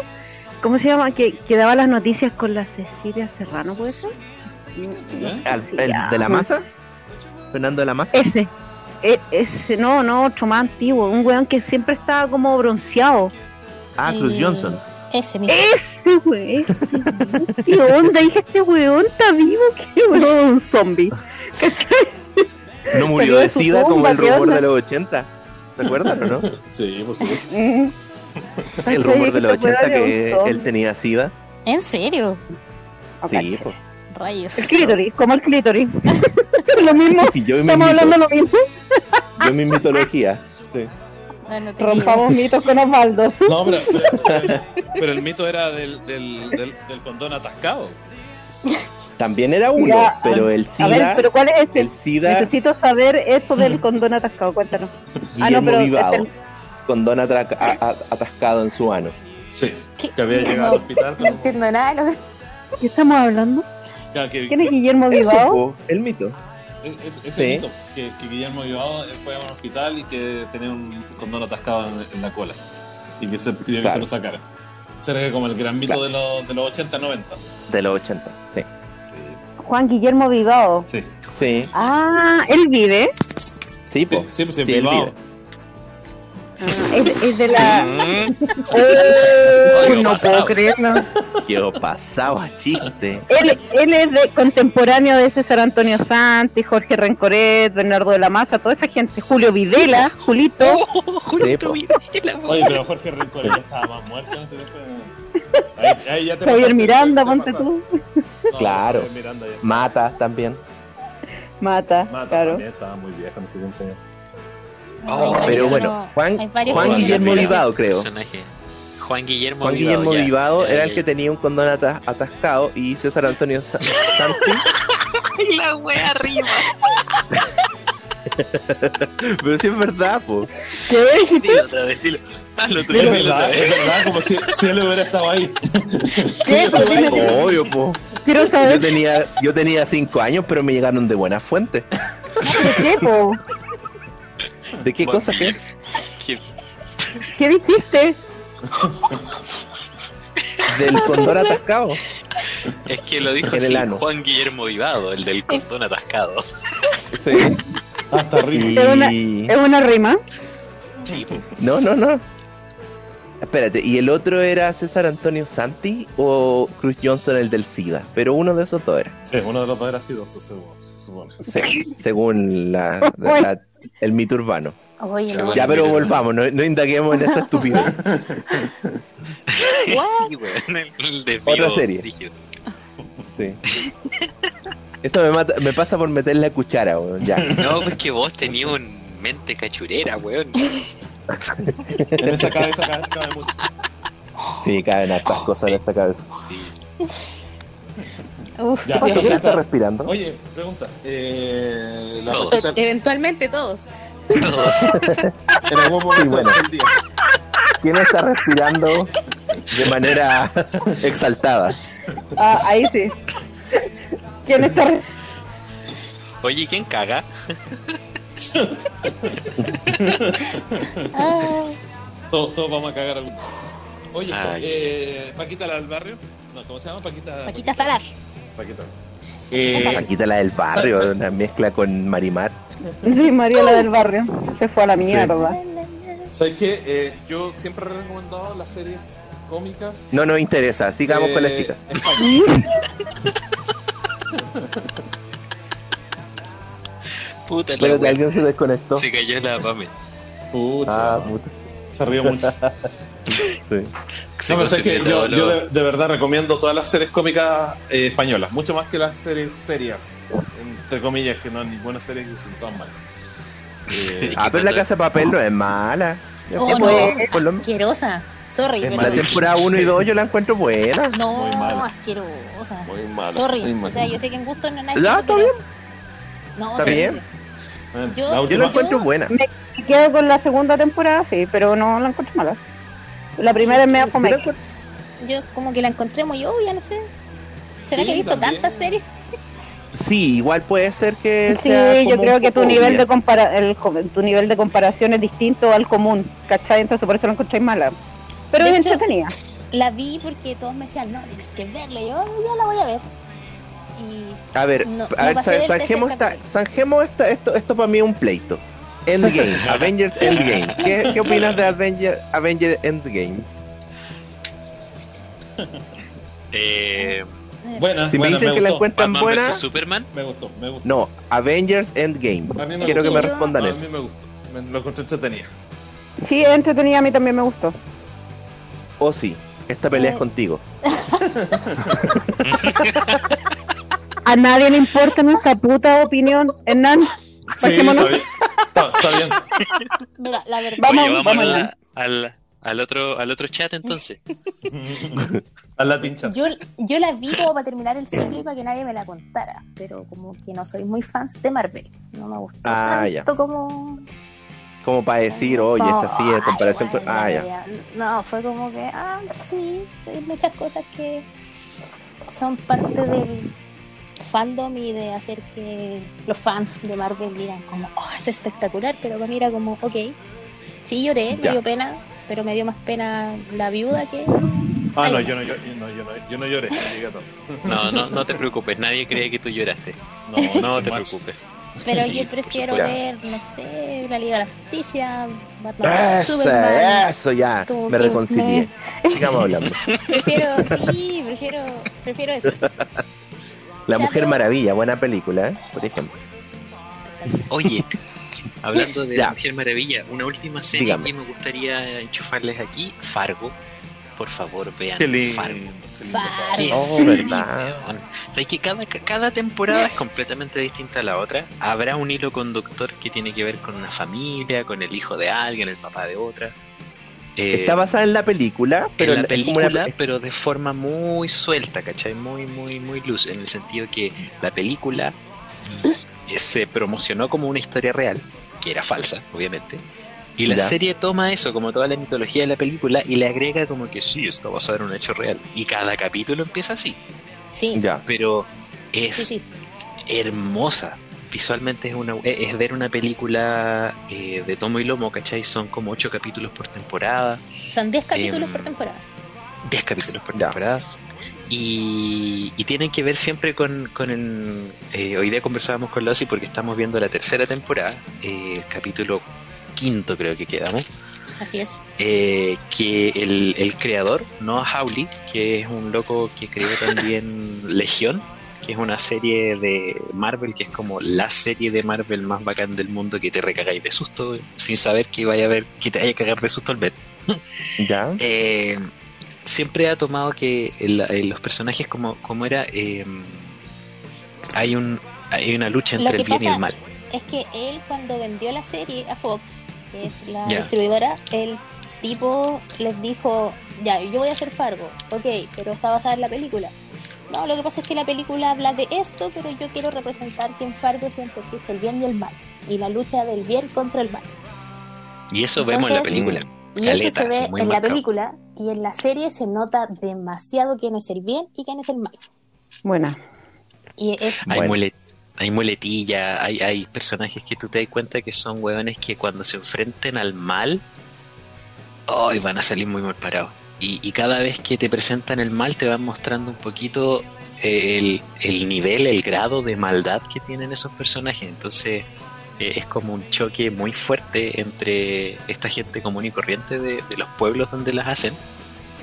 Speaker 2: ¿cómo se llama? Que, que daba las noticias con la Cecilia Serrano, ¿puede ser?
Speaker 4: ¿Ya?
Speaker 1: Al- el ¿De la masa? ¿Fernando de la masa?
Speaker 2: Ese, eh, ese- no, no, otro más antiguo. Un weón que siempre estaba como bronceado.
Speaker 1: Ah, Cruz
Speaker 5: El-
Speaker 1: Johnson.
Speaker 5: Ese mismo.
Speaker 2: Este weón, ese weón. ¿Qué onda? Dije, este weón está vivo. ¿Qué weón? Un zombie.
Speaker 1: No murió
Speaker 2: Salió de
Speaker 1: de
Speaker 2: su
Speaker 1: sida como
Speaker 2: tumba,
Speaker 1: el
Speaker 2: ¿qué
Speaker 1: rumor
Speaker 2: onda?
Speaker 1: de los 80. ¿Se acuerdan o no?
Speaker 4: Sí, por supuesto.
Speaker 2: Mm.
Speaker 1: El
Speaker 2: Oye,
Speaker 1: rumor de los
Speaker 2: este
Speaker 1: 80
Speaker 2: weón
Speaker 1: que
Speaker 2: es un
Speaker 1: él tenía sida.
Speaker 5: ¿En serio?
Speaker 1: Sí, pues.
Speaker 5: Rayos.
Speaker 2: El clítoris, como el clítoris. lo mismo.
Speaker 1: Y yo y mi
Speaker 2: Estamos
Speaker 1: mito-
Speaker 2: hablando lo mismo.
Speaker 1: yo y mi mitología.
Speaker 5: Bueno, te
Speaker 2: Rompamos mitos con Osvaldo.
Speaker 4: No, pero, pero, pero el mito era del, del, del, del condón atascado.
Speaker 1: También era uno,
Speaker 2: Ya,
Speaker 1: pero el
Speaker 2: A
Speaker 1: sida,
Speaker 2: ver, pero ¿cuál es
Speaker 1: el
Speaker 2: ese?
Speaker 1: sida
Speaker 2: Necesito saber eso del condón atascado. Cuéntanos.
Speaker 1: Guillermo
Speaker 2: Ah, no, pero-
Speaker 1: Vivado,
Speaker 2: espera.
Speaker 1: con don atraca- a- a- atascado en su ano.
Speaker 4: Sí.
Speaker 5: ¿Qué?
Speaker 4: Que había llegado al hospital.
Speaker 5: No
Speaker 4: Con un-
Speaker 5: entiendo nada. de lo que-
Speaker 2: ¿Qué estamos hablando?
Speaker 4: Ya, que-
Speaker 2: ¿Quién es Guillermo
Speaker 1: Eso,
Speaker 2: Vivado?
Speaker 1: po, el mito.
Speaker 4: es- es-
Speaker 1: Sí.
Speaker 4: ese mito, que, que Guillermo Vivado fue a un hospital y que tenía un condón atascado en, en la cola. Y que se pidió que
Speaker 1: Claro.
Speaker 4: se lo sacara. Ese era como el gran mito
Speaker 1: Claro.
Speaker 4: de, los, de los 80, 90. Sí.
Speaker 1: De los 80, sí.
Speaker 2: Juan Guillermo Vivado.
Speaker 4: Sí,
Speaker 1: Sí,
Speaker 2: Ah, él vive.
Speaker 1: sí, po.
Speaker 4: sí, pues sí,
Speaker 1: Sí, él
Speaker 4: Bilbao.
Speaker 1: vive.
Speaker 2: Ah, es, es de la.
Speaker 4: Mm. Oigo,
Speaker 2: no puedo
Speaker 4: pasado.
Speaker 2: creerlo.
Speaker 1: Yo pasaba chiste.
Speaker 2: Él, él es de- contemporáneo de César Antonio Santi, Jorge Rencoret, Bernardo de la Maza, toda esa gente. Julio Videla, Julito.
Speaker 3: ¡Oh! Juro que
Speaker 1: Sí,
Speaker 3: te
Speaker 1: po.
Speaker 3: olvidé la voz.
Speaker 4: Oye, pero Jorge Rincón ya estaba más muerto en ese tiempo. Ahí, ahí ya te
Speaker 2: Javier
Speaker 4: pasaste,
Speaker 2: Miranda,
Speaker 4: te
Speaker 2: ponte
Speaker 4: pasaste.
Speaker 2: tú.
Speaker 4: No,
Speaker 1: Claro.
Speaker 4: Javier Miranda ya.
Speaker 1: Mata también.
Speaker 2: Mata,
Speaker 4: Mata
Speaker 2: claro.
Speaker 4: también estaba muy vieja en ese tiempo.
Speaker 5: No,
Speaker 3: Oh,
Speaker 5: hay varios
Speaker 1: Pero
Speaker 5: que
Speaker 1: bueno,
Speaker 5: no- hay
Speaker 1: Juan,
Speaker 5: varios
Speaker 1: Juan
Speaker 5: que no-
Speaker 1: Guillermo
Speaker 5: Mira,
Speaker 1: Vivado, creo.
Speaker 3: Personaje. Juan Guillermo
Speaker 1: Juan
Speaker 3: Vivado.
Speaker 1: Guillermo
Speaker 3: ya,
Speaker 1: Vivado
Speaker 3: ya,
Speaker 1: era
Speaker 3: ya,
Speaker 1: el
Speaker 3: ya.
Speaker 1: que tenía un condón ata- atascado y César Antonio Sa- Santi,
Speaker 3: ¡Ay, la wea arriba!
Speaker 1: pero sí es verdad, po.
Speaker 2: ¿Qué?
Speaker 3: Dilo otra vez, dilo.
Speaker 1: Ah,
Speaker 3: Hazlo tú,
Speaker 4: Es
Speaker 3: dilo
Speaker 4: verdad,
Speaker 3: otra
Speaker 4: es
Speaker 3: vez.
Speaker 4: verdad, como si, si él hubiera estado ahí.
Speaker 2: ¿Qué? Pero dime,
Speaker 1: Obvio, po.
Speaker 2: quiero
Speaker 1: Yo
Speaker 2: saber
Speaker 1: tenía, yo tenía cinco años, pero me llegaron de buenas fuentes.
Speaker 2: qué, po.
Speaker 1: ¿De qué
Speaker 3: Bueno.
Speaker 1: cosa que es?
Speaker 3: ¿Qué?
Speaker 2: ¿Qué dijiste?
Speaker 1: Del condón atascado.
Speaker 3: Es que lo dijo
Speaker 1: En el
Speaker 3: así,
Speaker 1: ano.
Speaker 3: Juan Guillermo Vivado, el del costón atascado.
Speaker 1: Sí.
Speaker 4: Hasta arriba.
Speaker 2: Es una-
Speaker 1: Y-
Speaker 2: ¿Es una rima?
Speaker 3: Sí, po.
Speaker 1: No, no, no. Espérate, ¿y el otro era César Antonio Santi o Cruz Johnson, el del SIDA? Pero uno de esos dos era,
Speaker 4: Sí, uno de los dos era sidoso, se, se supone.
Speaker 1: se- según la, la- el mito urbano.
Speaker 5: Oye, no.
Speaker 1: Ya, pero volvamos, no, no indaguemos en esa estupidez.
Speaker 3: sí, weón, el, el desvío
Speaker 1: Otra serie.
Speaker 3: rígido.
Speaker 1: Sí. Eso me, mata- me pasa por meter la cuchara, weón. Ya.
Speaker 3: No, pues que vos tenías un mente cachurera, weón.
Speaker 4: En esa cabeza cabe, cabe mucho.
Speaker 1: Sí, caben hartas cosas en esta cabeza.
Speaker 3: Sí.
Speaker 5: Uf,
Speaker 4: Ya, pues,
Speaker 1: ¿Qué pasó?
Speaker 4: ya,
Speaker 1: ¿Quién
Speaker 4: ya.
Speaker 1: está respirando?
Speaker 4: Oye, pregunta. Eh, la
Speaker 3: Todos.
Speaker 4: faceta
Speaker 5: Eventualmente todos.
Speaker 3: Todos.
Speaker 4: en algún momento
Speaker 1: Sí, bueno.
Speaker 4: del día.
Speaker 1: ¿Quién está respirando de manera exaltada?
Speaker 2: Ah, ahí sí. ¿Quién está re-
Speaker 3: Oye, ¿quién caga?
Speaker 5: Ah,
Speaker 4: Todos, todos vamos a cagar algún día. Oye,
Speaker 3: Ay.
Speaker 4: eh, Paquita la del barrio. No, ¿cómo se llama? Paquita.
Speaker 5: Paquita Salar.
Speaker 4: Paquita. Eh,
Speaker 1: Paquita la del barrio, una mezcla con Marimar.
Speaker 2: Sí, María la del barrio. Se fue a la mierda.
Speaker 4: ¿Sabes qué? Eh, yo siempre he recomendado las series cómicas.
Speaker 1: No nos interesa, sigamos
Speaker 4: Eh,
Speaker 1: con las chicas.
Speaker 4: en Paquita.
Speaker 3: Puta la
Speaker 1: Pero que
Speaker 3: wea.
Speaker 1: alguien se desconectó.
Speaker 3: Se cayó la pame.
Speaker 4: Pucha,
Speaker 1: Ah, puta.
Speaker 4: se rió mucho.
Speaker 1: Sí.
Speaker 3: Se
Speaker 4: No, pero sabes
Speaker 3: consumió
Speaker 4: que
Speaker 3: todo
Speaker 4: yo,
Speaker 3: lo-
Speaker 4: yo de, de verdad recomiendo todas las series cómicas eh, españolas, mucho más que las series serias, entre comillas, que no hay ninguna serie que son tan malas. Eh,
Speaker 1: Ah, pero la casa de papel no es mala.
Speaker 5: Oh,
Speaker 1: Por
Speaker 5: no.
Speaker 1: lo- por lo-
Speaker 5: Asquerosa. Sorry,
Speaker 4: Es
Speaker 5: pero.
Speaker 1: la temporada 1 y 2 yo la encuentro buena.
Speaker 5: No,
Speaker 4: Muy mal.
Speaker 5: asquerosa.
Speaker 4: muy mala. muy
Speaker 5: Sorry.
Speaker 4: mala.
Speaker 5: O sea, yo sé que en gusto no hay nadie.
Speaker 1: Ya, está
Speaker 5: pero-
Speaker 1: bien.
Speaker 5: No,
Speaker 1: Está
Speaker 5: terrible.
Speaker 1: bien.
Speaker 5: yo-
Speaker 4: la
Speaker 1: Yo la
Speaker 4: última,
Speaker 5: fue-
Speaker 1: encuentro buena.
Speaker 2: Y quedo con la segunda temporada, sí, pero no la encuentro mala. La primera es media
Speaker 1: Yo la
Speaker 2: comedia.
Speaker 1: encuentro-
Speaker 5: Yo como que la encontré muy obvia, no sé. ¿Será
Speaker 4: Sí,
Speaker 5: que he visto
Speaker 4: también.
Speaker 5: tantas series?
Speaker 1: Sí, igual puede ser que
Speaker 2: Sí,
Speaker 1: sea como
Speaker 2: yo creo
Speaker 1: un
Speaker 2: que tu
Speaker 1: poco
Speaker 2: nivel de
Speaker 1: obvia.
Speaker 2: compara el co- tu nivel de comparación es distinto al común, ¿cachai? Entonces por eso la encontráis mala. Pero
Speaker 5: De
Speaker 2: es
Speaker 5: hecho-
Speaker 2: entretenida.
Speaker 5: La vi porque todos me decían, no, tienes que verla. Y yo, "Ay, ya la voy a ver. Y
Speaker 1: A ver,
Speaker 5: No,
Speaker 1: a
Speaker 5: no
Speaker 1: ver,
Speaker 5: pasé
Speaker 1: San-
Speaker 5: del
Speaker 1: Sanjemo
Speaker 5: tercer
Speaker 1: está-
Speaker 5: capítulo.
Speaker 1: Sanjemo está- esto, esto para mí es un pleito.
Speaker 6: Endgame, Avengers Endgame. ¿Qué, qué opinas de Avenger, Avenger Endgame?
Speaker 3: Eh,
Speaker 4: Buena,
Speaker 6: Si me
Speaker 4: buena,
Speaker 6: dicen
Speaker 4: me,
Speaker 6: que la
Speaker 4: gustó,
Speaker 6: encuentran
Speaker 3: Batman
Speaker 6: buena,
Speaker 3: versus Superman.
Speaker 4: me gustó. Me gustó.
Speaker 6: no, Avengers Endgame.
Speaker 4: A mí me
Speaker 6: Quiero que me
Speaker 5: gustó.
Speaker 6: respondan
Speaker 4: No, a
Speaker 6: eso.
Speaker 4: mí me gustó. Me- lo encontré entretenido.
Speaker 2: Sí, es entretenida, a mí también me gustó.
Speaker 6: O Oh, sí, esta pelea es
Speaker 5: Eh.
Speaker 6: contigo.
Speaker 2: A nadie le importa nuestra puta opinión, Hernán. Pasémonos.
Speaker 4: está bien. Está, está bien.
Speaker 5: Mira, la verdad.
Speaker 2: Vamos,
Speaker 3: Oye,
Speaker 2: vamos
Speaker 3: a la-
Speaker 2: allá.
Speaker 3: al, al otro, al otro chat entonces.
Speaker 4: A la tincha.
Speaker 5: Yo, yo la vi como para terminar el ciclo y para que nadie me la contara, pero como que no soy muy fans de Marvel. No me gustó
Speaker 6: Ah, ya.
Speaker 5: tanto como...
Speaker 6: Como para decir, oye,
Speaker 5: como-
Speaker 6: esta sí es
Speaker 5: ay,
Speaker 6: comparación
Speaker 5: bueno,
Speaker 6: con. Ah, ya.
Speaker 5: ya. No, fue como que, ah, sí, hay muchas cosas que son parte del fandom y de hacer que los fans de Marvel digan como, oh, es espectacular, pero para mí era como, ok, sí lloré, me
Speaker 6: Ya.
Speaker 5: dio pena, pero me dio más pena la viuda que...
Speaker 4: Ah, no,
Speaker 5: Ay.
Speaker 4: yo no, yo, yo no, yo no, yo no lloré. no llegué a tanto.
Speaker 3: No, no, no te preocupes, nadie cree que tú lloraste.
Speaker 4: No,
Speaker 3: No
Speaker 4: soy
Speaker 3: te
Speaker 4: macho.
Speaker 3: preocupes.
Speaker 5: Pero
Speaker 3: Sí,
Speaker 5: yo
Speaker 3: por
Speaker 5: prefiero
Speaker 6: supuesto.
Speaker 5: ver, no sé, la Liga de la Justicia, Batman,
Speaker 6: Eso, eh.
Speaker 5: Superman.
Speaker 6: eso ya.
Speaker 5: Tú
Speaker 6: Me
Speaker 5: te-
Speaker 6: reconcilié. Sigamos hablando.
Speaker 5: Prefiero, sí, prefiero, prefiero eso.
Speaker 6: La
Speaker 5: O sea,
Speaker 6: Mujer
Speaker 5: pero-
Speaker 6: Maravilla, buena película, ¿eh? por ejemplo.
Speaker 3: Oye, hablando de
Speaker 6: Ya.
Speaker 3: la Mujer Maravilla, una última serie
Speaker 6: Dígame.
Speaker 3: que me gustaría enchufarles aquí, Fargo. Por favor, vean
Speaker 4: Qué lindo.
Speaker 3: Fargo.
Speaker 4: qué lindo.
Speaker 5: Fargo.
Speaker 3: Qué
Speaker 6: Oh,
Speaker 3: serie,
Speaker 6: verdad.
Speaker 3: weón. O sea, es que cada, cada temporada es completamente distinta a la otra. Habrá un hilo conductor que tiene que ver con una familia, con el hijo de alguien, el papá de otra. Eh,
Speaker 6: Está basada en la película, pero
Speaker 3: en la
Speaker 6: la- es como una-
Speaker 3: película, pero de forma muy suelta, ¿cachai? Muy, muy, muy luz, en el sentido que la película eh, se promocionó como una historia real, que era falsa, obviamente. Y la
Speaker 6: Ya.
Speaker 3: serie toma eso, como toda la mitología de la película, y le agrega como que sí, esto va a ser un hecho real. Y cada capítulo empieza así,
Speaker 5: Sí,
Speaker 6: Ya,
Speaker 3: pero es
Speaker 5: sí, sí.
Speaker 3: hermosa. Visualmente es, una, es es ver una película eh, de tomo y lomo, ¿cachai? Son como ocho capítulos por temporada.
Speaker 5: Son 10 capítulos
Speaker 3: Em,
Speaker 5: por temporada.
Speaker 3: 10 capítulos por
Speaker 6: Ya.
Speaker 3: temporada. Y, y tienen que ver siempre con, con el... eh, hoy día conversábamos con Losi porque estamos viendo la tercera temporada, eh, el capítulo quinto creo que quedamos,
Speaker 5: Así es.
Speaker 3: eh, que el, el creador, Noah Hawley, que es un loco que creó también Legión, que es una serie de Marvel, que es como la serie de Marvel más bacán del mundo que te recagáis de susto sin saber que vaya a ver, que te vaya a cagar de susto al ver
Speaker 6: ya.
Speaker 3: eh, siempre ha tomado que el- eh, los personajes como, como era eh, hay un hay una lucha
Speaker 5: Lo
Speaker 3: entre
Speaker 5: que
Speaker 3: el bien y
Speaker 5: pasa-
Speaker 3: el mal
Speaker 5: Es que él cuando vendió la serie a Fox, que es la
Speaker 3: Ya.
Speaker 5: distribuidora, el tipo les dijo, ya, yo voy a hacer Fargo, ok, pero está basada en la película. No, lo que pasa es que la película habla de esto, pero yo quiero representar que en Fargo siempre existe el bien y el mal, y la lucha del bien contra el mal.
Speaker 3: y eso vemos en la
Speaker 5: Entonces-
Speaker 3: película
Speaker 5: Y
Speaker 3: Caleta,
Speaker 5: eso se
Speaker 3: sí,
Speaker 5: ve en
Speaker 3: muy
Speaker 5: la
Speaker 3: marcado.
Speaker 5: película y en la serie se nota demasiado quién es el bien y quién es el mal.
Speaker 2: Buena.
Speaker 5: Y es
Speaker 3: hay
Speaker 6: Bueno.
Speaker 3: mulet- hay muletilla hay, hay personajes que tú te das cuenta que son hueones que cuando se enfrenten al mal hoy van a salir muy mal parados y, y cada vez que te presentan el mal te van mostrando un poquito eh, el, el nivel, el grado de maldad que tienen esos personajes. Entonces eh, es como un choque muy fuerte entre esta gente común y corriente de, de los pueblos donde las hacen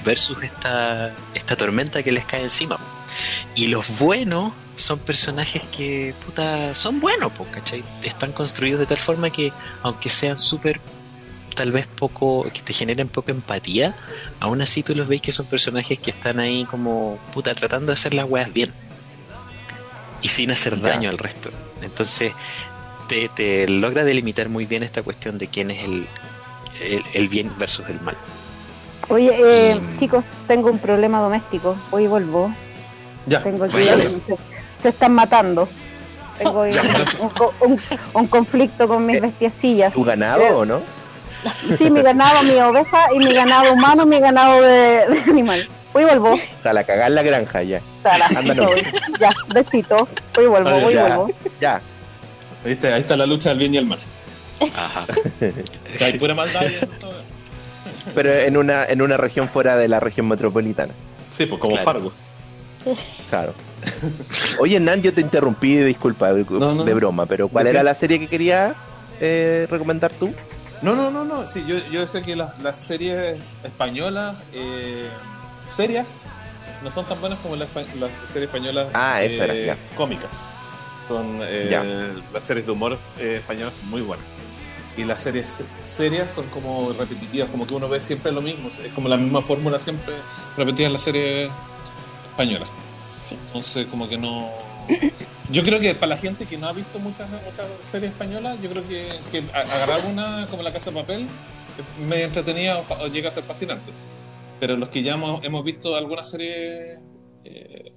Speaker 3: versus esta, esta tormenta que les cae encima. Y los buenos son personajes que, puta, son buenos, po, ¿cachai? Están construidos de tal forma que, aunque sean súper, tal vez poco, que te generen poca empatía, aún así tú los veis que son personajes que están ahí como, puta, tratando de hacer las weas bien. Y sin hacer
Speaker 6: Ya.
Speaker 3: daño al resto. Entonces, te, te logra delimitar muy bien esta cuestión de quién es el, el, el bien versus el mal.
Speaker 2: Oye, eh,
Speaker 3: Mm.
Speaker 2: chicos, tengo un problema doméstico. Hoy vuelvo.
Speaker 4: Ya.
Speaker 2: Tengo que
Speaker 3: Vaya.
Speaker 2: se, se están matando. Tengo ahí un, co- un- un conflicto con mis
Speaker 6: Eh,
Speaker 2: bestiacillas.
Speaker 6: ¿Tu ganado o no?
Speaker 2: Sí, mi ganado, mi oveja y mi ganado humano, mi ganado de, de animal. Hoy vuelvo.
Speaker 6: Está la cagada en la granja ya.
Speaker 2: Sara,
Speaker 6: Ándale.
Speaker 2: soy. Ya, besito. Hoy vuelvo, hoy
Speaker 6: Ya,
Speaker 2: vuelvo.
Speaker 6: ya.
Speaker 4: ¿Viste? Ahí está la lucha del bien y el mal.
Speaker 3: Ajá.
Speaker 4: Hay pura maldad. ahí en todo eso.
Speaker 6: Pero en una, en una región fuera de la región metropolitana.
Speaker 4: Sí, pues como
Speaker 3: Claro.
Speaker 4: Fargo.
Speaker 6: Claro. Oye, Nan, yo te interrumpí, disculpa, de,
Speaker 4: No, no.
Speaker 6: de broma, pero ¿cuál
Speaker 4: ¿De
Speaker 6: era
Speaker 4: qué?
Speaker 6: la serie que quería? eh, recomendar tú?
Speaker 4: No, no, no, no. Sí, yo, yo sé que las, las series españolas, eh, serias, no son tan buenas como las, espa- las series españolas
Speaker 6: Ah, eso era,
Speaker 4: eh,
Speaker 6: ya.
Speaker 4: cómicas. Son eh,
Speaker 6: Ya.
Speaker 4: las series de humor eh, españolas son muy buenas. Y las series serias son como repetitivas, como que uno ve siempre lo mismo. Es como la misma fórmula siempre repetida en las series españolas.
Speaker 5: Sí.
Speaker 4: Entonces, como que no. Yo creo que para la gente que no ha visto muchas, muchas series españolas, yo creo que, que a- agarrar una como La Casa de Papel eh, medio entretenida o, fa- o llega a ser fascinante. Pero los que ya hemos, hemos visto algunas series eh,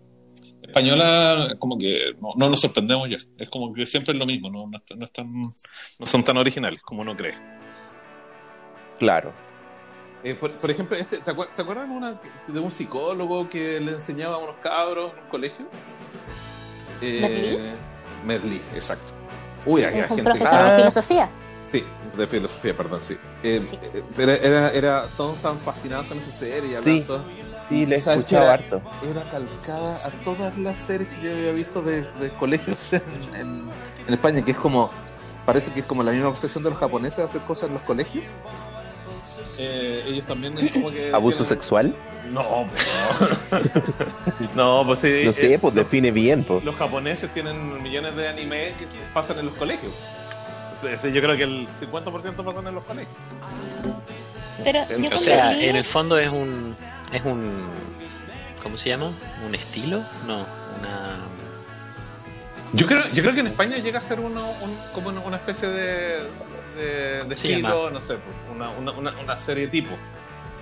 Speaker 4: españolas, como que no, no nos sorprendemos ya. Es como que siempre es lo mismo, no, no, es- no es tan- no son tan originales como uno cree.
Speaker 6: Claro.
Speaker 4: Eh, por, por ejemplo, este, ¿te acuer- ¿se acuerdan una- de un psicólogo que le enseñaba a unos cabros en un colegio? Merlí, exacto. Uy, hay
Speaker 5: Es un
Speaker 4: gente que-
Speaker 5: profesor
Speaker 6: Ah.
Speaker 5: de filosofía.
Speaker 4: Sí, de filosofía, perdón, sí. Eh,
Speaker 5: Sí.
Speaker 4: eh, Pero era, era todos tan fascinados con esa serie y hablaban
Speaker 6: Sí.
Speaker 4: todos-
Speaker 6: Sí, le he
Speaker 4: ¿Sabes
Speaker 6: escuchado
Speaker 4: qué
Speaker 6: harto.
Speaker 4: Era calcada a todas las series que yo había visto de, de colegios en, en- en España, que es como. Parece que es como la misma obsesión de los japoneses de hacer cosas en los colegios. Eh, ellos también es como que.
Speaker 6: ¿Abuso
Speaker 4: tienen-
Speaker 6: sexual?
Speaker 4: No, pues no. no, pues sí.
Speaker 6: No sé,
Speaker 4: eh,
Speaker 6: pues
Speaker 4: los-
Speaker 6: define bien, pues.
Speaker 4: los japoneses tienen millones de animes que se pasan en los colegios. O sea, Yo creo que el 50% pasan en los colegios.
Speaker 5: Pero yo
Speaker 3: O
Speaker 5: con
Speaker 3: sea,
Speaker 5: Merlí-
Speaker 3: en el fondo es un. Es un. ¿Cómo se llama? ¿Un estilo? No, una.
Speaker 4: Yo creo, yo creo que en España llega a ser uno, un- como una- una especie de, de, de
Speaker 3: Se
Speaker 4: estilo, no sé, pues, una, una, una, una serie tipo.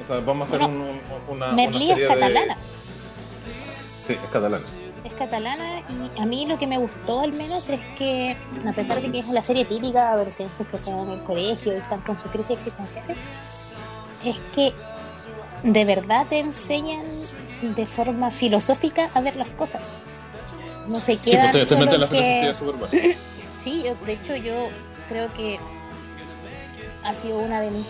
Speaker 4: O sea, vamos a hacer
Speaker 5: Bueno,
Speaker 4: un- un- una, Ah, una
Speaker 5: Merlí
Speaker 4: serie
Speaker 5: es catalana.
Speaker 4: de... Sí, es catalana.
Speaker 5: Es catalana y a mí lo que me gustó al menos es que, a pesar de que es la serie típica de adolescentes que están en el colegio y están con su crisis existencial, es que de verdad te enseñan de forma filosófica a ver las cosas. No se
Speaker 4: Sí,
Speaker 5: quedan
Speaker 4: pues te, te meten
Speaker 5: solo
Speaker 4: la
Speaker 5: que-
Speaker 4: filosofía súper buena.
Speaker 5: Sí, yo- de hecho yo creo que ha sido una de mis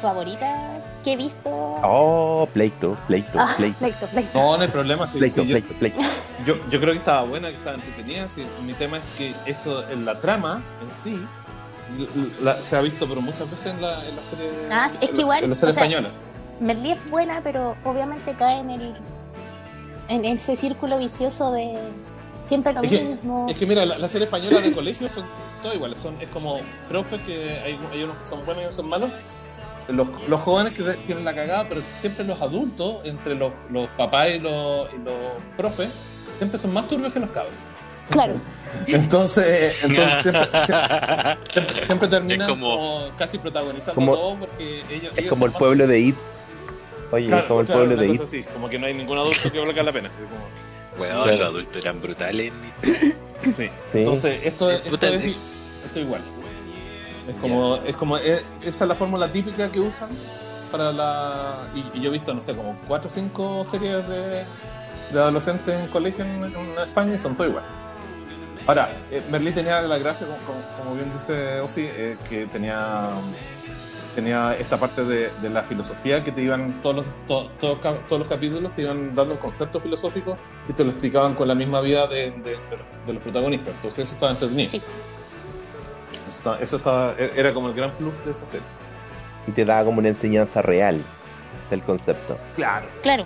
Speaker 5: favoritas que he visto.
Speaker 6: Oh, pleito, pleito,
Speaker 5: Ah,
Speaker 6: pleito.
Speaker 5: pleito, pleito.
Speaker 4: No, no hay problema. Sí,
Speaker 6: Pleito,
Speaker 4: sí, yo-
Speaker 6: pleito, pleito.
Speaker 4: Yo, yo creo que estaba buena, que estaba entretenida. sí. Mi tema es que eso, en la trama en sí, la- se ha visto pero muchas veces en la, en la serie,
Speaker 5: Ah, sí, es
Speaker 4: en
Speaker 5: que
Speaker 4: la-
Speaker 5: igual,
Speaker 4: en la serie
Speaker 5: o sea,
Speaker 4: española.
Speaker 5: Merlí es buena, pero obviamente cae en el en ese círculo vicioso de siempre lo
Speaker 4: Es que-
Speaker 5: mismo.
Speaker 4: Es que mira, la, la serie española de colegio son todas iguales. Son, es como profes que hay, hay unos que son buenos y otros son malos. Los, los jóvenes que de- tienen la cagada, pero siempre los adultos, entre los, los papás y los, y los profes, siempre son más turbios que los cabros.
Speaker 5: Claro,
Speaker 4: Entonces, entonces siempre, siempre- siempre- siempre terminan
Speaker 3: Es como-
Speaker 4: como, casi protagonizando
Speaker 6: como-
Speaker 4: todo porque ellos.
Speaker 6: Es
Speaker 4: ellos
Speaker 6: como
Speaker 4: son
Speaker 6: el
Speaker 4: más-
Speaker 6: pueblo de It. Oye,
Speaker 4: Claro,
Speaker 6: es como el
Speaker 4: claro,
Speaker 6: pueblo
Speaker 4: una
Speaker 6: de It.
Speaker 4: cosa así, como que no hay ningún adulto que valga la pena. así como-
Speaker 3: Weón,
Speaker 6: Claro.
Speaker 3: los adultos eran brutales.
Speaker 4: sí.
Speaker 6: Sí.
Speaker 4: Entonces, esto, es- esto,
Speaker 3: Puta,
Speaker 4: es,
Speaker 3: eh.
Speaker 4: esto es igual. Es como, es como es- esa es la fórmula típica que usan para la. Y, y yo he visto, no sé, como 4 o 5 series de, de adolescentes en colegio en, en España y son todo igual. Ahora, eh, Merlí tenía la gracia, como, como- como bien dice Osi, eh, que tenía, tenía esta parte de, de la filosofía que te iban, todos los, to- todos cap- todos los capítulos te iban dando conceptos filosóficos y te lo explicaban con la misma vida de, de- de los- de los protagonistas. Entonces eso estaba entretenido.
Speaker 5: Sí.
Speaker 4: Eso, estaba, eso estaba- e- era como el gran plus de esa serie.
Speaker 6: Y te da como una enseñanza real del concepto.
Speaker 4: Claro,
Speaker 5: claro.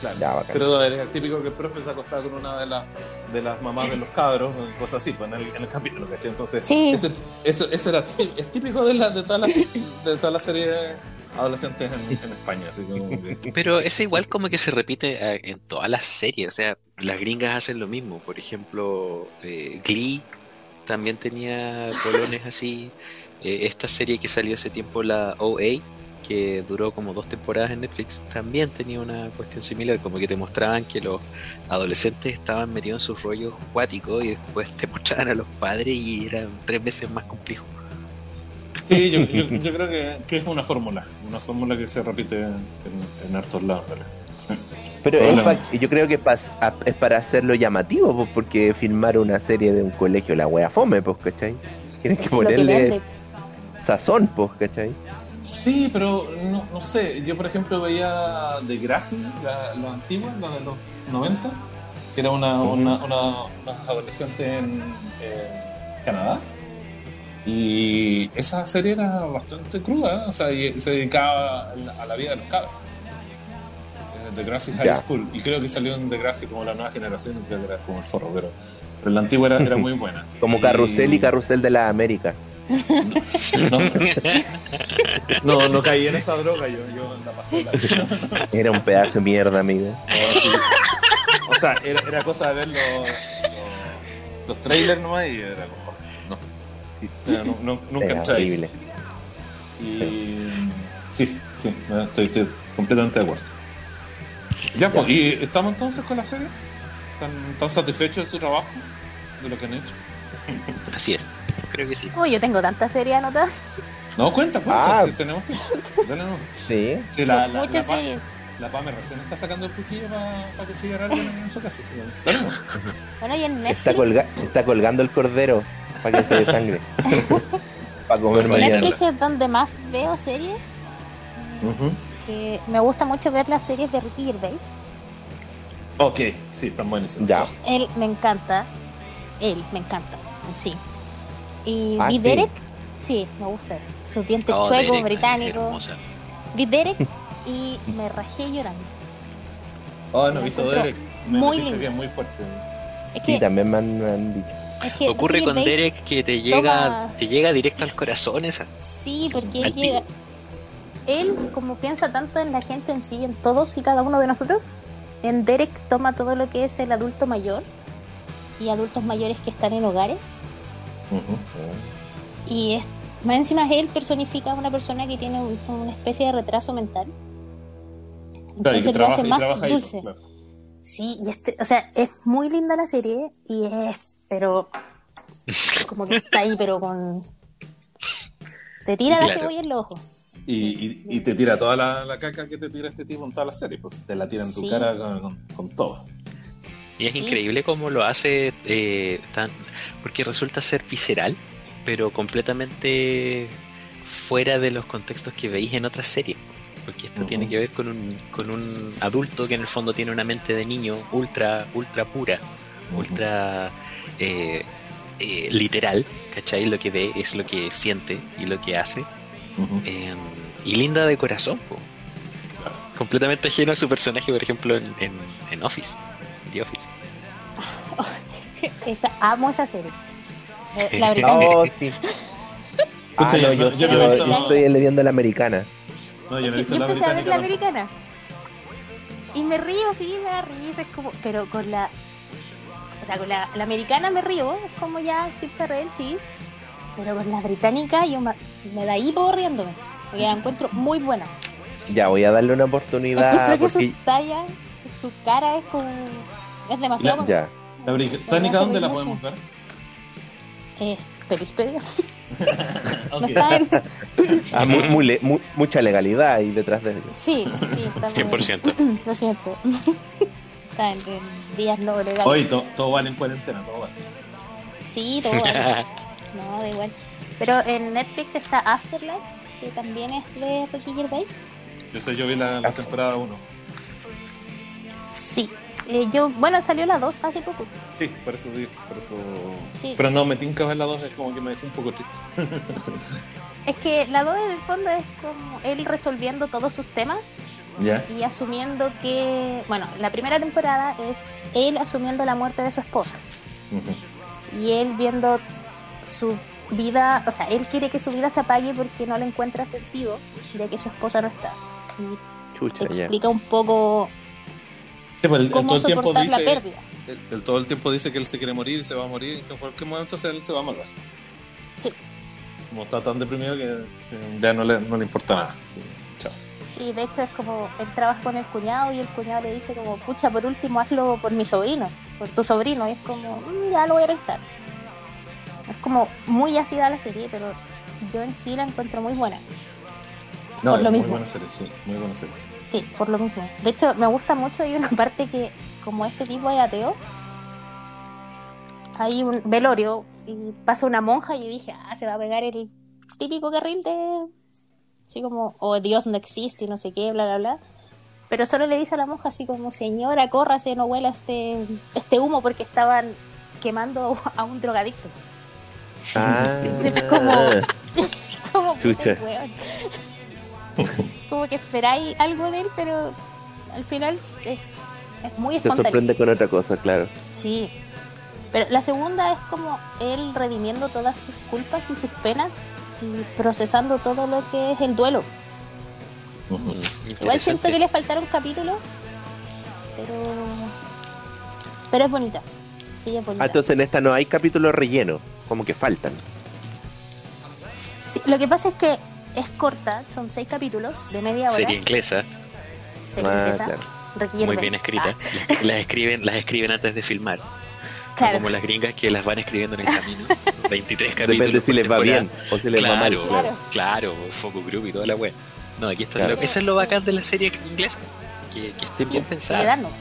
Speaker 4: claro.
Speaker 6: Ya, bacán.
Speaker 4: Pero era típico que el profe se acostaba con una de las de las mamás de los cabros, cosas así, pues, en el, en el capítulo, ¿cachai? Entonces,
Speaker 5: Sí.
Speaker 4: ese- eso, eso era tí- es típico de, la, de todas las de todas las series adolescentes en, en España. Así que como que-
Speaker 3: Pero es igual como que se repite eh, en todas las series. O sea, las gringas hacen lo mismo. Por ejemplo, eh, Glee también tenía colones así. Eh, esta serie que salió hace tiempo, la OA, que duró como dos temporadas en Netflix, también tenía una cuestión similar. Como que te mostraban que los adolescentes estaban metidos en sus rollos cuáticos y después te mostraban a los padres y eran tres veces más complejos.
Speaker 4: Sí, yo, yo, yo creo que, que es una fórmula, una fórmula que se repite en, en hartos lados. ¿vale?
Speaker 6: Pero
Speaker 4: Hola.
Speaker 6: es pa- yo creo que es, pas- a- es para hacerlo llamativo, pues, porque filmar una serie de un colegio, la wea fome, pues, ¿cachai? Tienes que
Speaker 5: Es lo que
Speaker 6: ponerle
Speaker 5: vende.
Speaker 6: sazón, pues, ¿cachai?
Speaker 4: Sí, pero no, no sé. Yo, por ejemplo, veía de Gracie, la, la antigua, la de los 90, que era una, una, una, una adolescente en, en Canadá. Y esa serie era bastante cruda, ¿eh? o sea, y se dedicaba a la- a la vida de los cabros. Eh, The Grassy High
Speaker 6: Ya.
Speaker 4: School. Y creo que salió en The Grassy como la nueva generación, creo que era como el forro, pero, pero la antigua era, era muy buena.
Speaker 6: Como Carrusel y Carrusel de la América.
Speaker 4: No, no, no caí en esa droga, yo, yo la pasé la
Speaker 6: Era un pedazo de mierda, amigo.
Speaker 4: No, sí. O sea, era, era cosa de ver los, los, los trailers nomás y era como. "Oh, No. O sea, no- no- nunca
Speaker 6: Era
Speaker 4: entré ahí.
Speaker 6: horrible.
Speaker 4: Y, sí, sí, no, estoy, estoy completamente de acuerdo. Ya, pues, ¿y estamos entonces con la serie? ¿Tan, tan satisfechos de su trabajo? ¿De lo que han hecho?
Speaker 3: Así es, creo que sí.
Speaker 5: Uy, yo tengo tanta serie anotada.
Speaker 4: No, cuenta, cuenta,
Speaker 6: Ah.
Speaker 4: si tenemos tiempo. Dale, no.
Speaker 6: Sí.
Speaker 4: Sí, la, la, la,
Speaker 5: Muchas
Speaker 4: Pa-
Speaker 5: series.
Speaker 4: la Pame recién está sacando el cuchillo para cuchillar a alguien en su casa. así que Dale, no.
Speaker 5: Bueno, y en
Speaker 6: Está,
Speaker 5: Netflix,
Speaker 6: colga- está colgando el cordero para que se desangre. para comer mañana.
Speaker 5: Netflix es donde más veo series. Que me gusta mucho ver las series de Ricky Gervais.
Speaker 4: Ok, sí, están buenísimos.
Speaker 6: Ya.
Speaker 5: Él me encanta. Él me encanta. en Sí. Y
Speaker 6: Ah,
Speaker 5: vi
Speaker 6: sí.
Speaker 5: Derek. Sí, me gusta. él. Su diente
Speaker 3: Oh,
Speaker 5: chueco
Speaker 3: Derek,
Speaker 5: británico.
Speaker 3: hermosa.
Speaker 5: Vi Derek y me rajé llorando.
Speaker 4: Oh, no he visto Derek. Me
Speaker 5: Muy
Speaker 4: muy
Speaker 5: lindo.
Speaker 4: que es muy fuerte.
Speaker 5: Es que,
Speaker 6: Sí, también me han, me han dicho.
Speaker 5: es que
Speaker 3: Ocurre
Speaker 5: Ricky
Speaker 3: con
Speaker 5: Gervais-
Speaker 3: Derek que te llega,
Speaker 5: toma-
Speaker 3: te llega directo al corazón esa.
Speaker 5: Sí, porque
Speaker 3: Al
Speaker 5: él llega. Él, como piensa tanto en la gente en sí, en todos y cada uno de nosotros, en Derek toma todo lo que es el adulto mayor y adultos mayores que están en hogares. Y es, más encima él personifica a una persona que tiene un- una especie de retraso mental.
Speaker 4: Claro, y que
Speaker 5: Entonces lo
Speaker 4: trabaja,
Speaker 5: hace
Speaker 4: y
Speaker 5: más
Speaker 4: trabaja ahí.
Speaker 5: dulce.
Speaker 4: claro.
Speaker 5: Sí, y este, o sea, es muy linda la serie y es, pero como que está ahí, pero con te tira la
Speaker 3: Claro.
Speaker 5: cebolla en los ojos.
Speaker 4: Y, y, y te tira toda la, la caca que te tira este tipo en toda la serie. Pues te la tira en tu
Speaker 5: Sí.
Speaker 4: cara con, con, con todo.
Speaker 3: Y es
Speaker 5: Sí.
Speaker 3: increíble cómo lo hace eh, tan. Porque resulta ser visceral, pero completamente fuera de los contextos que veis en otras series. Porque esto
Speaker 4: Ujú.
Speaker 3: tiene que ver con un, con un adulto que en el fondo tiene una mente de niño ultra, ultra pura, ultra eh, eh, literal, ¿cachai? Lo que ve es lo que siente y lo que hace.
Speaker 4: Ujú.
Speaker 3: Eh, y linda de corazón, po. completamente ajeno a su personaje, por ejemplo, en, en, en Office. The Office.
Speaker 5: Ah, Esa, amo esa serie. Eh, La británica.
Speaker 6: Oh, sí. Ah,
Speaker 4: Escucha,
Speaker 6: no,
Speaker 4: yo-
Speaker 6: yo,
Speaker 4: yo no
Speaker 5: he
Speaker 6: yo-
Speaker 5: visto-
Speaker 6: yo estoy leyendo la americana.
Speaker 4: No, yo no he
Speaker 5: Es
Speaker 4: visto
Speaker 5: que yo
Speaker 4: la
Speaker 5: empecé a ver
Speaker 4: británica.
Speaker 5: la
Speaker 4: tampoco.
Speaker 5: americana. Y me río, sí, me da risa, es como, pero con la, o sea, con la, la americana me río, es como ya Steve Carell, sí, pero con la británica yo me, me da hipo riéndome, porque la encuentro muy buena.
Speaker 6: Ya, voy a darle una
Speaker 5: Encuentro
Speaker 6: oportunidad
Speaker 5: que
Speaker 6: porque...
Speaker 5: su talla, su cara es como, es demasiado.
Speaker 6: Ya.
Speaker 4: La británica, ¿dónde la podemos ver?
Speaker 5: Eh, Perispedia. No
Speaker 4: Ok.
Speaker 5: está en-
Speaker 6: Ah, mu- muy le- mu- mucha legalidad ahí detrás de...
Speaker 5: Sí, sí, está muy-
Speaker 3: 100%.
Speaker 5: Lo siento. está en, en días no legales.
Speaker 4: Oye, to- todo vale en cuarentena, todo vale.
Speaker 5: Sí, todo vale. No, da igual. Pero en Netflix está Afterlife, que también es de Ricky Gervais.
Speaker 4: Yo sé, yo vi la, la temporada 1.
Speaker 5: Sí. Eh, yo, bueno, salió la 2 hace poco.
Speaker 4: Sí, por eso digo, por eso...
Speaker 5: Sí.
Speaker 4: Pero no, me tinca ver la 2, es como que me dejó un poco triste.
Speaker 5: Es que la 2 en el fondo es como él resolviendo todos sus temas
Speaker 4: ¿Ya?
Speaker 5: y asumiendo que, bueno, la primera temporada es él asumiendo la muerte de su esposa
Speaker 4: pues,
Speaker 5: y él viendo su vida, o sea, él quiere que su vida se apague porque no le encuentra sentido de que su esposa no está. Y te
Speaker 6: Chucha, ya.
Speaker 5: explica un poco
Speaker 4: Sí, pero el, el
Speaker 5: cómo
Speaker 4: todo el tiempo
Speaker 5: soportar la
Speaker 4: dice...
Speaker 5: pérdida.
Speaker 4: Él, él todo el tiempo dice que él se quiere morir y se va a morir y que en cualquier momento se- él se va a matar.
Speaker 5: Sí.
Speaker 4: Como está tan deprimido que, que ya no le, no le importa nada. Sí, Chao.
Speaker 5: Sí, de hecho es como, él trabaja con el cuñado y el cuñado le dice como, pucha, por último hazlo por mi sobrino, por tu sobrino. Y es como, "Mm, ya lo voy a pensar. Es como muy ácida la serie, pero yo en sí la encuentro muy buena.
Speaker 4: No,
Speaker 5: Por
Speaker 4: es
Speaker 5: lo
Speaker 4: muy
Speaker 5: mismo.
Speaker 4: buena serie, sí, muy buena serie.
Speaker 5: Sí, por lo mismo. De hecho, me gusta mucho, hay una parte que, como este tipo es ateo, hay un velorio y pasa una monja y yo dije, ah, se va a pegar el típico carril de... Así como, oh, Dios no existe y no sé qué, bla, bla, bla. Pero solo le dice a la monja así como, señora, córrase, no huela este, este humo porque estaban quemando a un drogadicto.
Speaker 1: Ah.
Speaker 5: Es como- Como,
Speaker 7: Chucha.
Speaker 5: weón. Como que esperáis algo de él, pero al final es, es muy
Speaker 1: Te
Speaker 5: espontáneo.
Speaker 1: sorprende con otra cosa, claro.
Speaker 5: Sí. Pero la segunda es como él redimiendo todas sus culpas y sus penas y procesando todo lo que es el duelo.
Speaker 3: Mm,
Speaker 5: Igual siento que le faltaron capítulos, pero. Pero es bonita. Sí, es bonita.
Speaker 7: Ah, entonces en esta no hay capítulo relleno, como que faltan.
Speaker 5: Sí, lo que pasa es que es corta, son seis capítulos de media hora.
Speaker 3: Serie inglesa,
Speaker 5: serie
Speaker 1: Ah,
Speaker 5: inglesa,
Speaker 1: claro.
Speaker 5: requiere
Speaker 3: muy
Speaker 5: ver-
Speaker 3: bien escrita.
Speaker 5: Ah,
Speaker 3: Las, las escriben, las escriben antes de filmar. No
Speaker 5: claro.
Speaker 3: Como las gringas que las van escribiendo en el camino. 23 capítulos.
Speaker 1: Depende si
Speaker 3: por
Speaker 1: les va
Speaker 3: temporada.
Speaker 1: bien o si les va mal.
Speaker 3: Claro,
Speaker 1: Claro.
Speaker 3: claro, Focus Group y toda la wea. No, aquí esto es
Speaker 1: Claro.
Speaker 3: lo, eso es lo bacán de la serie inglesa. Que, que esté
Speaker 1: Sí,
Speaker 3: bien
Speaker 5: Sí,
Speaker 3: pensada.
Speaker 5: quedarnos.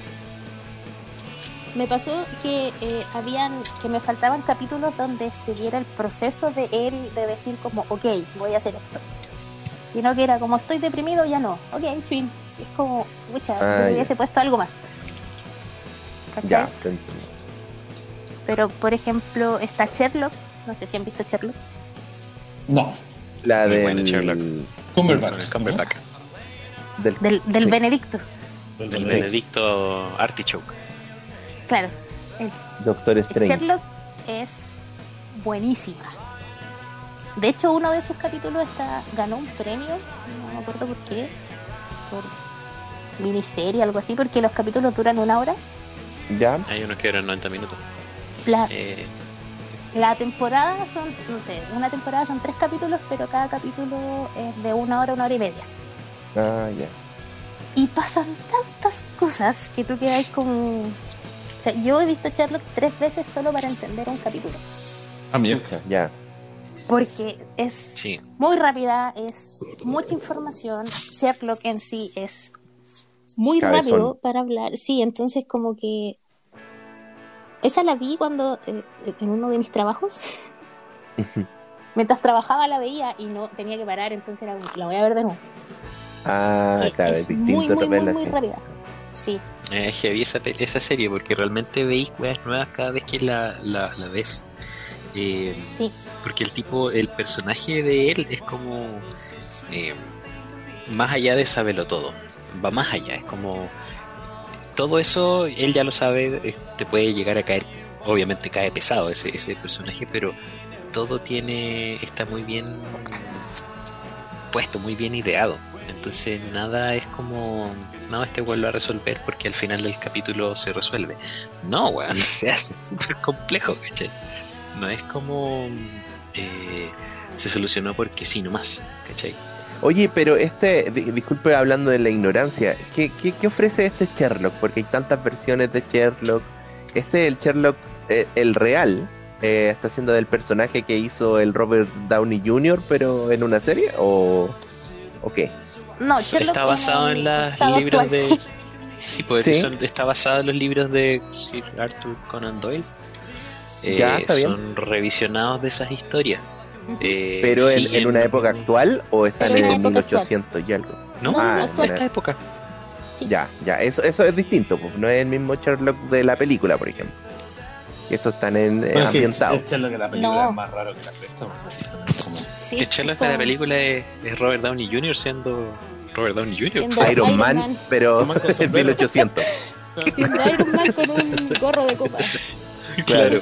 Speaker 5: Me pasó que eh, habían que me faltaban capítulos donde se viera el proceso de él de decir como, ok, voy a hacer esto. Sino que era como, estoy deprimido, ya no. Ok, fin. Es como,
Speaker 1: Ah,
Speaker 5: mucha,
Speaker 1: ya.
Speaker 5: hubiese puesto algo más. ¿Cachai?
Speaker 1: Ya, te entiendo.
Speaker 5: Pero, por ejemplo, está Sherlock. No sé si han visto Sherlock.
Speaker 4: No.
Speaker 1: La
Speaker 3: Muy
Speaker 1: del,
Speaker 3: buena, Sherlock. Con
Speaker 4: Cumberbatch.
Speaker 3: el Cumberbatch.
Speaker 1: del-
Speaker 5: Del, del
Speaker 1: Sí.
Speaker 5: Benedicto.
Speaker 4: Del
Speaker 3: Del
Speaker 4: Benedict.
Speaker 3: Benedicto Artichoke.
Speaker 5: Claro.
Speaker 1: Doctor Strange.
Speaker 5: Sherlock es buenísima. De hecho, uno de sus capítulos está, ganó un premio, no me acuerdo por qué, por miniserie, algo así, porque los capítulos duran una hora.
Speaker 1: Ya.
Speaker 3: Hay unos que eran 90 minutos.
Speaker 5: La,
Speaker 3: Eh,
Speaker 5: la temporada son, no sé, una temporada son tres capítulos, pero cada capítulo es de una hora, una hora y media.
Speaker 1: Ah, ya.
Speaker 5: Y pasan tantas cosas que tú quedas como... O sea, yo he visto Sherlock tres veces solo para entender un capítulo.
Speaker 4: Ah, mierda.
Speaker 1: Ya.
Speaker 5: Porque es
Speaker 3: sí.
Speaker 5: muy rápida, es mucha información. Sherlock en sí es muy
Speaker 1: Cabezón.
Speaker 5: rápido para hablar. Sí, entonces como que... Esa la vi cuando eh, en uno de mis trabajos. Mientras trabajaba la veía y no tenía que parar, entonces era como, la voy a ver de nuevo.
Speaker 1: Ah,
Speaker 5: Eh,
Speaker 1: claro, es
Speaker 5: es muy,
Speaker 1: distinto
Speaker 5: muy, muy,
Speaker 1: verla
Speaker 5: muy
Speaker 1: así.
Speaker 5: rápida. Sí,
Speaker 3: Eh, Es heavy esa, pel- esa serie porque realmente veis weas nuevas cada vez que la, la, la ves. Eh,
Speaker 5: sí.
Speaker 3: porque el tipo, el personaje de él es como. eh, más allá de saberlo todo. Va más allá. Es como. Todo eso él ya lo sabe. eh, Te puede llegar a caer. Obviamente cae pesado ese, ese personaje, pero todo tiene. Está muy bien puesto, muy bien ideado. Entonces nada es como. No, este vuelve a resolver porque al final del capítulo se resuelve. No, weón, se hace súper complejo, ¿cachai? No es como. eh, se solucionó porque sí, nomás, ¿cachai?
Speaker 1: Oye, pero este, di- disculpe hablando de la ignorancia, ¿qué, qué, qué ofrece este Sherlock? Porque hay tantas versiones de Sherlock. Este, el Sherlock, eh, el real, eh, está siendo del personaje que hizo el Robert Downey Jr., pero en una serie, ¿o, o qué?
Speaker 5: No, Sherlock
Speaker 3: está basado en los
Speaker 5: las
Speaker 3: libros de. Sí, pues
Speaker 1: Sí.
Speaker 3: son- está basado en los libros de Sir Arthur Conan Doyle. Eh,
Speaker 1: Ya, está bien.
Speaker 3: son revisionados de esas historias. Eh,
Speaker 1: ¿Pero en, en
Speaker 3: siguen-
Speaker 1: una época actual o están
Speaker 5: En
Speaker 1: en,
Speaker 5: una
Speaker 1: el
Speaker 5: época actual.
Speaker 1: 1800 y algo?
Speaker 3: No,
Speaker 5: No,
Speaker 1: Ah,
Speaker 5: actual.
Speaker 1: mira.
Speaker 3: esta época.
Speaker 5: Sí.
Speaker 1: Ya, ya, eso, eso es distinto, pues, no es el mismo Sherlock de la película, por ejemplo. Eso están en, eh,
Speaker 4: Bueno, es que
Speaker 1: ambientados.
Speaker 4: es Sherlock en la película
Speaker 5: No.
Speaker 4: es más raro que la cresta. pues, o sea, es como-
Speaker 5: Sí,
Speaker 3: Que chelo
Speaker 5: con-
Speaker 3: hasta la película es, es Robert Downey Jr. siendo Robert Downey Jr.
Speaker 5: siendo
Speaker 1: Iron, Man, pero
Speaker 4: Iron Man con
Speaker 1: en
Speaker 4: sombrero.
Speaker 1: 1800.
Speaker 5: Siendo Iron Man con un gorro de copa.
Speaker 3: pues,
Speaker 1: claro.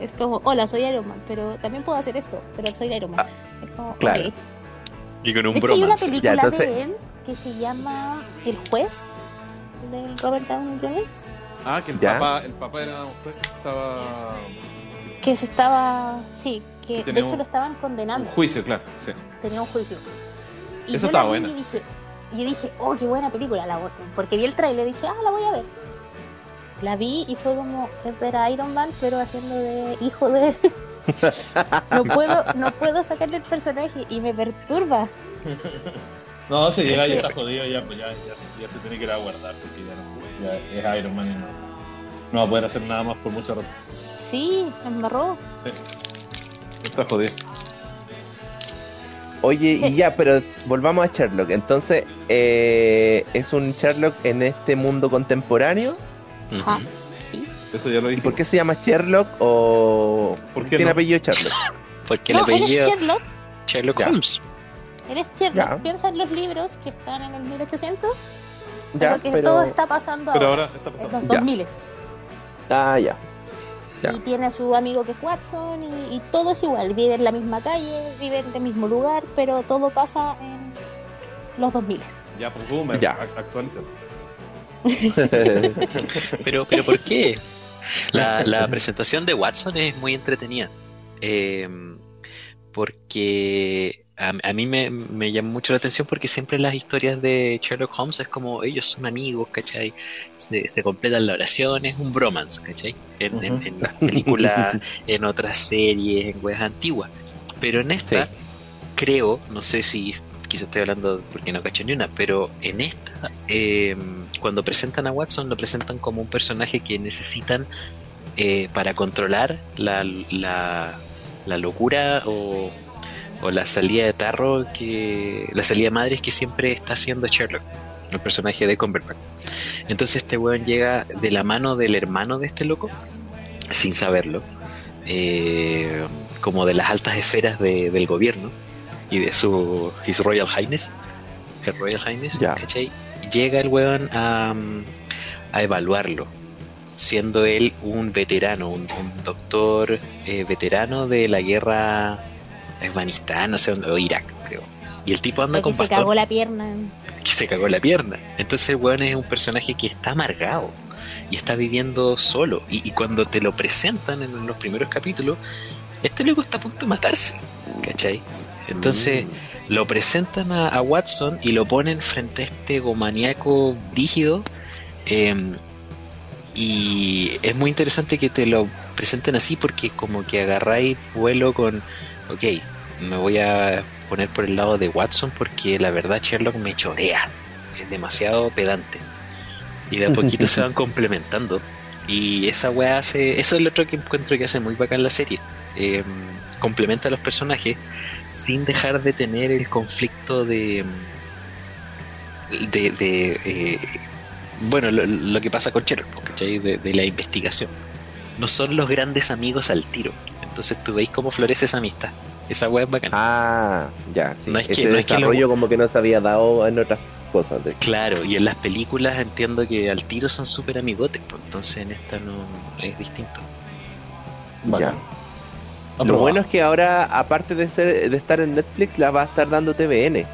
Speaker 5: Es como, hola, soy Iron Man, pero también puedo hacer esto, pero soy Iron Man. es como,
Speaker 1: claro.
Speaker 5: ok.
Speaker 3: Y con
Speaker 5: De
Speaker 3: un
Speaker 5: hecho, hay una
Speaker 3: bromance.
Speaker 5: película
Speaker 1: Ya, entonces-
Speaker 5: de él que se llama El juez, de Robert Downey Jr.,
Speaker 4: Ah, que el
Speaker 1: Ya.
Speaker 4: papá, el papá era una mujer que estaba.
Speaker 5: que se estaba. Sí, que
Speaker 4: Que
Speaker 5: de
Speaker 4: tenía
Speaker 5: hecho
Speaker 4: un-
Speaker 5: lo estaban
Speaker 4: Un
Speaker 5: condenando,
Speaker 4: juicio, claro. Sí.
Speaker 5: tenía un juicio. Y
Speaker 4: Esa
Speaker 5: yo la
Speaker 4: estaba
Speaker 5: vi
Speaker 4: buena.
Speaker 5: Y dije, y dije, oh, qué buena película, la voy- porque vi el trailer y dije, ah, la voy a ver. La vi y fue como es ver a Iron Man, pero haciendo de hijo de él. no, puedo, no puedo sacarle el personaje y me perturba.
Speaker 4: No, si llega
Speaker 3: Es
Speaker 4: ya
Speaker 3: que-
Speaker 4: está jodido, ya, pues, ya, ya, se- ya se tiene que ir a guardar porque ya, no, ya es Iron Man y no, no va a poder hacer nada más por mucho rato.
Speaker 5: Sí, me embarró.
Speaker 4: Está jodido.
Speaker 1: Oye,
Speaker 5: Sí.
Speaker 1: y ya, pero volvamos a Sherlock. Entonces, eh, es un Sherlock en este mundo contemporáneo.
Speaker 5: Ah,
Speaker 3: Ujú.
Speaker 5: Ajá, sí.
Speaker 4: Eso ya lo
Speaker 1: ¿Y
Speaker 4: dije.
Speaker 1: por qué se llama Sherlock o
Speaker 4: ¿Por qué
Speaker 1: tiene
Speaker 4: no?
Speaker 1: apellido Sherlock?
Speaker 3: Porque el
Speaker 5: No, eres
Speaker 3: apellido
Speaker 5: Sherlock.
Speaker 3: Sherlock
Speaker 1: Ya.
Speaker 3: Holmes.
Speaker 5: Eres Sherlock.
Speaker 1: Ya.
Speaker 5: Piensa en los libros que están en el 1800. en
Speaker 1: Ya,
Speaker 5: lo que todo
Speaker 1: pero
Speaker 5: está pasando
Speaker 4: Pero
Speaker 5: ahora,
Speaker 4: ahora está
Speaker 5: en
Speaker 4: pasando.
Speaker 5: los
Speaker 1: Ya.
Speaker 5: 2000.
Speaker 1: ah ya. Ya.
Speaker 5: Y tiene a su amigo que es Watson y, y todo es igual. Vive en la misma calle, vive en el mismo lugar, pero todo pasa en los 2000.
Speaker 4: Ya, pues boomer,
Speaker 1: Ya.
Speaker 4: ac- actualiza.
Speaker 3: Pero, pero ¿por qué? La, la presentación de Watson es muy entretenida. Eh, porque a, a mí me, me llama mucho la atención porque siempre las historias de Sherlock Holmes es como ellos son amigos, ¿cachai? Se, se completan la oración, es un bromance, ¿cachai? En, en-
Speaker 1: Ujú.
Speaker 3: en las películas, en otras series, en weas antiguas. Pero en esta,
Speaker 1: Sí.
Speaker 3: creo, no sé si quizás estoy hablando porque no cacho ni una, pero en esta, eh, cuando presentan a Watson, lo presentan como un personaje que necesitan eh, para controlar la, la, la locura o, o la salida de tarro, que la salida de madres que siempre está haciendo Sherlock, el personaje de Cumberbatch. Entonces este weón llega de la mano del hermano de este loco, sin saberlo, eh, como de las altas esferas de- del gobierno y de su His Royal Highness, Her Royal Highness,
Speaker 1: Ya.
Speaker 3: ¿cachai? Llega el weón a, mm, a evaluarlo, siendo él un veterano, un, un doctor eh, veterano de la guerra de Afganistán, no sé dónde, o Irak, creo. Y el tipo anda
Speaker 5: Porque
Speaker 3: con
Speaker 5: se
Speaker 3: bastón
Speaker 5: cagó la pierna.
Speaker 3: que se cagó la pierna. Entonces el weón es un personaje que está amargado y está viviendo solo. Y, y cuando te lo presentan en los primeros capítulos, este loco está a punto de matarse. ¿Cachai? Entonces lo presentan a, a Watson y lo ponen frente a este gomaníaco rígido. Em, y es muy interesante que te lo presenten así porque como que agarráis vuelo con, ok, me voy a poner por el lado de Watson porque la verdad Sherlock me chorea, es demasiado pedante. Y de a poquito se van complementando. Y esa weá hace, eso es lo otro que encuentro que hace muy bacán la serie. Eh, complementa a los personajes sin dejar de tener el conflicto de... em, de, de, eh, bueno, lo, lo que pasa con Sherlock, ¿cachai? De, de la investigación. No son los grandes amigos al tiro. Entonces tú veis cómo florece esa amistad. Esa weá es bacán.
Speaker 1: Ah, ya, sí.
Speaker 3: No es que-
Speaker 1: Ese
Speaker 3: no es que lo-
Speaker 1: desarrollo como que no se había dado en otras cosas. de-
Speaker 3: Claro, y en las películas entiendo que al tiro son súper amigotes, pues, entonces en esta no es distinto.
Speaker 1: Ya. Lo bueno es que ahora, aparte de ser de estar en Netflix, la va a estar dando TVN.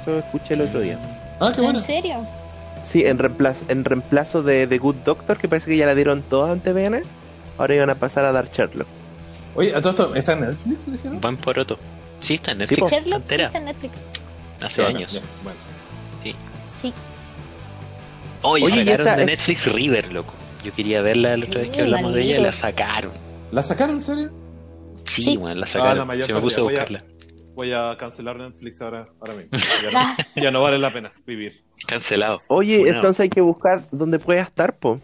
Speaker 1: Eso escuché el otro día.
Speaker 4: Ah, qué bueno.
Speaker 5: ¿En serio?
Speaker 1: Sí, en reemplazo, en reemplazo de The Good Doctor, que parece que ya la dieron toda en TVN. Ahora iban a pasar a dar Sherlock.
Speaker 4: Oye, ¿a todo esto está en Netflix? dijeron?
Speaker 3: Buen poroto. Sí, está en
Speaker 1: Sí,
Speaker 3: Netflix,
Speaker 1: po.
Speaker 3: está
Speaker 5: Sherlock sí
Speaker 3: entera,
Speaker 5: está en Netflix.
Speaker 3: hace
Speaker 4: Bueno,
Speaker 3: años.
Speaker 4: ya, Bueno.
Speaker 5: Sí.
Speaker 3: Hoy
Speaker 1: Oye, y
Speaker 3: sacaron
Speaker 1: esta-
Speaker 3: de Netflix River, loco. Yo quería verla la otra
Speaker 5: Sí,
Speaker 3: vez que hablamos de ella y
Speaker 5: maldito.
Speaker 3: la sacaron.
Speaker 4: ¿La sacaron en serio?
Speaker 3: Sí,
Speaker 5: Sí.
Speaker 3: weón, la
Speaker 4: Ah,
Speaker 3: sacaron.
Speaker 4: la mayor
Speaker 3: Se me puse a
Speaker 4: pérdida.
Speaker 3: buscarla.
Speaker 4: Voy a cancelar Netflix ahora, ahora mismo. Ya no, ya no vale la pena vivir.
Speaker 3: Cancelado.
Speaker 1: Oye,
Speaker 3: Funado.
Speaker 1: entonces hay que buscar dónde puede estar, po.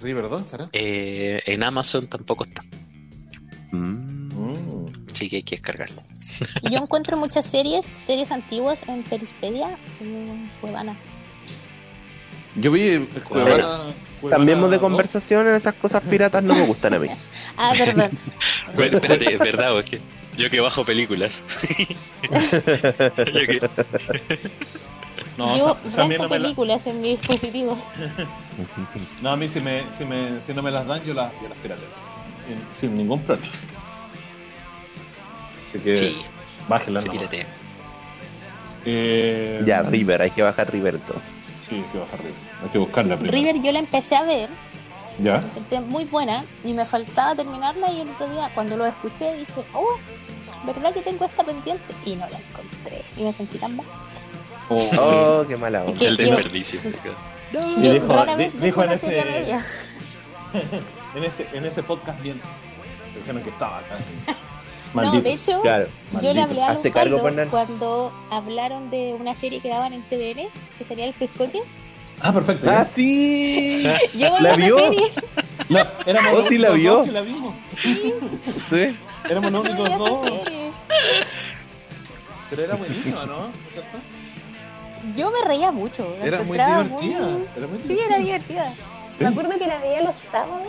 Speaker 4: River, ¿dónde estará?
Speaker 3: Eh, en Amazon tampoco está,
Speaker 4: Mm.
Speaker 3: así que hay que descargarla.
Speaker 5: Yo encuentro muchas series, series antiguas en Perispedia y en Cuevana.
Speaker 4: Yo vi Cuevana.
Speaker 1: Cambiemos de
Speaker 4: conversación
Speaker 1: conversación en esas cosas piratas, no me gustan a mí.
Speaker 5: Ah, perdón.
Speaker 3: Bueno, espérate, es verdad, o es que yo que bajo películas. yo que
Speaker 4: No,
Speaker 5: Yo
Speaker 4: esa- esa a mí
Speaker 5: gasto
Speaker 4: no me la-
Speaker 5: películas en mi dispositivo.
Speaker 4: no, a mí si, me, si, me, si no me las dan, yo las, yo las pirateo. Sin, sin ningún problema. Así que
Speaker 3: Sí.
Speaker 4: bájenlas.
Speaker 3: se
Speaker 4: nomás.
Speaker 3: piratea.
Speaker 4: Eh,
Speaker 1: Ya, River, hay que bajar River entonces.
Speaker 4: Sí, hay que bajar River. Hay que buscarla primero.
Speaker 5: River yo la empecé a ver,
Speaker 4: Ya.
Speaker 5: este, muy buena, y me faltaba terminarla y el otro día cuando lo escuché dije, oh, ¿verdad que tengo esta pendiente? Y no la encontré, y me sentí tan mal.
Speaker 1: Oh, qué mala
Speaker 5: Es
Speaker 1: onda.
Speaker 5: que
Speaker 3: El
Speaker 5: yo-
Speaker 3: desperdicio.
Speaker 4: Y
Speaker 5: yo
Speaker 4: dijo-
Speaker 5: rara
Speaker 4: di-
Speaker 5: vez dejo
Speaker 4: dijo en
Speaker 5: una
Speaker 4: ese-
Speaker 5: serie a media.
Speaker 4: En, ese, en ese podcast bien. me Dijeron que estaba acá.
Speaker 5: No, de
Speaker 4: Malditos.
Speaker 5: hecho,
Speaker 1: Claro.
Speaker 5: yo le
Speaker 4: malditos.
Speaker 5: hablé a Don
Speaker 1: Hazte cargo,
Speaker 5: Carlos
Speaker 1: Fernan.
Speaker 5: cuando hablaron de una serie que daban en TVN, que sería El Pescote.
Speaker 4: Ah, perfecto.
Speaker 1: ¡Ah,
Speaker 4: ya.
Speaker 1: sí!
Speaker 5: Yo voy
Speaker 1: ¿La
Speaker 5: a esa
Speaker 1: vio?
Speaker 5: serie.
Speaker 4: No, éramos
Speaker 1: Oh,
Speaker 4: los
Speaker 1: sí la
Speaker 4: únicos
Speaker 1: vio.
Speaker 4: dos que la vimos.
Speaker 1: Sí.
Speaker 4: Éramos los
Speaker 5: Yo voy a
Speaker 4: únicos
Speaker 5: esa
Speaker 4: dos.
Speaker 5: serie.
Speaker 4: Pero era buenísima, ¿no? ¿No es ¿Cierto?
Speaker 5: Yo me reía mucho. la
Speaker 4: Era muy
Speaker 5: encontraba
Speaker 4: divertida. Era muy
Speaker 5: Sí, era
Speaker 4: divertida.
Speaker 5: divertida.
Speaker 4: Sí.
Speaker 5: Me acuerdo que la veía los sábados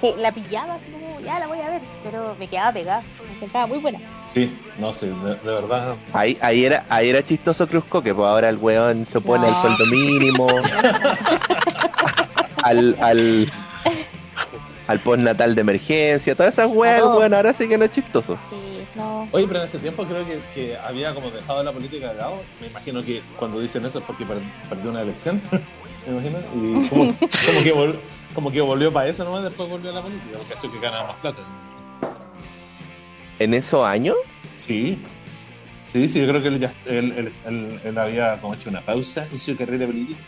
Speaker 5: que la pillaba así como, ya la voy a ver, pero me quedaba pegada, me encontraba muy buena.
Speaker 4: Sí, no sé, de, de verdad.
Speaker 1: Ahí, ahí, era, ahí era chistoso Cruz Coque, pues ahora el weón se opone
Speaker 5: No.
Speaker 1: al sueldo mínimo, al, al, al postnatal de emergencia, todas esas weas, el
Speaker 5: A todo.
Speaker 1: weón ahora sí que no es chistoso.
Speaker 5: Sí, no.
Speaker 4: Oye, pero en ese tiempo creo que, que había como dejado la política de lado. Me imagino que cuando dicen eso es porque per- perdió una elección. Me imagino. Y como, como que, vol- como que volvió para eso nomás, después volvió a la política. Porque esto que ganaba más plata.
Speaker 1: En esos años,
Speaker 4: Sí. Sí, sí, yo creo que él, ya- él- él- él- él había como hecho una pausa en su carrera política.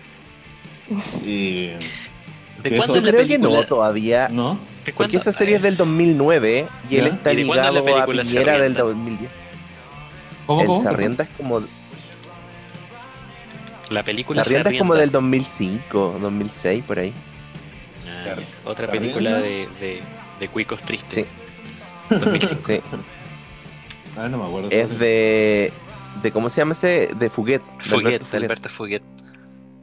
Speaker 4: Y.
Speaker 3: ¿De
Speaker 4: que
Speaker 3: cuándo
Speaker 4: eso-
Speaker 1: yo
Speaker 3: es la
Speaker 1: creo que
Speaker 3: película?
Speaker 1: no todavía,
Speaker 4: ¿No?
Speaker 3: ¿De
Speaker 1: porque
Speaker 3: cuándo?
Speaker 1: esa serie es del 2009 y él
Speaker 4: ¿Ya?
Speaker 1: está
Speaker 3: ¿Y de cuándo la
Speaker 1: ligado a
Speaker 3: película se
Speaker 1: Piñera del
Speaker 3: arrienda?
Speaker 1: 2010.
Speaker 4: ¿Cómo,
Speaker 1: el
Speaker 4: cómo?
Speaker 1: Sarrienda es como,
Speaker 3: Eh, La película
Speaker 1: Sarrienda
Speaker 3: se
Speaker 1: es como del
Speaker 3: arrienda.
Speaker 1: 2005, 2006, por ahí.
Speaker 3: Ah, ya.
Speaker 4: Se
Speaker 3: Otra película de,
Speaker 4: arrienda.
Speaker 3: de, de cuicos tristes. 2005.
Speaker 1: Sí.
Speaker 4: Ah, no me acuerdo.
Speaker 1: Es de, de. ¿Cómo se llama ese? De Fuguet. de
Speaker 3: Fuguet,
Speaker 1: Alberto
Speaker 3: de Alberto Fuguet.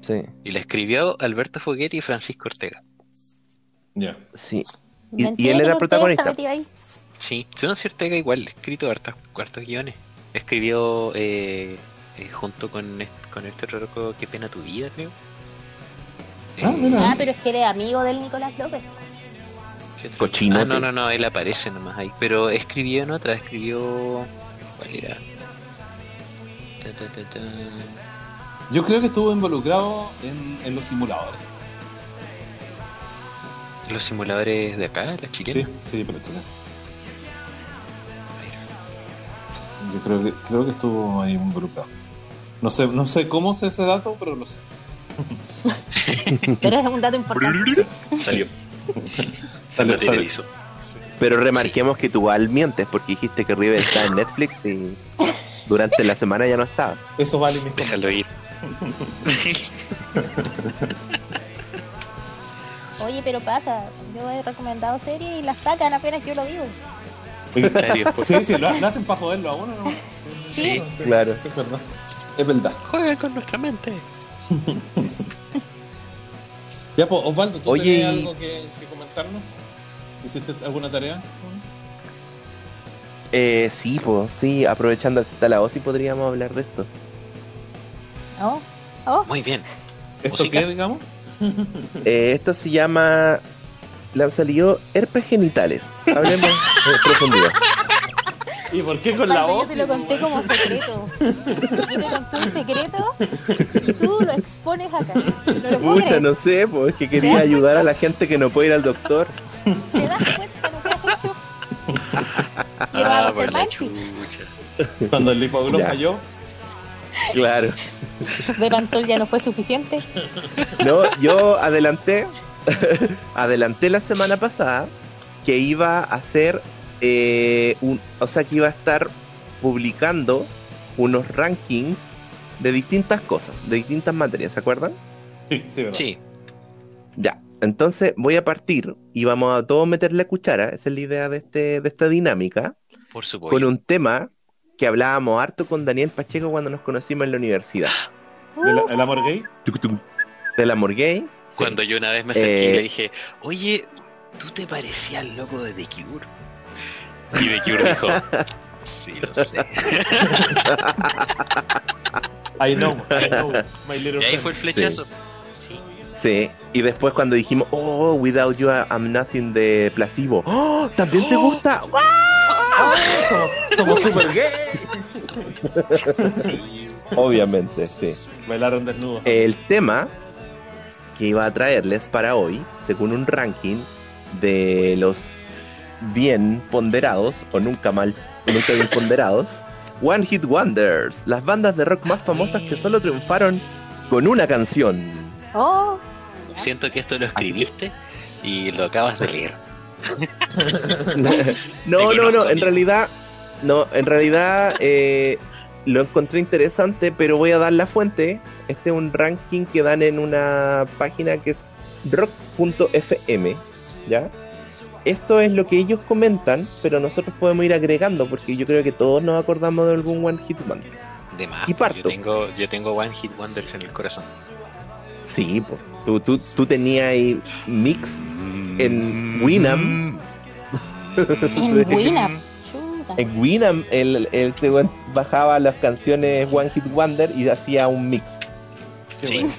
Speaker 1: Sí,
Speaker 3: Y la escribió Alberto Fuguet y Francisco Ortega.
Speaker 4: Ya.
Speaker 1: sí. Y- y
Speaker 5: Mentira
Speaker 1: él
Speaker 5: que
Speaker 1: era
Speaker 5: Ortega
Speaker 1: protagonista.
Speaker 5: está metido ahí.
Speaker 3: Sí, si no, si Ortega igual, ha escrito hartos, hartos guiones. Escribió eh, eh, junto con, est- con este otro loco, Qué pena tu vida, creo. Eh,
Speaker 4: Ah, mira.
Speaker 5: Ah, pero es que era amigo del Nicolás López.
Speaker 3: ¿qué otro?
Speaker 1: Cochinote.
Speaker 3: Ah, no, no, no, él aparece nomás ahí. Pero escribió en otra, escribió. ¿Cuál era? Ta, ta, ta, ta.
Speaker 4: Yo creo que estuvo involucrado en, en los simuladores.
Speaker 3: Los simuladores de acá, la chilena.
Speaker 4: Sí, sí, pero chile. Yo creo que, creo que estuvo ahí involucrado. No sé, no sé cómo sé ese dato, pero lo sé.
Speaker 5: Pero es un dato importante.
Speaker 3: Salió.
Speaker 4: Salió,
Speaker 3: Salió,
Speaker 4: salió.
Speaker 3: televisor.
Speaker 1: Pero remarquemos que tú al mientes porque dijiste que River está en Netflix y durante la semana ya no estaba.
Speaker 4: Eso vale mis
Speaker 3: Déjalo ir.
Speaker 5: Oye, pero pasa, yo he recomendado series y las sacan apenas yo lo digo.
Speaker 4: comentarios.
Speaker 3: Varios, por-
Speaker 4: Sí, sí, lo, lo hacen para joderlo a uno, ¿no?
Speaker 5: Sí.
Speaker 1: claro.
Speaker 4: Es verdad. Es verdad.
Speaker 3: Juega con nuestra mente.
Speaker 4: Ya, pues, Osvaldo, ¿tú
Speaker 1: Oye,
Speaker 4: tenés
Speaker 1: y-
Speaker 4: algo que, que comentarnos? ¿Hiciste alguna tarea?
Speaker 1: Eh, sí, pues, sí, aprovechando que está la OSI podríamos hablar de esto.
Speaker 5: ¿No? Oh,
Speaker 3: Muy bien.
Speaker 4: ¿Esto
Speaker 3: Música.
Speaker 4: qué, digamos?
Speaker 1: Eh, esto se llama. Le han salido herpes genitales. Hablemos de profundidad.
Speaker 4: ¿Y por qué con la
Speaker 5: Pablo,
Speaker 4: voz?
Speaker 5: yo te lo conté como secreto. Yo te conté un secreto y tú lo expones acá. No lo puedo
Speaker 1: Pucha,
Speaker 5: creer.
Speaker 1: no sé, pues, es que quería ayudar a la gente que no puede ir al doctor.
Speaker 5: ¿Te das cuenta de lo que has hecho? Y lo
Speaker 3: Ah,
Speaker 5: hago
Speaker 3: por
Speaker 5: ser
Speaker 3: la
Speaker 5: Manti,
Speaker 3: chucha.
Speaker 4: Cuando el lipoglo
Speaker 1: Ya.
Speaker 4: falló.
Speaker 1: Claro.
Speaker 5: De Pantol ya no fue suficiente.
Speaker 1: No, yo adelanté, adelanté la semana pasada que iba a hacer, eh, un, o sea, que iba a estar publicando unos rankings de distintas cosas, de distintas materias, ¿se acuerdan?
Speaker 4: Sí, sí, verdad.
Speaker 3: Sí,
Speaker 1: Ya. Entonces voy a partir y vamos a todos meter la cuchara, esa es la idea de, este, de esta dinámica,
Speaker 3: por supuesto.
Speaker 1: con un tema que hablábamos harto con Daniel Pacheco cuando nos conocimos en la universidad.
Speaker 4: ¿El, el amor gay?
Speaker 1: Tuc, tuc. Del amor gay. sí.
Speaker 3: Cuando yo una vez me acerqué y
Speaker 1: Eh,
Speaker 3: le dije, oye, ¿tú te parecías al loco de The Cure? Y The Cure dijo, sí, lo sé.
Speaker 4: I know, I know. My little
Speaker 3: Y ahí
Speaker 4: friend.
Speaker 3: fue el flechazo. Sí.
Speaker 1: Sí, y después cuando dijimos, oh, Without You I'm Nothing de Placebo, oh, también te gusta.
Speaker 4: Ah, somos súper gay.
Speaker 1: Obviamente, sí.
Speaker 4: Bailaron desnudos.
Speaker 1: El tema que iba a traerles para hoy, según un ranking de los bien ponderados, o nunca mal, nunca bien ponderados, One Hit Wonders, las bandas de rock más famosas que solo triunfaron con una canción.
Speaker 5: Oh,
Speaker 3: Siento que esto lo escribiste y lo acabas de leer.
Speaker 1: No,
Speaker 3: Te
Speaker 1: no, no,
Speaker 3: conozco,
Speaker 1: en
Speaker 3: amigo.
Speaker 1: realidad, no, en realidad eh, lo encontré interesante, pero voy a dar la fuente. Este es un ranking que dan en una página que es rock.fm, ¿ya? Esto es lo que ellos comentan, pero nosotros podemos ir agregando, porque yo creo que todos nos acordamos de algún One Hit Wonder.
Speaker 3: De más.
Speaker 1: Y parto.
Speaker 3: Yo tengo, yo tengo One Hit Wonders en el corazón.
Speaker 1: Sí, po. tú, tú, tú tenías ahí mix en
Speaker 4: Mm.
Speaker 1: Winamp.
Speaker 5: En Winamp. Chuta.
Speaker 1: En Winamp, el, el, este weón bajaba las canciones One Hit Wonder y hacía un mix.
Speaker 4: Qué
Speaker 3: Sí.
Speaker 4: bueno.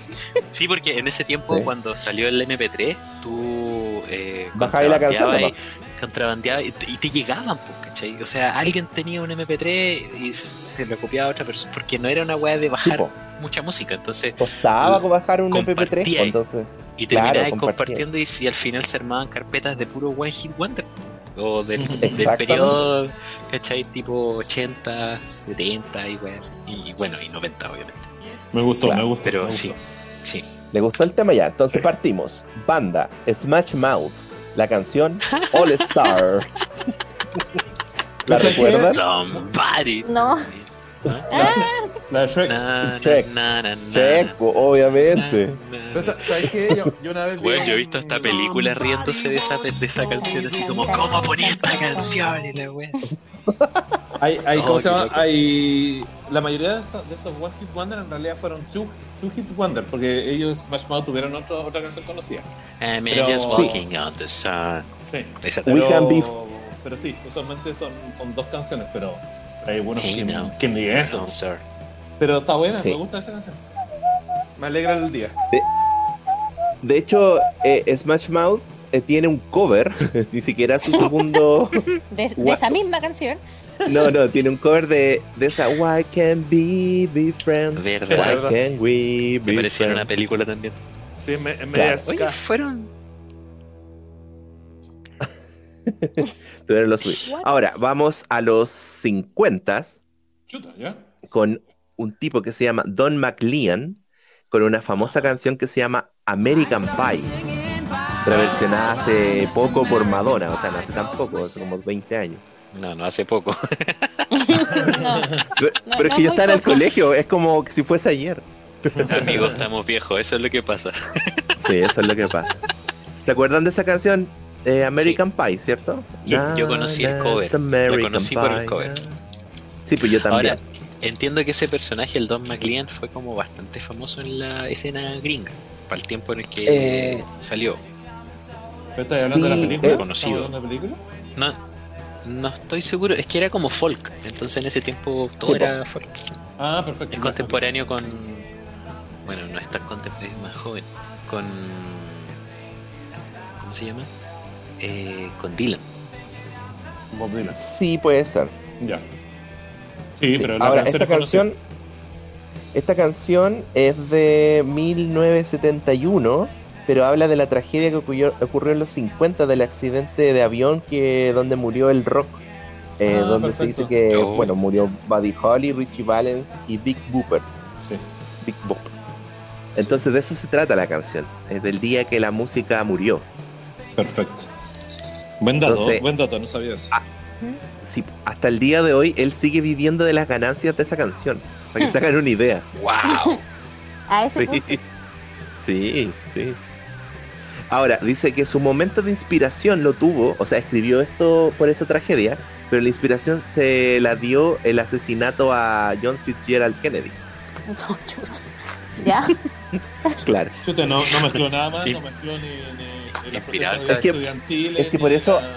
Speaker 3: Sí, porque en ese tiempo,
Speaker 1: Sí.
Speaker 3: cuando salió el MP3, tú eh,
Speaker 1: Bajabas la canción,
Speaker 3: contrabandeabas y, contrabandeabas y te, y te llegaban, pues, ¿cachai? O sea, alguien tenía un MP3 y s- se lo copiaba a otra persona, porque no era una weá de bajar
Speaker 1: Tipo,
Speaker 3: mucha música, entonces,
Speaker 1: costaba bajar un
Speaker 3: Compartía
Speaker 1: MP3. pues,
Speaker 3: ahí.
Speaker 1: Entonces,
Speaker 3: y
Speaker 1: Claro,
Speaker 3: terminabas
Speaker 1: compartía.
Speaker 3: compartiendo y, si al final se armaban carpetas de puro One Hit Wonder, o del, del
Speaker 1: Exactamente.
Speaker 3: periodo, ¿cachai? Tipo 80, 70 y weá así. y bueno, y 90 obviamente.
Speaker 4: Me gustó,
Speaker 1: Claro,
Speaker 4: me gustó.
Speaker 3: pero
Speaker 4: me gustó.
Speaker 3: sí. Sí.
Speaker 1: ¿le gustó el tema ya? Entonces partimos. Banda, Smash Mouth, la canción All Star. ¿La
Speaker 4: ¿Sabes qué?
Speaker 1: recuerdan?
Speaker 3: Somebody.
Speaker 5: No. Ah,
Speaker 4: La de Shrek.
Speaker 3: Na,
Speaker 1: Check.
Speaker 3: na, na, na, na,
Speaker 1: Check, pues, obviamente.
Speaker 3: na, na.
Speaker 4: Pero, sa- ¿Sabes qué? Yo, yo una vez vi
Speaker 3: Bueno, yo he
Speaker 4: un-
Speaker 3: visto esta película riéndose de esa, de esa canción, así como, ¿cómo ponía esta canción? Y la wea.
Speaker 4: Hay, hay, ¿cómo
Speaker 3: Oh,
Speaker 4: se
Speaker 3: qué
Speaker 4: llama?
Speaker 3: loco.
Speaker 4: Hay, la mayoría de estos, de estos One Hit Wonder en realidad fueron Two, two Hit Wonder, porque ellos, Smash Mouth, tuvieron otra otra canción conocida.
Speaker 3: I'm
Speaker 4: Pero-
Speaker 3: just walking on the sun.
Speaker 4: Sí.
Speaker 3: Esa
Speaker 1: We can be-
Speaker 4: pero sí, usualmente son, son dos canciones, pero hay algunos
Speaker 3: Hey,
Speaker 4: que,
Speaker 3: no.
Speaker 4: que ni eso.
Speaker 3: No, sir.
Speaker 4: Pero está buena,
Speaker 1: Sí.
Speaker 4: me gusta esa canción. Me alegra el día.
Speaker 1: De hecho, eh, Smash Mouth eh, tiene un cover, ni siquiera su segundo.
Speaker 5: de, de
Speaker 1: Gua-
Speaker 5: esa misma canción.
Speaker 1: No, no, tiene un cover de, de esa Why Can We Be Friends?
Speaker 4: Sí, la
Speaker 3: Verdad.
Speaker 1: Why
Speaker 4: verdad.
Speaker 1: Can We
Speaker 3: Me
Speaker 1: Be
Speaker 3: pareció en una
Speaker 1: Friends?
Speaker 3: película también.
Speaker 4: Sí, en me,
Speaker 1: Claro.
Speaker 4: en media
Speaker 3: Oye,
Speaker 4: ska.
Speaker 3: fueron.
Speaker 1: Tú eres lo suyo.
Speaker 5: What?
Speaker 1: Ahora, vamos a los 50
Speaker 4: Chuta, ¿ya?
Speaker 1: con un tipo que se llama Don McLean con una famosa canción que se llama American Pie. Reversionada hace poco por Madonna, o sea, no hace tampoco, hace como 20 años.
Speaker 3: No, no, hace poco.
Speaker 5: No,
Speaker 1: Pero,
Speaker 5: No,
Speaker 1: pero es
Speaker 5: no
Speaker 1: que
Speaker 5: es
Speaker 1: yo
Speaker 5: muy
Speaker 1: estaba en el
Speaker 5: poco.
Speaker 1: colegio, es como si fuese ayer.
Speaker 3: Amigos, estamos viejos, eso es lo que pasa.
Speaker 1: Sí, eso es lo que pasa. ¿Se acuerdan de esa canción? Eh, American Pie, ¿cierto?
Speaker 4: Sí,
Speaker 3: yo conocí el cover.
Speaker 1: It's American
Speaker 3: La conocí por el
Speaker 1: Pie.
Speaker 3: cover.
Speaker 1: Sí, pues yo también.
Speaker 3: Ahora, entiendo que ese personaje, el Don McLean, fue como bastante famoso en la escena gringa, para el tiempo en el que
Speaker 1: Eh.
Speaker 3: salió.
Speaker 4: ¿Pero estás hablando
Speaker 1: Sí,
Speaker 4: de la película?
Speaker 1: eh.
Speaker 3: Conocido.
Speaker 4: ¿Estamos hablando de la película?
Speaker 3: No, no estoy seguro, es que era como folk, entonces en ese tiempo todo
Speaker 1: Sí, po.
Speaker 3: era folk.
Speaker 4: Ah, perfecto.
Speaker 3: Es contemporáneo con. Bueno, no es tan contemporáneo, es más joven. Con. ¿Cómo se llama? Eh, con Dylan.
Speaker 4: Bob Dylan.
Speaker 1: sí, puede ser.
Speaker 4: Ya. Sí,
Speaker 1: Sí.
Speaker 4: pero la
Speaker 1: Ahora,
Speaker 4: canción
Speaker 1: esta
Speaker 4: es conocida.
Speaker 1: canción. Esta canción es de 1971, pero habla de la tragedia que ocurrió, ocurrió en los 50 del accidente de avión que donde murió el rock. eh,
Speaker 4: Ah,
Speaker 1: donde se
Speaker 4: perfecto.
Speaker 1: dice que,
Speaker 3: Oh.
Speaker 1: bueno, murió Buddy Holly, Richie Valens y Big Booper.
Speaker 4: Sí.
Speaker 1: Big Bop. Entonces de eso se trata la canción, es del día que la música murió.
Speaker 4: Perfecto. Buen dato,
Speaker 1: Entonces-
Speaker 4: buen dato, no sabía eso.
Speaker 1: Sí, hasta el día de hoy él sigue viviendo de las ganancias de esa canción, para que se hagan una idea.
Speaker 3: ¡Wow!
Speaker 5: a ese
Speaker 1: Sí,
Speaker 5: punto.
Speaker 1: sí, sí. Ahora, dice que su momento de inspiración lo tuvo, o sea, escribió esto por esa tragedia, pero la inspiración se la dio el asesinato a John Fitzgerald Kennedy.
Speaker 5: No, chucha. ¿Ya?
Speaker 1: Claro.
Speaker 4: Chute, no, no mezcló nada más,
Speaker 3: Sí.
Speaker 4: no mezcló ni, ni, ni las
Speaker 3: Inspirar,
Speaker 4: protestas
Speaker 3: claro.
Speaker 1: Es que-
Speaker 4: estudiantiles.
Speaker 1: es que
Speaker 4: ni
Speaker 1: por eso-
Speaker 4: la-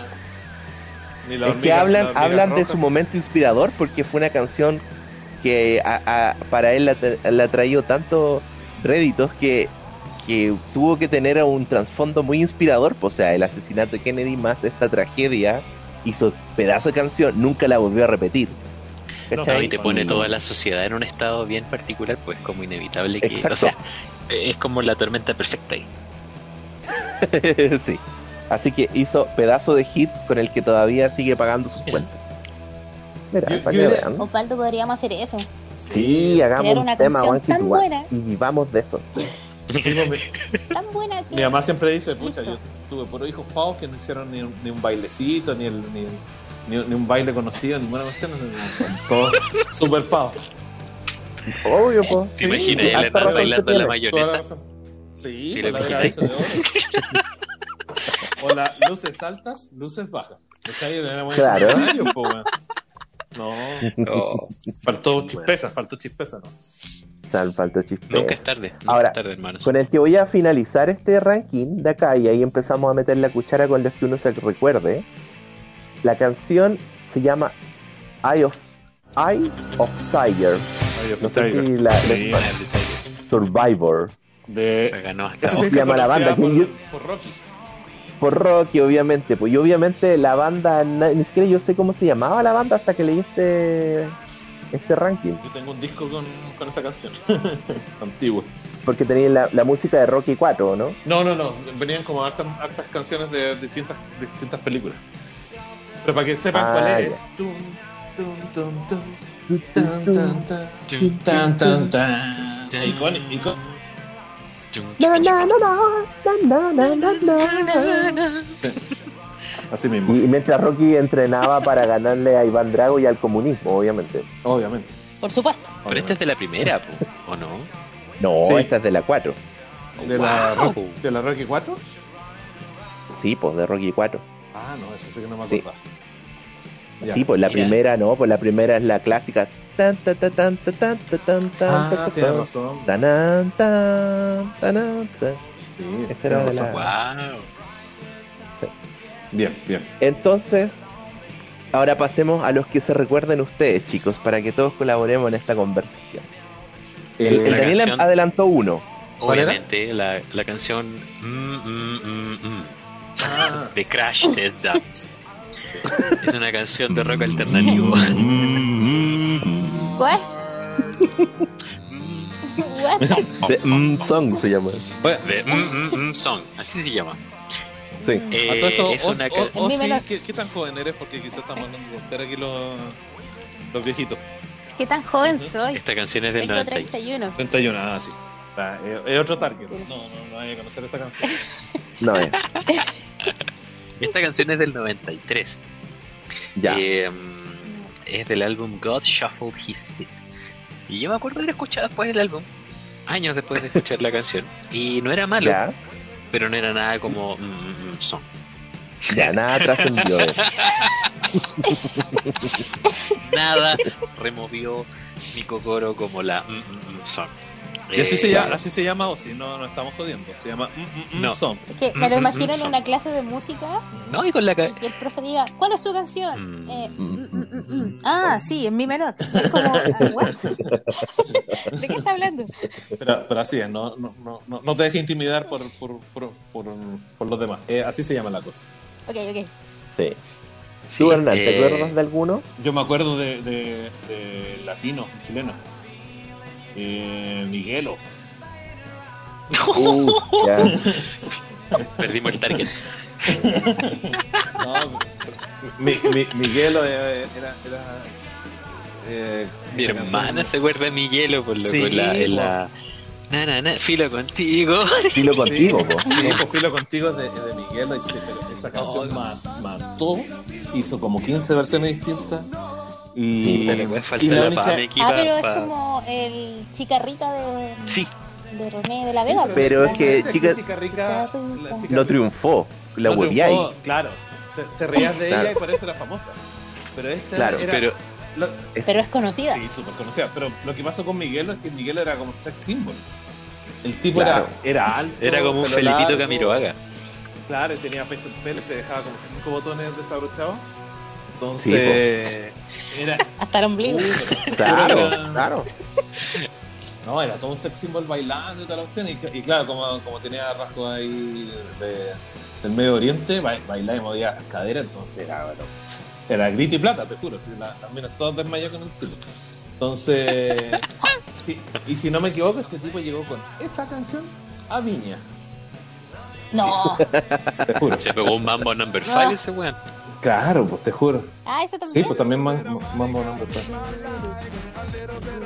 Speaker 4: ni la
Speaker 1: Es que
Speaker 4: hormiga- la
Speaker 1: hablan,
Speaker 4: hormiga
Speaker 1: hablan de
Speaker 4: roja.
Speaker 1: su momento inspirador porque fue una canción que a- a- para él la tra- le ha traído tantos réditos que, que tuvo que tener un trasfondo muy inspirador. pues, O sea, el asesinato de Kennedy más esta tragedia hizo pedazo de canción, nunca la volvió a repetir.
Speaker 4: No,
Speaker 1: ¿Cachai?
Speaker 3: No, y te pone
Speaker 1: Y-
Speaker 3: toda la sociedad en un estado bien particular, pues como inevitable que.
Speaker 1: Exacto.
Speaker 3: O sea, es como la tormenta perfecta ahí.
Speaker 1: sí. Así que hizo pedazo de hit con el que todavía sigue pagando sus cuentas. Mira,
Speaker 4: Yo-
Speaker 1: para
Speaker 4: yo
Speaker 1: que
Speaker 4: diría-
Speaker 1: vean.
Speaker 5: Osvaldo, podríamos hacer eso.
Speaker 1: Sí, hagamos
Speaker 5: crear
Speaker 1: un
Speaker 5: una
Speaker 1: tema
Speaker 5: canción
Speaker 1: One Hit
Speaker 5: tan
Speaker 1: Wonder,
Speaker 5: buena.
Speaker 1: y vivamos de eso.
Speaker 4: Sí, pues, mi,
Speaker 5: Tan buena que.
Speaker 4: mi mamá siempre dice, pucha,
Speaker 5: Listo.
Speaker 4: yo tuve puros hijos pavos que no hicieron ni un, ni un bailecito, ni, el, ni, ni, ni un baile conocido, ninguna cuestión. no, no, Son todos súper pavos.
Speaker 1: Obvio, po.
Speaker 3: ¿Te imaginas
Speaker 1: sí,
Speaker 3: el
Speaker 1: harta
Speaker 3: andar
Speaker 1: razón
Speaker 3: bailando
Speaker 1: que tiene.
Speaker 3: la
Speaker 4: Toda la
Speaker 3: mayonesa?
Speaker 4: razón. Sí,
Speaker 3: Sí,
Speaker 4: con
Speaker 3: lo
Speaker 4: la vela hecha
Speaker 3: imaginé.
Speaker 4: de oro. o las luces altas, luces bajas. ¿Cachai? Era bueno,
Speaker 1: Claro.
Speaker 4: chamayo, po, weón. No,
Speaker 3: Oh,
Speaker 4: faltó
Speaker 3: Sí,
Speaker 4: chispeza, faltó chispeza, ¿no?
Speaker 1: Sal, falta chispero.
Speaker 3: Nunca es tarde, nunca
Speaker 1: Ahora,
Speaker 3: es tarde, hermanos.
Speaker 1: Con el que voy a finalizar este ranking de acá y ahí empezamos a meter la cuchara con los que uno se recuerde. La canción se llama Eye of, Eye of Tiger. No sé
Speaker 4: Tiger.
Speaker 1: si la, la-
Speaker 4: Sí.
Speaker 3: Eye of the Tiger.
Speaker 1: Survivor.
Speaker 3: Se
Speaker 4: De...
Speaker 3: ganó hasta
Speaker 4: Esa
Speaker 3: ahora.
Speaker 1: sí.
Speaker 4: se
Speaker 1: llama la
Speaker 4: conocida
Speaker 1: banda, ¿quién
Speaker 4: por,
Speaker 1: yo-
Speaker 4: por Rocky.
Speaker 1: Por Rocky, obviamente. Pues y obviamente la banda, na- ni siquiera yo sé cómo se llamaba la banda hasta que leí este, este ranking.
Speaker 4: Yo tengo un disco con, con esa canción. Antiguo.
Speaker 1: Porque tenía la, la música de Rocky 4, ¿no?
Speaker 4: No, no, no. Venían como hartas, hartas canciones de distintas, distintas películas. Pero para que sepan
Speaker 1: Ah,
Speaker 4: cuál es.
Speaker 1: ya.
Speaker 4: Tum, tum, tum, tum, tan, tan, tan, tan, tan, tan. Icónico, icónico. Así mismo,
Speaker 1: Y, y mientras Rocky entrenaba para ganarle a Iván Drago y al comunismo, obviamente.
Speaker 4: obviamente.
Speaker 5: Por supuesto.
Speaker 3: Pero esta es de la primera, po, ¿o no?
Speaker 1: No,
Speaker 4: Sí.
Speaker 1: esta es de la 4.
Speaker 4: de, la,
Speaker 3: ¡Wow!
Speaker 4: Rocky- ¿De la Rocky 4?
Speaker 1: Sí, pues de Rocky 4.
Speaker 4: Ah, no, eso sí que no me
Speaker 1: Sí.
Speaker 4: acordaba. Ya.
Speaker 1: Sí, pues la
Speaker 3: Mira.
Speaker 1: primera no, pues la primera es la clásica. Tan, ta, ta, tan, ta, tan, ta, tan, tan, ta,
Speaker 4: Ah,
Speaker 1: ta,
Speaker 4: tienes
Speaker 1: tan.
Speaker 4: razón.
Speaker 1: Tanan, tan, tanan, tan.
Speaker 4: Sí,
Speaker 1: Esa era de
Speaker 4: tienes
Speaker 1: la-
Speaker 4: razón.
Speaker 3: ¡Wow!
Speaker 4: Bien, bien.
Speaker 1: Entonces, ahora pasemos a los que se recuerden ustedes, chicos, para que todos colaboremos en esta conversación.
Speaker 4: Eh,
Speaker 1: El, el
Speaker 3: la
Speaker 1: Daniel
Speaker 3: canción.
Speaker 1: adelantó uno. ¿Cuál era?
Speaker 3: Obviamente, la, la canción mm, mm, mm, mm,
Speaker 4: Ah,
Speaker 3: de Crash Test Dummies. es una canción de rock alternativo.
Speaker 5: ¿What?
Speaker 4: Ah.
Speaker 5: ¿What?
Speaker 1: The Mm Song se llama.
Speaker 4: bueno,
Speaker 3: de mm, mm, mm Song, así se llama.
Speaker 1: Sí.
Speaker 3: Eh,
Speaker 4: a todo esto,
Speaker 3: es
Speaker 4: Oz-
Speaker 3: una ca-
Speaker 4: Oz- Oz, sí,
Speaker 5: Dímelo.
Speaker 4: ¿qué, qué tan joven eres? Porque quizás estamos hablando de estar aquí los, los viejitos.
Speaker 5: ¿Qué tan joven soy?
Speaker 3: esta canción es del
Speaker 5: Tengo
Speaker 3: 90.
Speaker 5: 31.
Speaker 4: 31, ah, sí. Ah, eh, es otro target. No, no, no hay que conocer esa canción.
Speaker 1: No, eh,
Speaker 3: Esta canción es del 93.
Speaker 1: ya.
Speaker 3: Eh, es del álbum God Shuffled His Feet. Y yo me acuerdo de haber escuchado después del álbum, años después de escuchar la canción. Y no era malo,
Speaker 1: Ya,
Speaker 3: pero no era nada como mm, mm, mm, Song.
Speaker 1: ya, nada trascendió. eh.
Speaker 3: nada removió mi cocoro como la mm, mm, mm, song.
Speaker 4: Y así
Speaker 3: Eh,
Speaker 4: se llama, así se llama Ozzy, no, no estamos jodiendo. Se llama mm, mm, mm,
Speaker 3: No.
Speaker 4: Song.
Speaker 5: Es que me lo
Speaker 3: Mm, mm,
Speaker 5: imagino en
Speaker 3: son.
Speaker 5: una clase de música
Speaker 3: No, y con la ca-
Speaker 5: y que el profe diga, ¿cuál es su canción?
Speaker 3: Mm.
Speaker 5: Eh, mm, mm, mm, mm. Ah, sí, en mi menor. Es como, ah, what? ¿De qué está hablando?
Speaker 4: Pero, pero así es, no, no, no, no, no te dejes intimidar por, por, por, por, por los demás. Eh, así se llama la cosa.
Speaker 5: Ok, ok.
Speaker 1: Sí.
Speaker 3: sí,
Speaker 1: Tú, Hernán, ¿te
Speaker 3: eh,
Speaker 1: acuerdas de alguno?
Speaker 4: Yo me acuerdo de, de, de latino, chileno. Eh, Miguelo.
Speaker 1: Uh, ya.
Speaker 3: Perdimos el target.
Speaker 4: No, mi, mi- Miguelo era. era, era eh,
Speaker 3: Mi
Speaker 4: esta
Speaker 3: hermana
Speaker 4: canción.
Speaker 3: se acuerda de mi hielo por lo
Speaker 4: Sí,
Speaker 3: con la, en la- Na, na, na, filo contigo.
Speaker 1: Filo contigo,
Speaker 4: Sí,
Speaker 1: po.
Speaker 4: sí, pues filo contigo es de, es de Miguelo. Y sí, pero esa canción ma- mató. Hizo como 15 versiones distintas. Y,
Speaker 1: Sí, pero
Speaker 3: Igual
Speaker 4: y
Speaker 3: falta
Speaker 4: la
Speaker 3: la
Speaker 4: única-
Speaker 3: Pameki
Speaker 5: Ah,
Speaker 3: pa-
Speaker 5: pero es
Speaker 3: pa-
Speaker 5: como el chica rica de,
Speaker 3: Sí,
Speaker 5: de René de la Vega.
Speaker 1: pero- es que,
Speaker 4: esa
Speaker 1: chicas,
Speaker 4: rica, la chica
Speaker 1: No
Speaker 4: rica-
Speaker 1: triunfó. La
Speaker 4: no
Speaker 1: hueviáis.
Speaker 4: triunfó, Claro. Te, te reías de
Speaker 1: Claro.
Speaker 4: ella y por eso era famosa. Pero esta
Speaker 1: Claro,
Speaker 4: era.
Speaker 3: pero
Speaker 4: la-
Speaker 5: Pero es conocida.
Speaker 4: Sí, súper conocida. Pero lo que pasó con Miguelo es que Miguelo era como sex symbol. El tipo
Speaker 1: Claro.
Speaker 4: era, era alto.
Speaker 3: era como un ¿eh?
Speaker 4: pelo
Speaker 3: Felipito
Speaker 4: largo,
Speaker 3: Camiroaga.
Speaker 4: Claro, y tenía pecho en pelo y se dejaba como cinco botones desabrochados.
Speaker 1: Sí,
Speaker 4: Entonces. era.
Speaker 5: Hasta el ombligo.
Speaker 1: Claro,
Speaker 4: Era-
Speaker 1: claro.
Speaker 4: No, era todo un sex symbol bailando y tal cuestión. Y, y claro, como, como tenía rasgos ahí de- del Medio Oriente, ba- bailaba y movía las caderas, entonces era, bueno, era grito y plata, te juro. si la- las minas todas desmayadas con el culo. Entonces, sí, y si no me equivoco, este tipo llegó con esa canción a Viña,
Speaker 5: No.
Speaker 4: te juro.
Speaker 3: Se pegó un mambo number
Speaker 5: Ah.
Speaker 3: 5 ese weón.
Speaker 4: claro, pues te juro.
Speaker 5: Ah, esa
Speaker 4: Sí,
Speaker 5: también.
Speaker 4: pues también Man- Mambo Number Five.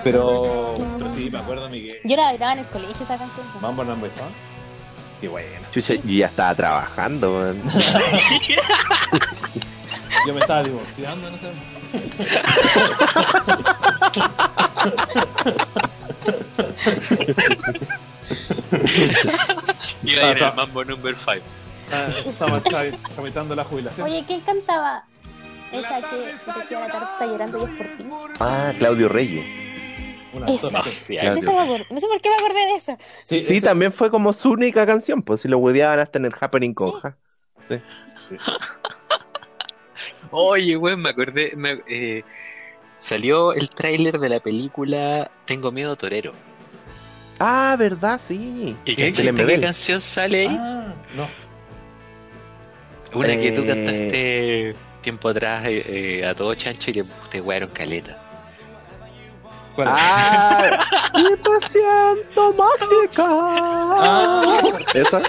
Speaker 4: Pero, pero sí, me acuerdo, Miguel.
Speaker 5: Yo la bailaba en el colegio esa canción. pues.
Speaker 4: Mambo Number Five. Qué bueno.
Speaker 1: Chucha, yo ya estaba trabajando, man.
Speaker 4: Yo me estaba divorciando, no sé.
Speaker 3: Iba a ir
Speaker 4: Ajá.
Speaker 3: el mambo number 5.
Speaker 4: Ah, Estaba tra- tramitando la jubilación.
Speaker 5: Oye, ¿quién cantaba esa que que decía la tarta llorando y es por ti?
Speaker 1: Ah, Claudio Reyes.
Speaker 4: Una
Speaker 5: Eso.
Speaker 4: torta.
Speaker 3: Sí,
Speaker 5: No sé, me acuerdo- no sé por qué me acordé de eso.
Speaker 4: Sí,
Speaker 1: Sí,
Speaker 4: ese-
Speaker 1: también fue como su única canción, pues si lo hueveaban hasta en el Happening con
Speaker 5: Sí.
Speaker 1: Ja.
Speaker 3: Oye, weón, me acordé. me- eh, salió el tráiler de la película Tengo Miedo Torero.
Speaker 1: Ah, verdad, sí.
Speaker 3: ¿Y
Speaker 1: Sí,
Speaker 3: cachaste
Speaker 1: del
Speaker 3: qué
Speaker 1: Embedel.
Speaker 3: canción sale ahí?
Speaker 4: Ah, no.
Speaker 3: Una que tú
Speaker 1: eh,
Speaker 3: cantaste tiempo atrás eh, eh, a todo chancho y que te wearon caleta.
Speaker 4: ¿Cuál?
Speaker 1: Ah, siento mágica.
Speaker 4: Ah,
Speaker 1: Esa,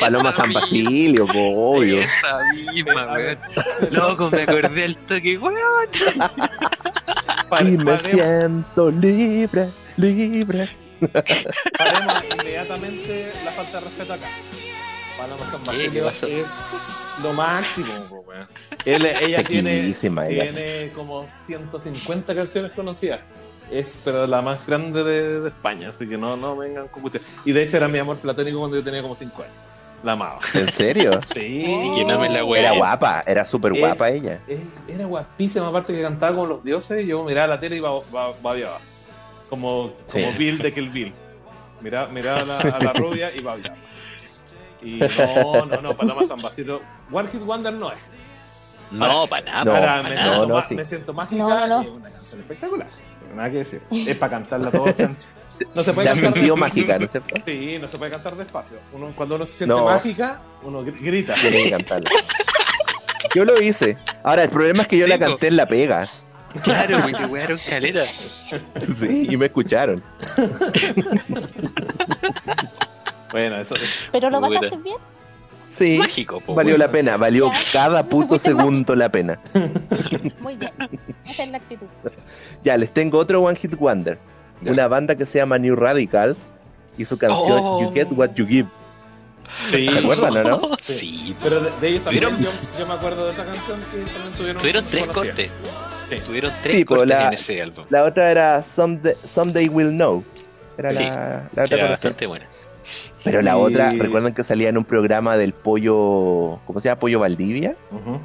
Speaker 1: Paloma San Basilio, po, obvio.
Speaker 3: Esa misma,
Speaker 4: A ver.
Speaker 3: weón. Loco, me acordé al toque, weón.
Speaker 4: pare-
Speaker 1: Y me
Speaker 4: paremos,
Speaker 1: siento libre, libre.
Speaker 4: paremos inmediatamente la falta de respeto acá. Paloma San
Speaker 3: ¿Qué
Speaker 4: Basilio
Speaker 3: pasó?
Speaker 4: es lo máximo, po, weón.
Speaker 1: Él,
Speaker 4: ella tiene,
Speaker 1: Sequísima, ella.
Speaker 4: tiene como 150 canciones conocidas. Es pero la más grande de, de España, así que no, no vengan con ustedes. Y de hecho era mi amor platónico cuando yo tenía como 5 años. La amaba.
Speaker 1: ¿En serio?
Speaker 4: Sí,
Speaker 3: Sí, que no me la
Speaker 1: Era
Speaker 3: weón.
Speaker 1: guapa, era súper guapa
Speaker 4: Es-
Speaker 1: ella.
Speaker 4: Eh, Era guapísima, aparte que cantaba con los dioses. Y yo miraba la tele y ba- ba- babeaba. Como, como
Speaker 1: Sí.
Speaker 4: Bill de Kill Bill. Miraba, miraba a, la, a la rubia y babeaba. Y no, no, no, Paloma San Basilio. One Hit Wonder no es.
Speaker 3: No, para nada,
Speaker 1: No,
Speaker 4: Ahora
Speaker 3: para
Speaker 4: me,
Speaker 3: nada.
Speaker 4: siento
Speaker 1: No, no,
Speaker 4: ma-
Speaker 1: sí.
Speaker 4: me siento mágica.
Speaker 5: No, no.
Speaker 4: y Es una canción espectacular. No hay Nada que decir. Es para cantarla todo chancho. No se puede
Speaker 1: La
Speaker 4: cantar.
Speaker 1: sintió mágica, ¿no es cierto?
Speaker 4: Sí, no se puede cantar despacio. Uno, cuando uno se siente
Speaker 1: No.
Speaker 4: mágica, uno gr- grita.
Speaker 1: Tiene que cantarla. Yo lo hice. Ahora, el problema es que yo
Speaker 3: Sí,
Speaker 1: la
Speaker 3: po.
Speaker 1: canté en la pega.
Speaker 3: Claro, weón, te wearon caleta.
Speaker 1: Sí, y me escucharon.
Speaker 4: Bueno, eso es.
Speaker 5: Pero lo
Speaker 3: Puta.
Speaker 5: pasaste bien.
Speaker 1: Sí,
Speaker 3: Mágico, po,
Speaker 1: valió
Speaker 3: weón.
Speaker 1: la pena, valió
Speaker 5: Ya.
Speaker 1: cada puto
Speaker 5: Fuiste
Speaker 1: segundo la pena.
Speaker 5: Muy bien. Esa es la actitud.
Speaker 1: Ya, les tengo otro One Hit Wonder.
Speaker 4: Ya.
Speaker 1: Una banda que se llama New Radicals y su canción
Speaker 3: Oh.
Speaker 1: You Get What You Give.
Speaker 4: Sí.
Speaker 1: ¿Se acuerdan o no?
Speaker 3: Sí.
Speaker 4: Pero de, de ellos también,
Speaker 3: Tuvieron-
Speaker 4: yo, yo me acuerdo de otra canción que también tuvieron.
Speaker 3: Tuvieron tres
Speaker 4: conocida.
Speaker 3: cortes.
Speaker 4: Sí.
Speaker 3: Tuvieron tres
Speaker 1: Sí, po,
Speaker 3: cortes
Speaker 1: la-
Speaker 3: en ese álbum.
Speaker 1: La otra era Someday, Someday Will Know. Era
Speaker 3: Sí,
Speaker 1: la, la otra
Speaker 3: que era
Speaker 1: canción.
Speaker 3: bastante buena.
Speaker 1: Pero la
Speaker 4: Y-
Speaker 1: otra, recuerden que salía en un programa del pollo, ¿cómo se llama? Pollo Valdivia.
Speaker 4: Ujú.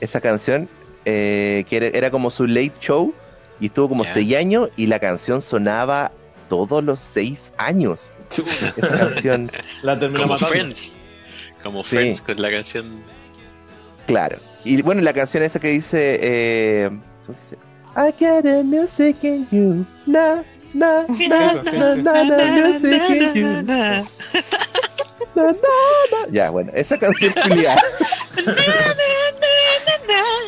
Speaker 1: Esa canción, eh, que era, era como su late show y estuvo como
Speaker 3: Ya.
Speaker 1: seis años y la canción sonaba todos los seis años.
Speaker 4: Chuta,
Speaker 1: Esa canción,
Speaker 4: La terminó
Speaker 3: Como
Speaker 4: matando.
Speaker 3: Friends. Como
Speaker 1: Sí.
Speaker 3: Friends con la canción.
Speaker 1: claro. Y bueno, la canción esa que dice, eh, ¿cómo dice? I got a music in you, na, na, na,
Speaker 4: Sí, sí,
Speaker 1: na,
Speaker 4: sí.
Speaker 1: na, na, music in you, na, na, na. Ya, bueno, esa canción culiada.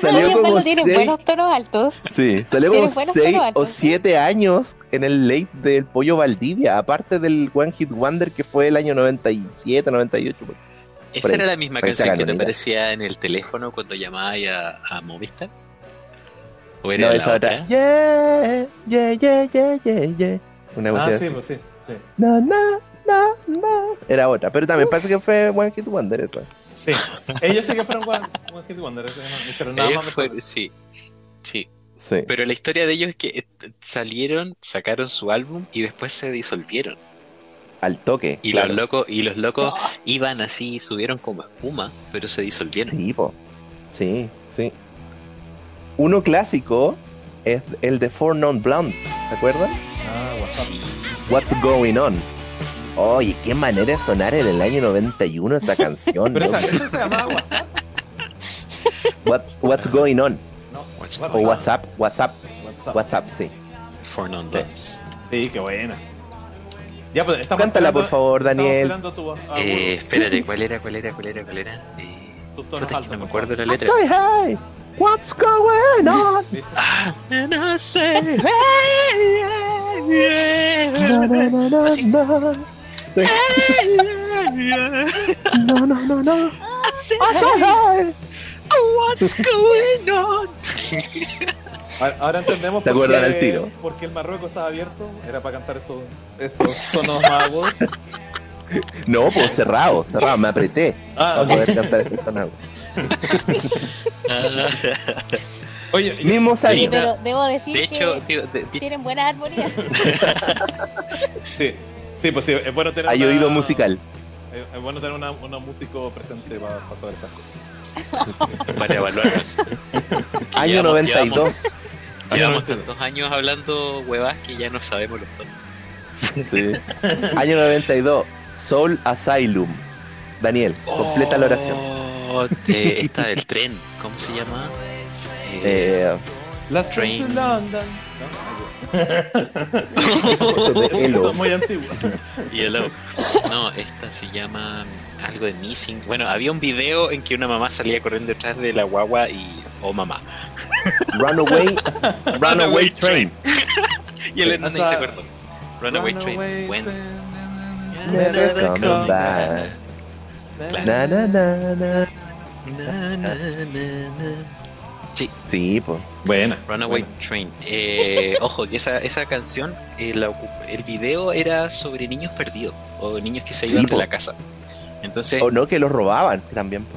Speaker 1: Salió
Speaker 5: Siempre
Speaker 1: como
Speaker 5: lo tienen
Speaker 1: seis-
Speaker 5: buenos tonos altos.
Speaker 1: Sí, salió
Speaker 5: Tiene
Speaker 1: como
Speaker 5: buenos
Speaker 1: 6 o
Speaker 5: peruanos, ¿sí?
Speaker 1: 7 años en el late del Pollo Valdivia, aparte del One Hit Wonder que fue el año 97, 98. pues.
Speaker 3: Esa
Speaker 1: Por ahí,
Speaker 3: era la misma
Speaker 1: por esa
Speaker 3: canción que te
Speaker 1: canonera.
Speaker 3: aparecía en el teléfono cuando llamabas a, a Movistar. ¿O era
Speaker 1: No,
Speaker 3: la
Speaker 1: esa
Speaker 3: otra?
Speaker 1: otra. Yeah, yeah, yeah, yeah, yeah, yeah. Una
Speaker 4: Ah,
Speaker 1: cuestión.
Speaker 4: sí, pues sí. Sí.
Speaker 1: No, no, no, no. Era otra, pero también parece que fue One Hit Wonder esa.
Speaker 4: sí. Ellos sí que fueron One, One Hit Wonder. ese no- ese era nada
Speaker 3: Ellos
Speaker 4: más me
Speaker 3: Eh, fue-
Speaker 4: acuerdo.
Speaker 3: sí. Sí.
Speaker 1: Sí.
Speaker 3: Pero la historia de ellos es que eh, salieron, sacaron su álbum y después se disolvieron.
Speaker 1: Al toque.
Speaker 3: Y
Speaker 1: claro.
Speaker 3: los locos, y los locos
Speaker 5: No,
Speaker 4: Ah.
Speaker 3: iban así, subieron como espuma, pero se disolvieron.
Speaker 1: Sí, po. Sí, sí. Uno clásico es el de Four Non Blonde, ¿se acuerdan?
Speaker 4: Ah, WhatsApp.
Speaker 3: Sí.
Speaker 1: What's Going On. Oye, qué manera de sonar en el año 91 esa canción.
Speaker 4: Pero
Speaker 1: ¿no?
Speaker 4: esa, eso se llamaba WhatsApp.
Speaker 1: What- what's Going On.
Speaker 4: No,
Speaker 3: What's-
Speaker 1: O WhatsApp, WhatsApp,
Speaker 4: WhatsApp.
Speaker 1: WhatsApp, sí.
Speaker 3: For non dance.
Speaker 4: Sí, qué buena. Ya, pues estamos.
Speaker 1: Cántala, por favor, Daniel.
Speaker 4: Estamos esperando tu, ah, a- a-
Speaker 3: Eh, espérate, ¿cuál era? ¿Cuál era? ¿Cuál era? ¿Cuál era? Eh,
Speaker 4: tus tonos
Speaker 3: puta, es que
Speaker 4: altos,
Speaker 3: no me
Speaker 4: por
Speaker 3: acuerdo la
Speaker 1: I
Speaker 3: letra.
Speaker 1: say hey, what's going on?
Speaker 3: Ah, and I say, hey, yeah,
Speaker 1: No,
Speaker 3: yeah.
Speaker 1: no, no,
Speaker 3: Así.
Speaker 1: no, no. No, no, no, no. I say hey.
Speaker 3: What's going on?
Speaker 4: favor. Ahora- Ahora entendemos
Speaker 1: ¿Te
Speaker 4: por
Speaker 1: acuerdan
Speaker 4: qué-
Speaker 1: al tiro?
Speaker 4: por qué el Marruecos estaba abierto. Era para cantar estos, estos sonos más agudos.
Speaker 1: No, pues cerrado, cerrado, me apreté
Speaker 4: Ah,
Speaker 1: para poder cantar este sonado.
Speaker 4: Oye, yo-
Speaker 1: Mismos
Speaker 5: sí,
Speaker 1: años.
Speaker 5: pero debo decir
Speaker 3: De hecho,
Speaker 5: que
Speaker 3: tío, de- de-
Speaker 5: tienen buenas armonías.
Speaker 4: sí, sí, pues sí, es bueno tener.
Speaker 1: Hay
Speaker 4: una-
Speaker 1: oído musical.
Speaker 4: Es es bueno tener una, una músico presente para, para saber esas cosas.
Speaker 3: para evaluarnos.
Speaker 1: Año
Speaker 3: llevamos-
Speaker 1: 92.
Speaker 3: llevamos- Llevamos
Speaker 4: entiendo.
Speaker 3: tantos años hablando huevas que ya no sabemos los tonos.
Speaker 1: Sí. Año 92, Soul Asylum. Daniel, completa la oración.
Speaker 3: Oh, de- esta del tren, ¿cómo se llama? Eh,
Speaker 1: Eh,
Speaker 4: Last
Speaker 3: Train.
Speaker 4: Train to London.
Speaker 1: de
Speaker 4: Eso
Speaker 1: Hello.
Speaker 4: es muy antiguo.
Speaker 3: Yellow. Eh, No, esta se llama algo de Missing. Bueno, había un video en que una mamá salía corriendo detrás de la guagua y. Oh, mamá.
Speaker 1: Runaway, Runaway Train.
Speaker 3: Y el
Speaker 1: Sí.
Speaker 3: Hernández
Speaker 4: O sea,
Speaker 3: se acordó. Runaway, Train. Bueno,
Speaker 1: Never
Speaker 4: Never
Speaker 1: come
Speaker 4: come
Speaker 1: back. Na, na, na, na. Sí, pues.
Speaker 4: Buena.
Speaker 3: Runaway Train. Eh, ojo, que esa, esa canción, eh, la ocu- el video era sobre niños perdidos o niños que se
Speaker 1: Sí,
Speaker 3: iban de
Speaker 1: po.
Speaker 3: la casa. Entonces,
Speaker 1: O Oh, no, que los robaban también. po.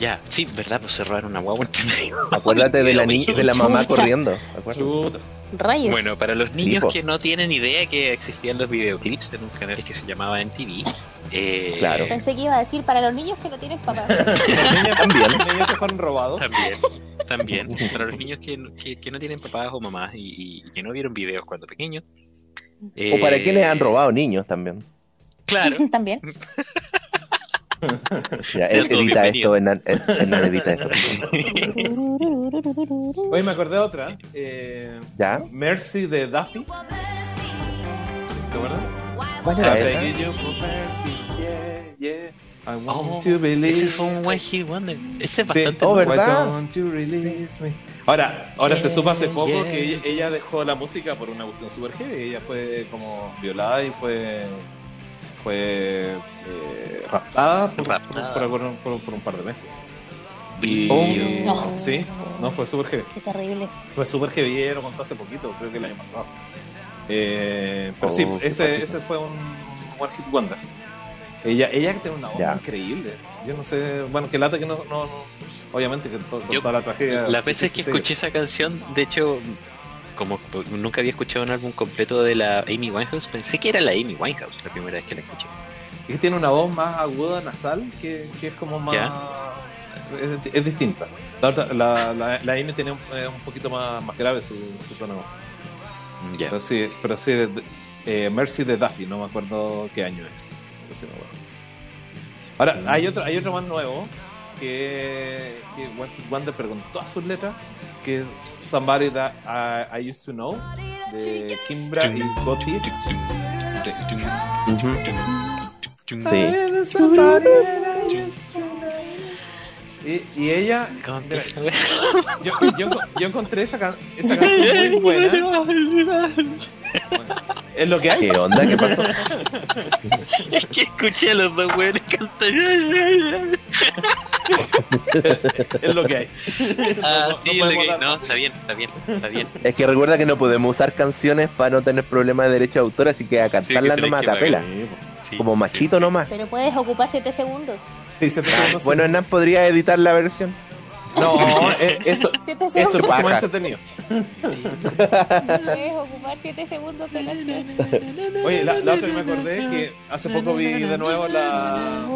Speaker 3: ya, sí, ¿verdad? Pues cerraron una guagua entre medio.
Speaker 1: Acuérdate de la, ni- de la mamá
Speaker 5: Chucha.
Speaker 1: corriendo. acuérdate.
Speaker 4: Chuta.
Speaker 5: Rayos.
Speaker 3: Bueno, para los niños
Speaker 1: po.
Speaker 3: que no tienen idea que existían los videoclips en un canal que se llamaba MTV, eh,
Speaker 1: Claro.
Speaker 5: Pensé que iba a decir para los niños que no tienen papá.
Speaker 4: Los niños,
Speaker 1: También.
Speaker 4: los niños que fueron robados.
Speaker 3: También, también. Para los niños que, no- que- que no tienen papás o mamás y, y que no vieron videos cuando pequeños.
Speaker 1: O para qué
Speaker 3: qué
Speaker 1: les han robado niños también.
Speaker 3: Claro,
Speaker 5: También.
Speaker 1: Ya,
Speaker 3: Sean
Speaker 1: ed-
Speaker 3: todos
Speaker 1: edita
Speaker 3: bienvenidos.
Speaker 1: esto, Hernán, ed- Hernán, edita esto.
Speaker 4: Hoy me acordé de otra. eh,
Speaker 1: ¿Ya?
Speaker 4: Mercy de Duffy. ¿Te acuerdas?
Speaker 1: ¿Cuál
Speaker 4: I
Speaker 1: era esa?
Speaker 4: beg you for mercy, yeah, yeah. I
Speaker 3: Oh,
Speaker 4: want to believe.
Speaker 3: ese fue un One Hit Wonder. Ese es
Speaker 4: Sí.
Speaker 3: bastante.
Speaker 1: Oh,
Speaker 4: Why
Speaker 1: ¿verdad?
Speaker 4: don't you release me? Ahora, ahora se supo hace poco
Speaker 3: Eh, Yeah.
Speaker 4: que ella, ella dejó la música por una cuestión super heavy. Ella fue como violada y fue fue eh, raptada, por,
Speaker 3: Raptada.
Speaker 4: por- por- por- por un par de meses. Oh,
Speaker 3: brillo.
Speaker 5: No.
Speaker 4: Sí, no fue super heavy.
Speaker 5: Qué terrible.
Speaker 4: Fue súper heavy, ella lo contó hace poquito, creo que el año pasado. Eh, pero
Speaker 1: Oh,
Speaker 4: sí,
Speaker 1: qué
Speaker 4: ese,
Speaker 1: patito.
Speaker 4: ese fue un One Hit Wonder. Ella, ella tiene una voz
Speaker 1: Ya.
Speaker 4: increíble. Yo no sé, bueno, que lata que no. no, no- obviamente que to- con
Speaker 3: Yo-
Speaker 4: toda la tragedia.
Speaker 3: Las veces que
Speaker 4: sí, sí,
Speaker 3: escuché esa canción, de hecho, como nunca había escuchado un álbum completo de la Amy Winehouse, pensé que era la Amy Winehouse la primera vez que la escuché.
Speaker 4: sí. Es que tiene una voz más aguda, nasal, que, que es como más. Es, es distinta. La, otra, la, la, la M tenía un, eh, un poquito más, más grave su, su tono.
Speaker 3: Mm, Ya.
Speaker 4: Pero sí, pero sí de- de- eh, Mercy de Duffy, no me acuerdo qué año es. Pero sí me acuerdo. Ahora, hay otro, hay otro más nuevo que, que One Hit Wonder preguntó todas sus letras, que es Somebody That I, I Used to Know, de Kimbra y Gotti.
Speaker 1: Sí.
Speaker 4: Y, y ella,
Speaker 3: ¿Cómo
Speaker 4: mira,
Speaker 3: empieza, güey?
Speaker 4: yo, yo, yo encontré esa, can- esa canción muy buena. Bueno, es lo que hay.
Speaker 1: ¿Qué onda? ¿Qué pasó?
Speaker 3: Es que escuché a los dos güeyes cantar.
Speaker 4: Es lo que hay.
Speaker 3: Ah,
Speaker 4: No-
Speaker 3: sí,
Speaker 4: no
Speaker 3: es lo
Speaker 4: podemos
Speaker 3: que-
Speaker 4: dar-
Speaker 3: no, está bien, está bien, está bien.
Speaker 1: Es que recuerda que no podemos usar canciones para no tener problemas de derecho de autor, así que a cantarlas
Speaker 3: se les
Speaker 1: nomás a
Speaker 3: quema,
Speaker 1: capela.
Speaker 4: Sí, po.
Speaker 3: Sí,
Speaker 1: Como
Speaker 3: sí,
Speaker 1: machito
Speaker 3: sí.
Speaker 1: nomás.
Speaker 5: Pero puedes ocupar 7 segundos.
Speaker 4: Sí, se está haciendo
Speaker 1: Bueno,
Speaker 4: así.
Speaker 1: Hernán, ¿podría editar la versión?
Speaker 4: no, eh, esto,
Speaker 5: 7
Speaker 4: esto es
Speaker 5: segundos.
Speaker 4: mucho
Speaker 1: Baja.
Speaker 4: más entretenido.
Speaker 5: puedes ocupar 7 segundos de canción.
Speaker 4: Oye, la, la otra que me acordé es que hace poco vi de nuevo la.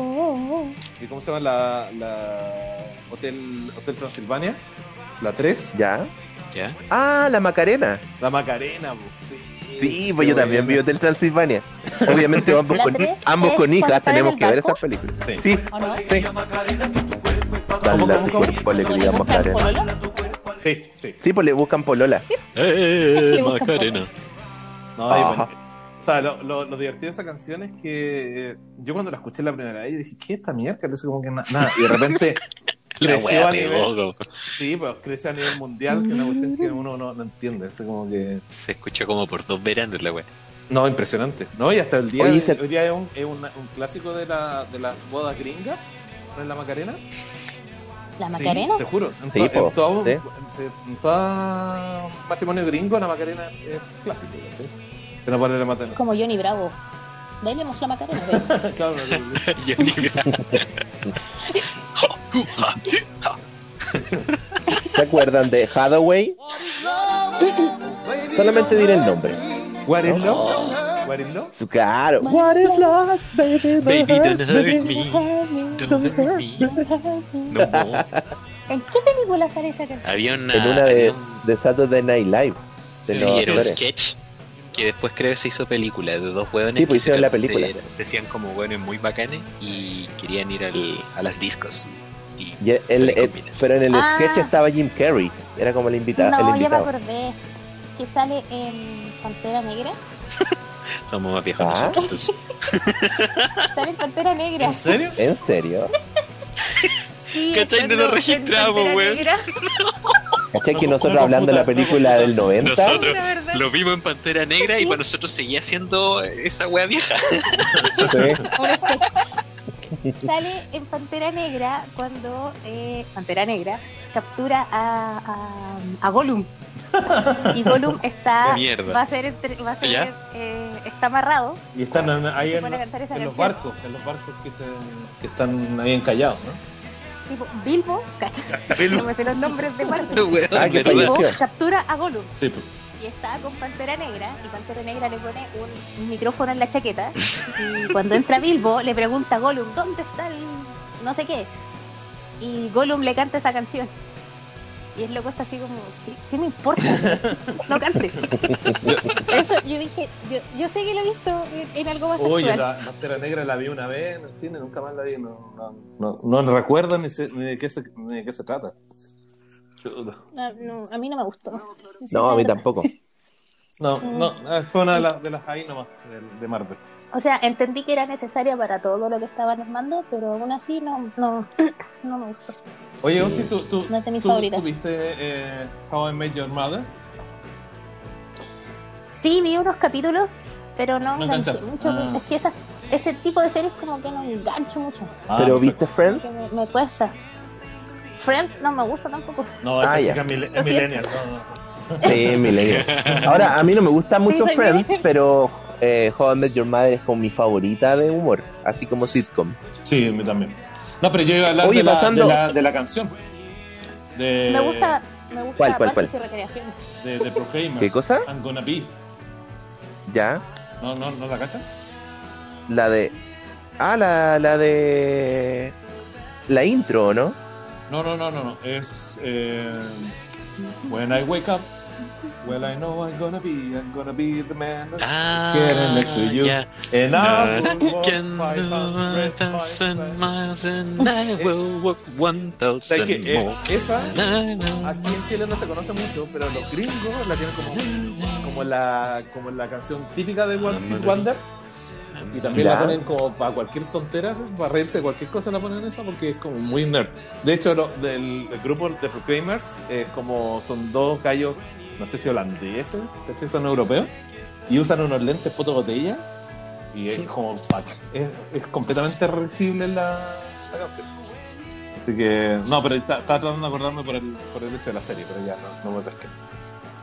Speaker 4: ¿y ¿Cómo se llama? La. la Hotel, Hotel Transilvania, la 3.
Speaker 1: ¿Ya?
Speaker 3: ¿Ya?
Speaker 1: Ah, la Macarena.
Speaker 4: La Macarena, po. sí.
Speaker 1: Sí, pues yo
Speaker 4: Qué
Speaker 1: también vi
Speaker 4: buena.
Speaker 1: Hotel Transilvania. Obviamente ambos
Speaker 5: La
Speaker 1: con,
Speaker 5: tres
Speaker 1: ambos
Speaker 5: es
Speaker 1: con
Speaker 5: cuando
Speaker 1: hijas
Speaker 5: están en
Speaker 1: tenemos
Speaker 5: el
Speaker 1: que ver
Speaker 5: barco.
Speaker 1: esas películas.
Speaker 4: Sí.
Speaker 1: Sí,
Speaker 5: ¿O no?
Speaker 1: sí.
Speaker 4: ¿Cómo,
Speaker 1: Dale a
Speaker 4: cómo,
Speaker 1: tu
Speaker 4: cómo?
Speaker 1: cuerpo alegría,
Speaker 5: ¿Solo buscan
Speaker 1: Macarena.
Speaker 5: pololo?
Speaker 4: Sí, sí.
Speaker 1: Sí, pues le buscan polola.
Speaker 3: ¡Eh,
Speaker 5: Sí, busca
Speaker 3: Macarena!
Speaker 4: No, ahí,
Speaker 1: Ajá.
Speaker 4: bueno. O sea, lo, lo, lo divertido de esa canción es que eh, yo cuando la escuché la primera vez dije, ¿qué es esta mierda? Le hice como que na- nada. Y de repente
Speaker 3: La
Speaker 4: creció
Speaker 3: wea
Speaker 4: a
Speaker 3: pegó,
Speaker 4: nivel,
Speaker 3: como-
Speaker 4: sí, pues crece a nivel mundial, que es una cuestión que uno no, no entiende. Es como que.
Speaker 3: Se escuchó como por dos veranos la wea.
Speaker 4: No, impresionante. No, y hasta el día
Speaker 1: Oye,
Speaker 4: de-
Speaker 1: se-
Speaker 4: hoy día es un, es una- un clásico de la de las bodas gringas, ¿no es la Macarena?
Speaker 5: ¿La
Speaker 4: Sí,
Speaker 5: Macarena?
Speaker 4: te juro. En,
Speaker 1: Sí,
Speaker 4: to- en
Speaker 1: po,
Speaker 4: todo,
Speaker 1: sí.
Speaker 4: en- en todo matrimonio gringo la Macarena es clásico, ¿sí? Se nos pone la Macarena.
Speaker 5: Como Johnny Bravo. Bailemos la Macarena. ve.
Speaker 4: Claro, no, no, no.
Speaker 3: Yo ni
Speaker 1: ¿Se acuerdan de Hathaway? Solamente diré el nombre.
Speaker 4: What is love? What is love?
Speaker 1: Su caro.
Speaker 5: What is
Speaker 1: love, baby?
Speaker 3: Baby, don't hurt me. Don't hurt me. No more.
Speaker 5: ¿En qué película sale esa canción?
Speaker 3: Había una,
Speaker 1: en una
Speaker 3: había
Speaker 1: de,
Speaker 3: un-
Speaker 1: de Saturday Night Live. De
Speaker 3: Sí,
Speaker 1: los
Speaker 3: era un
Speaker 1: actores.
Speaker 3: sketch que después creo que se hizo película de dos hueones
Speaker 1: Sí, pues
Speaker 3: que se,
Speaker 1: hicieron la
Speaker 3: se-
Speaker 1: película.
Speaker 3: se hacían como hueones muy bacanes y querían ir al- a las discos. Y
Speaker 1: Y el-
Speaker 3: se
Speaker 1: el-
Speaker 3: combinan.
Speaker 1: pero en el
Speaker 5: Ah.
Speaker 1: sketch estaba Jim Carrey. Era como el, invita el
Speaker 5: no, ya me
Speaker 1: invitado.
Speaker 5: acordé. Que sale en Pantera Negra.
Speaker 3: Somos más viejos
Speaker 1: Ah.
Speaker 3: nosotros, entonces,
Speaker 5: Sale en Pantera Negra.
Speaker 4: ¿En serio?
Speaker 1: ¿En serio?
Speaker 8: Sí,
Speaker 3: ¿Cachai? No lo
Speaker 8: cuando-
Speaker 3: registramos,
Speaker 8: en Pantera
Speaker 3: weón.
Speaker 8: Negra.
Speaker 1: ¿Cachai que
Speaker 4: No,
Speaker 1: nosotros
Speaker 4: no,
Speaker 1: hablando de la
Speaker 4: puta,
Speaker 1: película
Speaker 4: no,
Speaker 1: del 90?
Speaker 3: Nosotros
Speaker 8: La verdad.
Speaker 3: lo vimos en Pantera Negra y para nosotros seguía siendo esa wea vieja.
Speaker 1: Sí.
Speaker 5: Un sketch. Sale en Pantera Negra cuando eh, Pantera Negra captura a, a, a Gollum. Y Gollum está
Speaker 3: De mierda.
Speaker 5: va a ser, entre- va a ser
Speaker 3: ¿Ya?
Speaker 5: eh, está amarrado.
Speaker 4: Y están en- ahí
Speaker 5: Se
Speaker 4: en,
Speaker 5: pone a cantar esa
Speaker 4: en los
Speaker 5: canción.
Speaker 4: barcos, en los barcos que, se, que están ahí encallados, ¿no?
Speaker 5: Tipo, Bilbo, cacha, no me sé los nombres de cuarto.
Speaker 3: Weón,
Speaker 1: Ah, qué
Speaker 3: ¿verdad?
Speaker 5: Bilbo
Speaker 1: falleció.
Speaker 5: captura a Gollum
Speaker 4: Sí, pues.
Speaker 5: y está con Pantera Negra y Pantera Negra le pone un, un micrófono en la chaqueta y cuando entra Bilbo le pregunta a Gollum ¿dónde está el no sé qué? y Gollum le canta esa canción y el loco está así como ¿qué, qué me importa? no cantes eso yo dije yo, yo sé que lo he visto en, en algo más
Speaker 4: Oye,
Speaker 5: actual
Speaker 4: la Pantera Negra la vi una vez en el cine, nunca más la vi. No, no, no, no recuerdo ni, se- ni de qué se, ni de qué se trata. Chuta.
Speaker 5: Ah, no, a mí no me gustó sé
Speaker 1: No, a mí
Speaker 5: qué-
Speaker 1: tampoco.
Speaker 4: No,
Speaker 5: Ah.
Speaker 4: no, eh, fue una de las, de las ahí nomás, de, de Marvel.
Speaker 5: O sea, entendí que era necesaria para todo lo que estaban armando, pero aún así no, no, no me gustó.
Speaker 4: Oye, Ozzy, ¿tú, tú,
Speaker 5: No es de mis
Speaker 4: tú-
Speaker 5: favoritas.
Speaker 4: tú viste eh, How I Met Your Mother?
Speaker 5: Sí, vi unos capítulos, pero no
Speaker 4: No
Speaker 5: enganché
Speaker 4: enganchaste.
Speaker 5: mucho.
Speaker 4: Ah.
Speaker 5: Es que esa- ese tipo de series como que no engancho mucho,
Speaker 1: Ah,
Speaker 4: Ah,
Speaker 1: ¿Pero viste Friends?
Speaker 5: que me, me cuesta. Friends no me gusta tampoco.
Speaker 4: No,
Speaker 1: Ah,
Speaker 4: esta
Speaker 1: ya.
Speaker 4: chica es mil- es
Speaker 5: Lo siento.
Speaker 4: millennial. No, no.
Speaker 1: Sí, Millennial. Ahora, a mí no me gusta mucho
Speaker 5: soy
Speaker 1: Friends,
Speaker 5: millennial.
Speaker 1: pero eh, How I Met Your Mother es como mi favorita de humor, así como sitcom.
Speaker 4: Sí, a mí también. No, pero yo iba a hablar
Speaker 1: Oye,
Speaker 4: de, la,
Speaker 1: pasando-
Speaker 4: de, la, de la canción. De,
Speaker 5: Me gusta, me gusta
Speaker 1: ¿cuál, cuál,
Speaker 5: Parques y Recreaciones.
Speaker 4: De, de Proclaimers.
Speaker 1: ¿Qué cosa?
Speaker 4: I'm Gonna Be.
Speaker 1: ¿Ya?
Speaker 4: ¿No, no, no la cachan?
Speaker 1: La de... Ah, la, la de... La intro, ¿no?
Speaker 4: No, no, no, no, no. Es eh, When I wake up, well I know I'm gonna be, I'm gonna be the man.
Speaker 3: Ah,
Speaker 4: Getting next to you.
Speaker 3: ya.
Speaker 4: And I
Speaker 3: No.
Speaker 4: will walk
Speaker 3: Can do
Speaker 4: 500,
Speaker 3: 1,000
Speaker 4: 500.
Speaker 3: miles and I will walk
Speaker 4: ¿Sabes qué?
Speaker 3: 1,000
Speaker 4: Eh,
Speaker 3: more.
Speaker 4: esa
Speaker 3: Na, na.
Speaker 4: aquí en Chile no se conoce mucho, pero los gringos la tienen como, como, la, como la canción típica de One Hit Wonder. Y también
Speaker 1: Ya.
Speaker 4: la ponen como para cualquier tontera, para reírse de cualquier cosa la ponen esa porque es como muy nerd. De hecho, lo- del el grupo de Proclaimers, eh, como son dos gallos, no sé si holandeses, no sé si son europeos, y usan unos lentes foto botella, y es como pa- es, es completamente risible la, la canción. Así que, no, pero está- estaba tratando de acordarme por el, por el hecho de la serie, pero ya no, no me pesqué.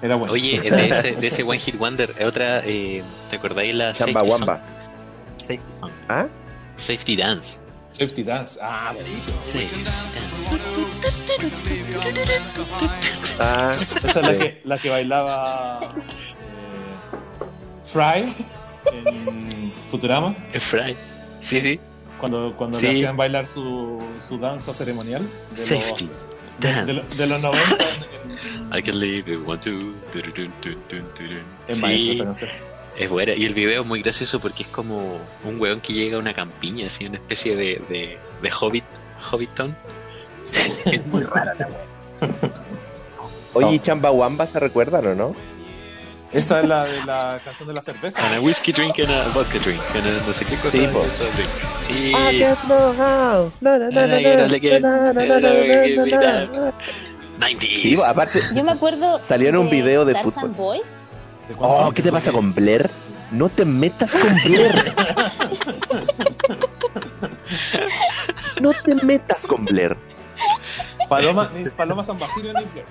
Speaker 4: Era bueno.
Speaker 3: Oye, de ese, de ese One Hit Wonder, eh, otra, eh, ¿te acordáis la
Speaker 1: Chamba
Speaker 3: Safety
Speaker 1: Wamba.
Speaker 3: Song? Safety Song.
Speaker 1: ¿Ah?
Speaker 3: Safety Dance.
Speaker 4: Safety Dance. Ah, buenísimo.
Speaker 3: Safety Dance.
Speaker 1: Ah,
Speaker 4: Esa es la
Speaker 1: Sí.
Speaker 4: que, la que bailaba eh, Fry en Futurama,
Speaker 3: Eh, Fry. Sí, sí.
Speaker 4: cuando, cuando
Speaker 3: Sí.
Speaker 4: le hacían bailar su, su danza ceremonial. De
Speaker 3: Safety
Speaker 4: Los, de,
Speaker 3: Dance.
Speaker 4: lo- de los 90
Speaker 3: I can leave if I want to. Du, du, du, du, du, du, du.
Speaker 4: en
Speaker 3: Sí.
Speaker 4: maestra esa canción.
Speaker 3: Es buena, y el video es muy gracioso porque es como un weón que llega a una campiña, así, una especie de, de, de hobbit, hobbiton. es muy rara la weá.
Speaker 1: oye, ¿y Chambawamba se recuerdan o no?
Speaker 4: Esa es la de la canción de la cerveza.
Speaker 1: Ah,
Speaker 3: And a whiskey drink and a vodka drink, and a no sé qué cosa.
Speaker 1: Sí, po.
Speaker 3: and a drink. Sí,
Speaker 5: Ah,
Speaker 1: I just know how. Na, na, na, na,
Speaker 3: Ay, dale
Speaker 1: na,
Speaker 3: que-
Speaker 1: na, na, na,
Speaker 3: dale que
Speaker 1: na, na,
Speaker 3: mira.
Speaker 1: na.
Speaker 3: 90s.
Speaker 1: Sí, aparte,
Speaker 5: Yo me acuerdo.
Speaker 1: Salió en un video de
Speaker 5: Tarzan
Speaker 1: fútbol.
Speaker 5: Boy.
Speaker 4: ¿De cuándo?
Speaker 1: Oh, ¿qué te pasa con Blair? No te metas con Blair. No te metas con Blair.
Speaker 4: Paloma, ni Paloma San Basilio ni Blair.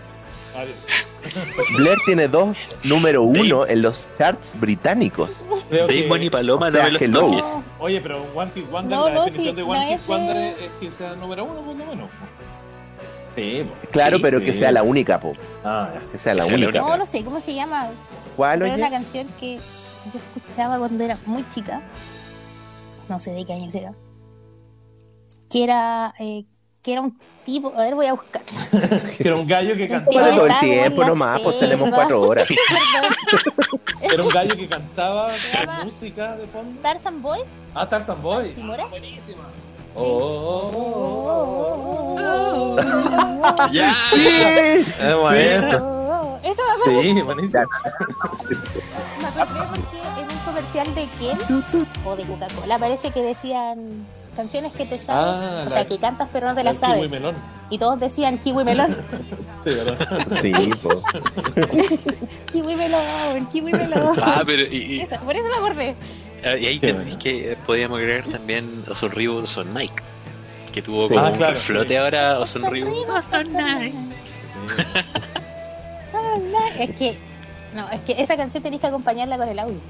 Speaker 4: Adiós.
Speaker 1: Blair tiene dos número uno en los charts británicos.
Speaker 4: Creo
Speaker 3: Dave
Speaker 4: que-
Speaker 3: Bunny y Paloma,
Speaker 1: o sea,
Speaker 3: dame los
Speaker 1: hello.
Speaker 3: toques.
Speaker 4: Oye, pero One Hit Wonder,
Speaker 5: No,
Speaker 4: la
Speaker 5: no,
Speaker 4: definición
Speaker 5: sí,
Speaker 4: de One
Speaker 5: no
Speaker 4: Hit
Speaker 5: es de-
Speaker 4: Wonder es, es que sea número uno, por lo menos. Sí, po.
Speaker 1: Claro,
Speaker 3: Sí,
Speaker 1: pero que
Speaker 4: sí.
Speaker 1: sea la única, po.
Speaker 4: Ah, ya.
Speaker 1: Que sea la
Speaker 3: Que sea la
Speaker 1: única.
Speaker 5: No, no sé cómo se llama.
Speaker 1: ¿Cuál,
Speaker 5: Era una
Speaker 1: oye?
Speaker 5: canción que yo escuchaba cuando era muy chica. No sé de qué año será. Que era. eh, que era un tipo, a ver, voy a buscar.
Speaker 4: Que era un gallo que
Speaker 5: Sí,
Speaker 4: cantaba.
Speaker 5: Pero
Speaker 1: Para todo el
Speaker 5: estamos en
Speaker 1: tiempo
Speaker 5: la
Speaker 1: nomás, pues tenemos
Speaker 5: selva.
Speaker 1: cuatro horas.
Speaker 5: Perdón,
Speaker 4: Era un gallo que cantaba con
Speaker 5: llama-
Speaker 4: música de fondo.
Speaker 5: Tarzan Boy,
Speaker 4: Ah, Tarzan Boy.
Speaker 5: Timora.
Speaker 4: Buenísima. Oh, oh, oh, oh,
Speaker 3: ¡Ya!
Speaker 1: Vamos a ver.
Speaker 5: Oh, Eso
Speaker 4: oh. Sí, buenísima.
Speaker 5: me acordé porque en un comercial de Ken o de Coca-Cola parece que decían canciones que te sabes,
Speaker 4: Ah,
Speaker 5: o sea,
Speaker 4: la-
Speaker 5: que cantas pero no te
Speaker 4: El
Speaker 5: las sabes.
Speaker 4: Kiwi melón.
Speaker 5: Y todos decían kiwi melón,
Speaker 4: Sí, verdad.
Speaker 1: Sí, po.
Speaker 5: kiwi melón, kiwi melón.
Speaker 3: Ah, pero y, y-
Speaker 5: Eso, por eso me acordé.
Speaker 3: ah, y ahí
Speaker 4: Qué
Speaker 3: tenéis que eh, podíamos agregar también Osun Ryu Son Nike, que tuvo
Speaker 1: Sí.
Speaker 3: como
Speaker 4: Ah,
Speaker 3: un
Speaker 4: claro,
Speaker 3: flote
Speaker 4: sí.
Speaker 3: ahora Osun Ryu.
Speaker 5: Sonríe, sonríe. Es que, no, es que esa canción tenés que acompañarla con el audio.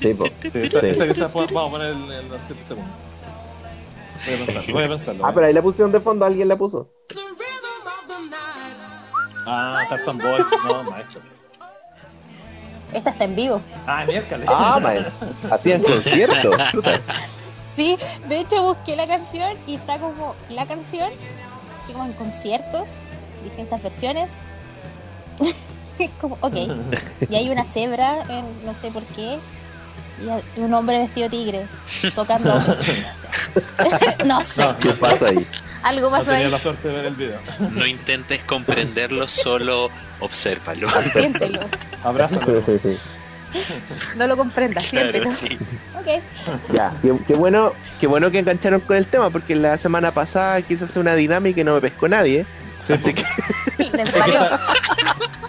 Speaker 1: Sí, po.
Speaker 4: Sí, esa,
Speaker 1: Sí.
Speaker 4: esa quizás pod- vamos a poner en- en los 7 segundos. Voy a pensarlo, voy a pensarlo.
Speaker 1: Ah, pero ahí la pusieron de fondo, alguien la puso.
Speaker 4: Ah, Tarzan Boy, no, maestro.
Speaker 5: Esta está en vivo.
Speaker 4: Ah, miércoles.
Speaker 1: Ah, maestro. Hacían concierto. Puta.
Speaker 5: Sí, de hecho busqué la canción y está como la canción, así como en conciertos, distintas versiones. Es como, ok. Y hay una cebra, en- no sé por qué, y hay un hombre vestido tigre tocando. No sé, no sé.
Speaker 1: ¿Qué pasa ahí?
Speaker 4: no
Speaker 5: algo
Speaker 1: pues
Speaker 5: pasó
Speaker 4: tenía
Speaker 5: ahí.
Speaker 4: la suerte de ver el video.
Speaker 3: No intentes comprenderlo, solo obsérvalo.
Speaker 5: Siéntelo,
Speaker 4: Abrázalo.
Speaker 5: no lo comprendas, siéntelo.
Speaker 3: Claro, sí.
Speaker 5: Ok.
Speaker 1: Ya, qué, qué bueno, qué bueno que engancharon con el tema, porque la semana pasada quise hacer una dinámica y no me pescó nadie.
Speaker 4: Sí,
Speaker 1: Así
Speaker 4: Así
Speaker 1: que
Speaker 5: Me
Speaker 4: Es que
Speaker 5: valió.
Speaker 4: está-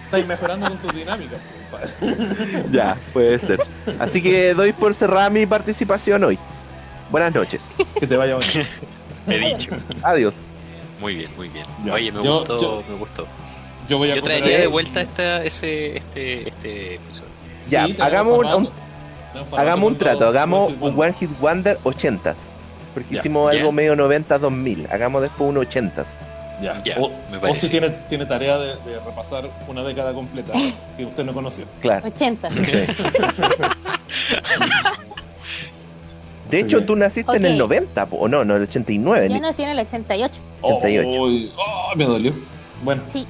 Speaker 4: estáis mejorando con tu dinámica. compadre.
Speaker 1: ya, puede ser. Así que doy por cerrada mi participación hoy. Buenas noches.
Speaker 4: Que te vaya bonito.
Speaker 3: He dicho.
Speaker 1: Adiós.
Speaker 3: Muy bien, muy bien.
Speaker 4: Ya.
Speaker 3: Oye, me
Speaker 4: Yo-
Speaker 3: gustó,
Speaker 4: yo-
Speaker 3: me gustó.
Speaker 4: Yo voy a
Speaker 3: Yo
Speaker 4: comer
Speaker 3: traería de
Speaker 4: ahí.
Speaker 3: vuelta esta, ese, este, este episodio.
Speaker 4: Sí,
Speaker 1: Ya,
Speaker 4: tenemos
Speaker 1: hagamos un-
Speaker 4: formato.
Speaker 1: un-
Speaker 4: Tenemos formato
Speaker 1: Hagamos un
Speaker 4: cuando-
Speaker 1: trato, hagamos
Speaker 4: cuando-
Speaker 1: un One Hit Wonder 80s. Porque
Speaker 4: Ya,
Speaker 1: hicimos
Speaker 3: ya.
Speaker 1: algo medio 90-2000. Hagamos después un 80s.
Speaker 4: Ya,
Speaker 3: Ya,
Speaker 4: o,
Speaker 3: me
Speaker 4: o
Speaker 3: parece.
Speaker 4: si tiene, tiene tarea de, de repasar una década completa que usted no conoció.
Speaker 1: Claro.
Speaker 5: 80.
Speaker 1: De hecho, tú naciste en el
Speaker 5: Ok.
Speaker 1: 90, po, o no, no, el 89.
Speaker 5: Yo
Speaker 1: ni-
Speaker 5: nací en el 88.
Speaker 1: 88.
Speaker 4: Oh, uy, oh, me dolió. Bueno,
Speaker 5: Sí,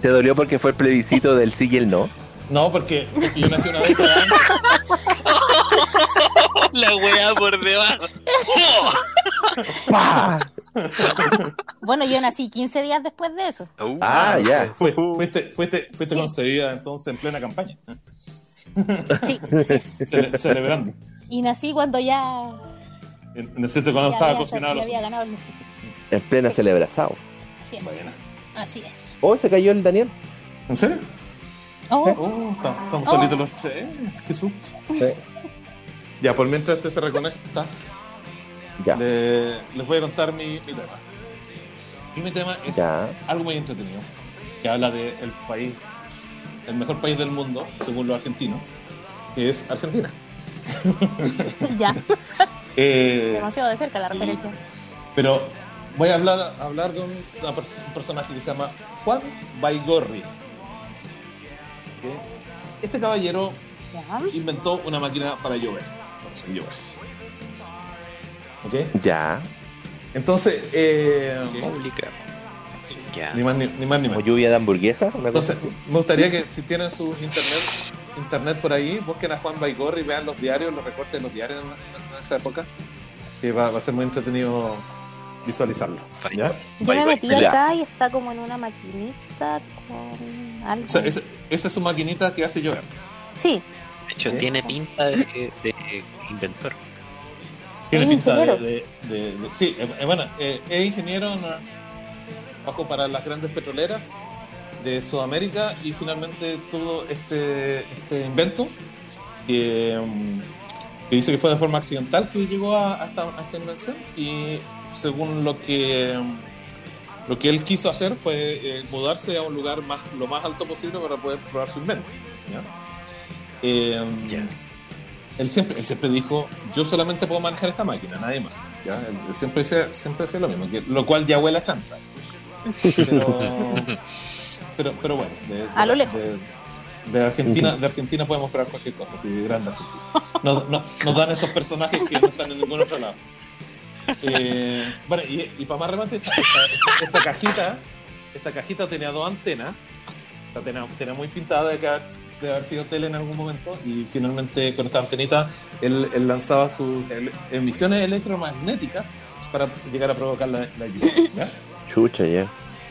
Speaker 1: Te dolió porque fue el plebiscito del sí y el no.
Speaker 4: no, porque, porque yo nací una década antes.
Speaker 3: La weá por debajo.
Speaker 1: ¡Pah!
Speaker 5: bueno, yo nací 15 días después de eso.
Speaker 1: Ah, ya.
Speaker 4: Fue- Fuiste, fuiste, fuiste concebida entonces en plena campaña,
Speaker 5: Sí, sí.
Speaker 4: cele- celebrando.
Speaker 5: Y nací cuando ya
Speaker 4: En- Naciste cuando
Speaker 5: Ya
Speaker 4: Ah, estaba
Speaker 5: había-
Speaker 4: cocinado.
Speaker 5: ya
Speaker 4: los-
Speaker 5: había ganado el-
Speaker 1: En plena celebración.
Speaker 5: Así es.
Speaker 4: Buena.
Speaker 5: Así es.
Speaker 1: Oh, se cayó el Daniel.
Speaker 4: ¿En serio?
Speaker 5: Oh,
Speaker 4: Oh, está- estamos
Speaker 5: Oh.
Speaker 4: solitos los tres. Qué susto. Ya, por mientras este se reconecta,
Speaker 1: Ya.
Speaker 4: le- les voy a contar mi, mi tema. Y mi tema es
Speaker 1: Ya.
Speaker 4: algo muy entretenido, que habla del país, el mejor país del mundo, según los argentinos, que es Argentina.
Speaker 5: ya.
Speaker 4: Eh,
Speaker 5: Demasiado de cerca la referencia.
Speaker 4: pero voy a hablar, hablar de un, una pers- un personaje que se llama Juan Baigorri. Que Este caballero
Speaker 5: Ya.
Speaker 4: inventó una máquina para llover, para hacer llover. ¿Ok?
Speaker 1: Ya.
Speaker 4: Entonces, eh,
Speaker 3: Holy crap.
Speaker 4: sí,
Speaker 3: Ya.
Speaker 4: ni más ni, ni más ni
Speaker 1: ¿Como
Speaker 4: menos.
Speaker 1: lluvia de hamburguesa? Una cosa
Speaker 4: Entonces, me gustaría que si tienen su internet, internet por ahí, busquen a Juan Baigorri, vean los diarios, los recortes de los diarios en, en esa época, que va, va a ser muy entretenido visualizarlo. ¿ya?
Speaker 5: Yo
Speaker 3: Bye,
Speaker 5: me
Speaker 3: bye.
Speaker 5: metí
Speaker 1: Ya.
Speaker 5: acá y está como en una maquinita con algo.
Speaker 4: O sea, ese- esa es su maquinita que hace llover.
Speaker 5: Sí,
Speaker 3: De hecho, tiene pinta de, de- de inventor.
Speaker 5: Es ingeniero.
Speaker 4: de, de- de- Sí, eh, eh, bueno, eh, es ingeniero, en una- trabajó para las grandes petroleras de Sudamérica y finalmente tuvo este, este invento que, mm, que dice que fue de forma accidental que llegó a, a esta, a esta invención y según lo que mm, lo que él quiso hacer fue eh, mudarse a un lugar más lo más alto posible para poder probar su invento. ¿ya? Em,
Speaker 3: Ya.
Speaker 4: él siempre, él siempre dijo, yo solamente puedo manejar esta máquina, nadie más. ¿ya? Él- él siempre decía, siempre decía lo mismo, que- lo cual ya huele a chanta. Pero, pero, pero bueno, de, de-
Speaker 5: A lo lejos.
Speaker 4: de- de Argentina, de Argentina podemos esperar cualquier cosa, así de grande Argentina. Nos, nos- nos dan estos personajes que no están en ningún otro lado. Eh, bueno, y, y para más remate, esta, esta- esta cajita, esta cajita tenía dos antenas. La tenía, tenía muy pintada de, que haber- de haber sido tele en algún momento. Y finalmente con esta antenita él, él lanzaba sus ele- emisiones electromagnéticas para llegar a provocar la, la lluvia. ¿ya?
Speaker 1: Chucha, ya.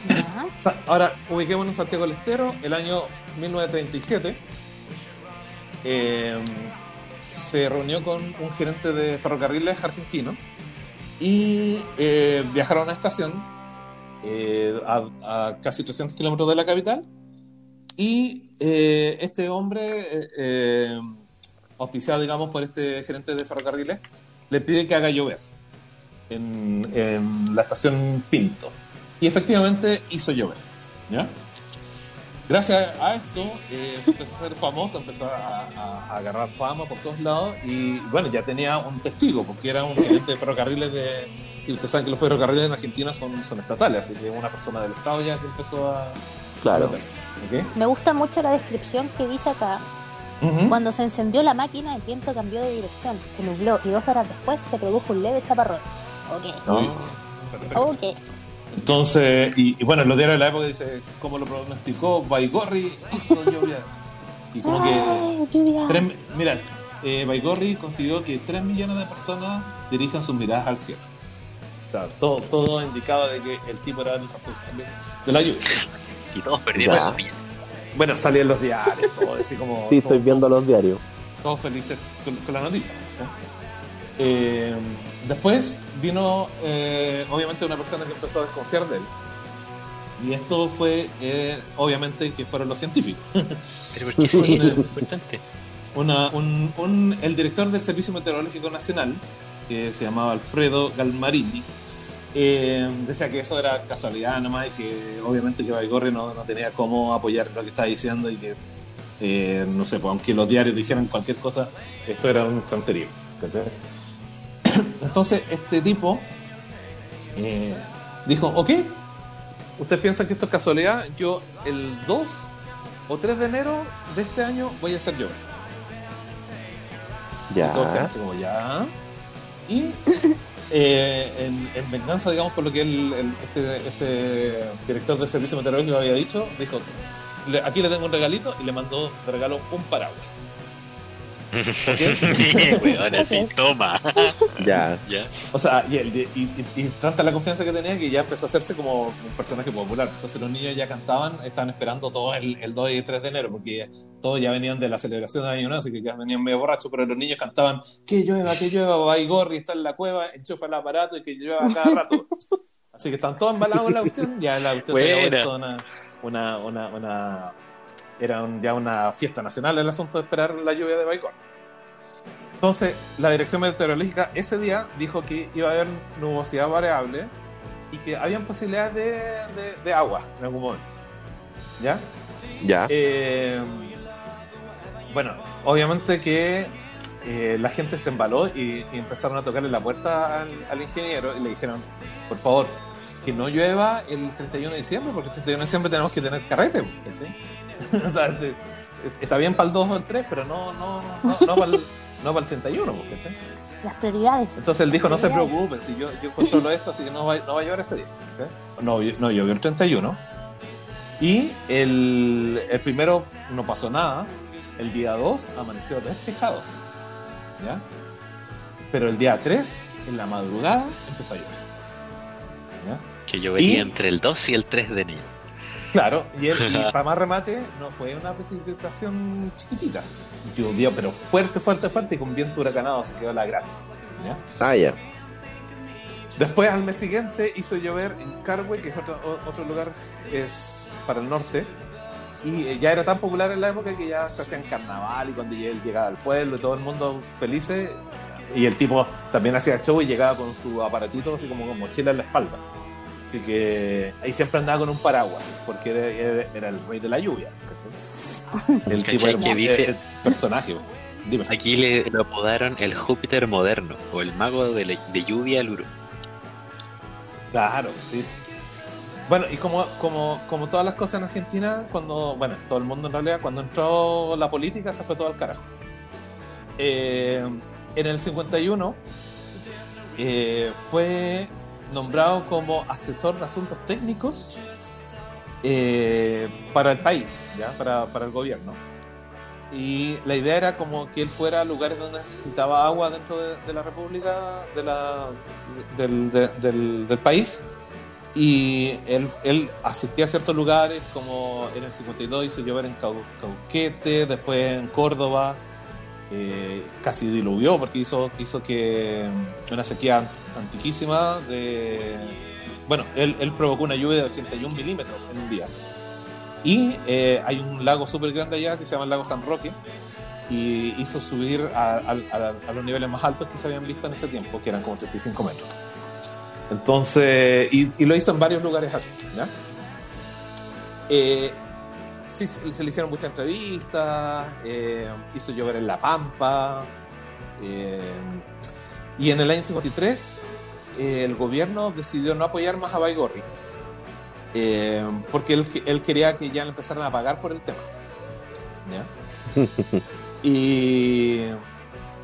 Speaker 5: Ya.
Speaker 4: Sa- Ahora, ubiquémonos en Santiago del Estero, el año 1937. Eh, se reunió con un gerente de ferrocarriles argentino y eh, viajaron a una estación eh, a, a casi 300 kilómetros de la capital. Y eh, este hombre, eh, eh, auspiciado, digamos, por este gerente de ferrocarriles, le pide que haga llover en- en la estación Pinto y efectivamente hizo llover. ¿ya? Gracias a esto eh, se empezó a ser famoso, empezó a, a- a agarrar fama por todos lados y bueno, ya tenía un testigo porque era un gerente de ferrocarriles de... Y ustedes saben que los ferrocarriles en Argentina son, son estatales, así que una persona del Estado ya que empezó a...
Speaker 6: Claro.
Speaker 4: meterse, ¿ok?
Speaker 5: Me gusta mucho la descripción que dice acá.
Speaker 4: Ujú.
Speaker 5: Cuando se encendió la máquina, el viento cambió de dirección, se nubló y dos horas después se produjo un leve chaparrón. Ok,
Speaker 4: Uy,
Speaker 5: ok.
Speaker 4: Entonces, y, y bueno, en los diarios de la época dice cómo lo pronosticó, Baigorri hizo llover. Y como que...
Speaker 5: Ay, lluvia.
Speaker 4: Tres- mira, eh, Baigorri consiguió que 3 millones de personas dirijan sus miradas al cielo. O sea, todo, todo indicaba de que el tipo era el responsable de la lluvia.
Speaker 3: Y todos perdieron
Speaker 6: Ya.
Speaker 3: su vida.
Speaker 4: Bueno, salían los diarios, todo así como...
Speaker 6: Sí,
Speaker 4: todo-
Speaker 6: estoy viendo los diarios.
Speaker 4: Todos felices con, con la noticia. ¿sí? Eh, después vino, eh, obviamente, una persona que empezó a desconfiar de él. Y esto fue, eh, obviamente, que fueron los científicos.
Speaker 3: Pero ¿por qué sí? Eso es importante.
Speaker 4: Una- un- un- el director del Servicio Meteorológico Nacional, que se llamaba Alfredo Galmarini, eh, decía que eso era casualidad nomás y que obviamente que Baigorri no, no tenía cómo apoyar lo que estaba diciendo y que, eh, no sé, pues, aunque los diarios dijeran cualquier cosa, esto era un santerío. ¿cachai? Entonces este tipo eh, dijo, ok, ustedes piensan que esto es casualidad, yo el 2 o 3 de enero de este año voy a hacer yo. Y todos quedan
Speaker 6: Ya.
Speaker 4: así como, ya. Y eh, en, en venganza, digamos, por lo que el, el- este, este director del servicio meteorológico había dicho, dijo, "Le- aquí le tengo un regalito y le mandó de regalo un paraguas.
Speaker 3: Weón, así, toma.
Speaker 1: Ya.
Speaker 3: Ya.
Speaker 4: O sea, y, el- y- y- y tanta la confianza que tenía que ya empezó a hacerse como un personaje popular. Entonces los niños ya cantaban, estaban esperando todo el, el 2 y 3 de enero, porque todos ya venían de la celebración de Año Nuevo, así que ya venían medio borrachos, pero los niños cantaban, que llueva, que llueva, va y Gorri está en la cueva, enchufa el aparato y que llueva cada rato. así que están todos embalados en la cuestión, ya la cuestión se había
Speaker 3: Buena.
Speaker 4: vuelto una, una, una, una- era un- ya una fiesta nacional el asunto de esperar la lluvia de Baigorri. Entonces, la dirección meteorológica ese día dijo que iba a haber nubosidad variable y que habían posibilidades de, de- de agua en algún momento. ¿Ya?
Speaker 1: Ya.
Speaker 4: Eh, bueno, obviamente que eh, la gente se embaló y, y empezaron a tocarle la puerta al, al ingeniero y le dijeron, por favor, que no llueva el 31 de diciembre, porque el 31 de diciembre tenemos que tener carrete. ¿cachai? o sea, te- está bien para el 2 o el 3, pero no, no, no, no para el, no para el 31. ¿cachai?
Speaker 5: Las prioridades.
Speaker 4: Entonces él dijo, no se preocupen, si yo, yo controlo esto, así que no va, no va a llover ese día. ¿ok? No, llo- no llovió el 31. Y el, el primero no pasó nada. El día 2 amaneció despejado. ¿Ya? Pero el día 3, en la madrugada, empezó a llover. ¿Ya?
Speaker 3: Que yo venía
Speaker 4: ¿Y?
Speaker 3: entre el 2 y el 3 de enero.
Speaker 4: Claro, y, él- y para más remate, no fue una precipitación chiquitita. Llovió, pero fuerte, fuerte, fuerte y con viento huracanado se quedó la gran. ¿Ya?
Speaker 1: Ah, ya.
Speaker 4: Después, al mes siguiente, hizo llover en Carway, que es otro, o- otro lugar es para el norte. Y eh, ya era tan popular en la época que ya se hacían carnaval y cuando él llegaba al pueblo, todo el mundo felices. Y el tipo también hacía show y llegaba con su aparatito, así como con mochila en la espalda. Así que ahí siempre andaba con un paraguas, porque era, era- era el rey de la lluvia. ¿cachai? El tipo
Speaker 3: ¿Cachai
Speaker 4: era un
Speaker 3: que dice-
Speaker 4: eh, personaje. Dime.
Speaker 3: Aquí le lo apodaron el Júpiter moderno o el mago de, la- de lluvia al uru.
Speaker 4: Claro, sí. Bueno, y como, como, como todas las cosas en Argentina, cuando, bueno, todo el mundo en realidad, cuando entró la política se fue todo al carajo. Eh, en el 51, eh, fue nombrado como asesor de asuntos técnicos eh, para el país, ¿ya? Para, para el gobierno. Y la idea era como que él fuera a lugares donde necesitaba agua dentro de, de la República, de la, del, de- del- del país. Y él, él asistía a ciertos lugares, como en el 52 hizo llover en Cau- Cauquete, después en Córdoba, eh, casi diluvió porque hizo, hizo que mm, una sequía antiquísima de... Bueno, él, él provocó una lluvia de 81 milímetros en un día. Y eh, hay un lago súper grande allá que se llama el lago San Roque y hizo subir a, a- a- a los niveles más altos que se habían visto en ese tiempo, que eran como 35 metros. Entonces, y, y lo hizo en varios lugares así, ¿ya? Eh, sí, se se le hicieron muchas entrevistas, eh, hizo llover en La Pampa. eh, y en el año 53, eh, el gobierno decidió no apoyar más a Baigorri, eh, porque él, él quería que ya le empezaran a pagar por el tema. ¿ya? y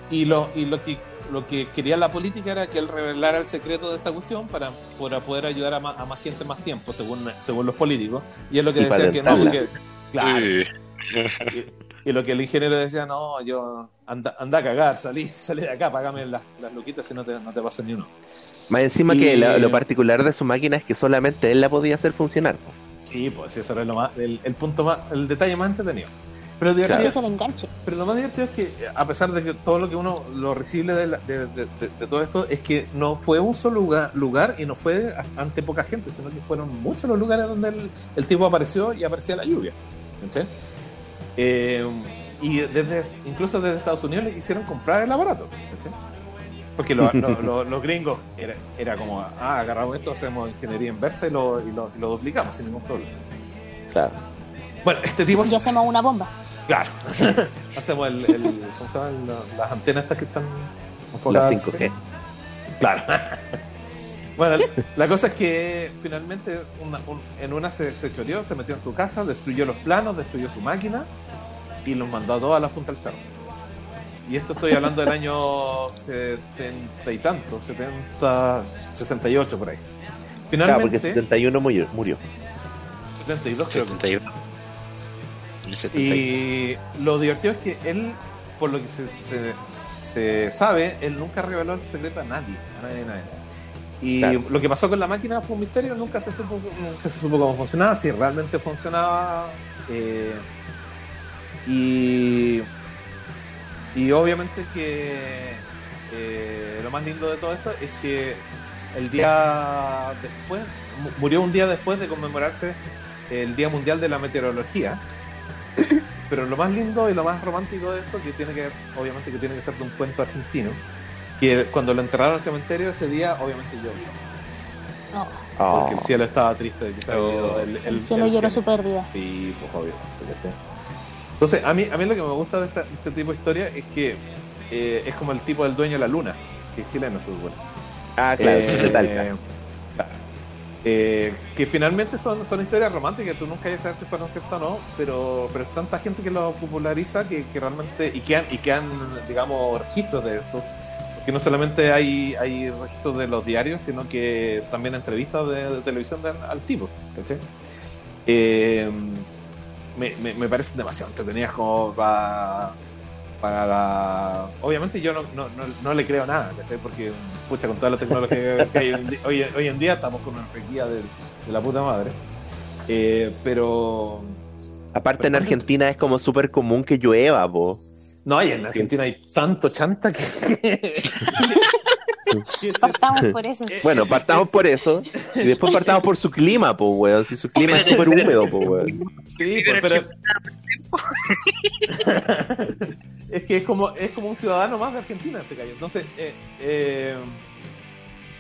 Speaker 4: y, lo, y lo, que, lo que quería la política era que él revelara el secreto de esta cuestión para, para poder ayudar a más, a más gente más tiempo, según, según los políticos. Y es lo que
Speaker 1: Y
Speaker 4: decía que no,
Speaker 1: patentarla.
Speaker 4: porque. Claro,
Speaker 3: Uy,
Speaker 4: y lo que el ingeniero decía, no, yo anda, anda a cagar, salí, salí de acá, pagame las, las luquitas si no te, no te pasa ni uno.
Speaker 1: Más encima
Speaker 4: Y-
Speaker 1: que lo, lo particular de su máquina es que solamente él la podía hacer funcionar.
Speaker 4: Sí, pues ese era lo más, el, el punto más, el detalle más entretenido. Pero, divertido-
Speaker 5: Ese es el enganche.
Speaker 4: pero lo más divertido es que, eh, a pesar de que todo lo que uno lo recibe de, la- de- de- de- de todo esto, es que no fue un solo lugar, lugar y no fue a- ante poca gente, sino que fueron muchos los lugares donde el, el tipo apareció y aparecía la lluvia. ¿cachai? Eh, y desde, incluso desde Estados Unidos le quisieron comprar el aparato. ¿cachai? Porque los, los- los- los gringos era, era como, ah, agarramos esto, hacemos ingeniería inversa y lo, y lo- y lo duplicamos sin ningún problema.
Speaker 1: Claro.
Speaker 4: Bueno, este tipo
Speaker 5: Y hacemos una bomba.
Speaker 4: Claro. Hacemos el, el- ¿cómo se llaman? La- Las antenas estas que están
Speaker 1: La
Speaker 4: enfocadas.
Speaker 1: 5G.
Speaker 4: Claro. Bueno, la cosa es que finalmente una- un- en una se, se choreó, se metió en su casa, destruyó los planos, destruyó su máquina y los mandó a todas las puntas del cerro. Y esto estoy hablando del año setenta y tanto, 70, 68 por ahí.
Speaker 1: Claro, porque
Speaker 4: Finalmente,
Speaker 1: 71 murió. murió.
Speaker 4: 72 creo que
Speaker 3: 71. En el 71.
Speaker 4: Y lo divertido es que él, por lo que se, se- se sabe, él nunca reveló el secreto a nadie. A nadie, a nadie. Y
Speaker 1: Claro.
Speaker 4: lo que pasó con la máquina fue un misterio, nunca se supo, nunca se supo cómo funcionaba, si realmente funcionaba. eh, y, y obviamente que eh, lo más lindo de todo esto es que el día después, mu- murió un día después de conmemorarse el Día Mundial de la Meteorología. Pero lo más lindo y lo más romántico de esto, que tiene que, obviamente que tiene que ser de un cuento argentino, que cuando lo enterraron al cementerio ese día, obviamente llovió.
Speaker 5: No,
Speaker 1: Oh.
Speaker 4: Porque el cielo estaba triste de que se había
Speaker 3: Oh.
Speaker 4: ido el, el-
Speaker 5: el cielo
Speaker 4: el
Speaker 5: lloró
Speaker 4: genio.
Speaker 5: su pérdida.
Speaker 4: Sí, pues obviamente, ¿cachai? Entonces, a mí, a mí lo que me gusta de, esta- de este tipo de historia es que eh, es como el tipo del dueño de la luna, que es chileno, se supone.
Speaker 1: Ah, claro,
Speaker 4: Eh,
Speaker 1: de Talca.
Speaker 4: claro. Eh, que finalmente son, son historias románticas, tú nunca sabes si fueron ciertas o no, pero, pero es tanta gente que lo populariza que, que realmente, y quedan, y quedan, digamos, registros de esto. Porque no solamente hay, hay registros de los diarios, sino que también entrevistas de, de televisión del- al tipo. ¿cachai? Eh, me, me, me parecen demasiado entretenidas como para, para la- Obviamente yo no, no, no, no le creo nada, ¿cachai? Porque, pucha, con toda la tecnología que hay hoy en di- hoy, hoy en día estamos con una sequía de, de la puta madre. Eh, pero...
Speaker 1: Aparte en Argentina es como súper común que llueva, po.
Speaker 4: No, y en Argentina hay tanto chanta que... que-
Speaker 5: Partamos por eso.
Speaker 1: Bueno, partamos por eso. Y después partamos por su clima, po, weón. Si su clima es súper húmedo, po, weón.
Speaker 4: Sí, pues, pero... es que es como, es como un ciudadano más de Argentina este gallo. Entonces, eh, eh,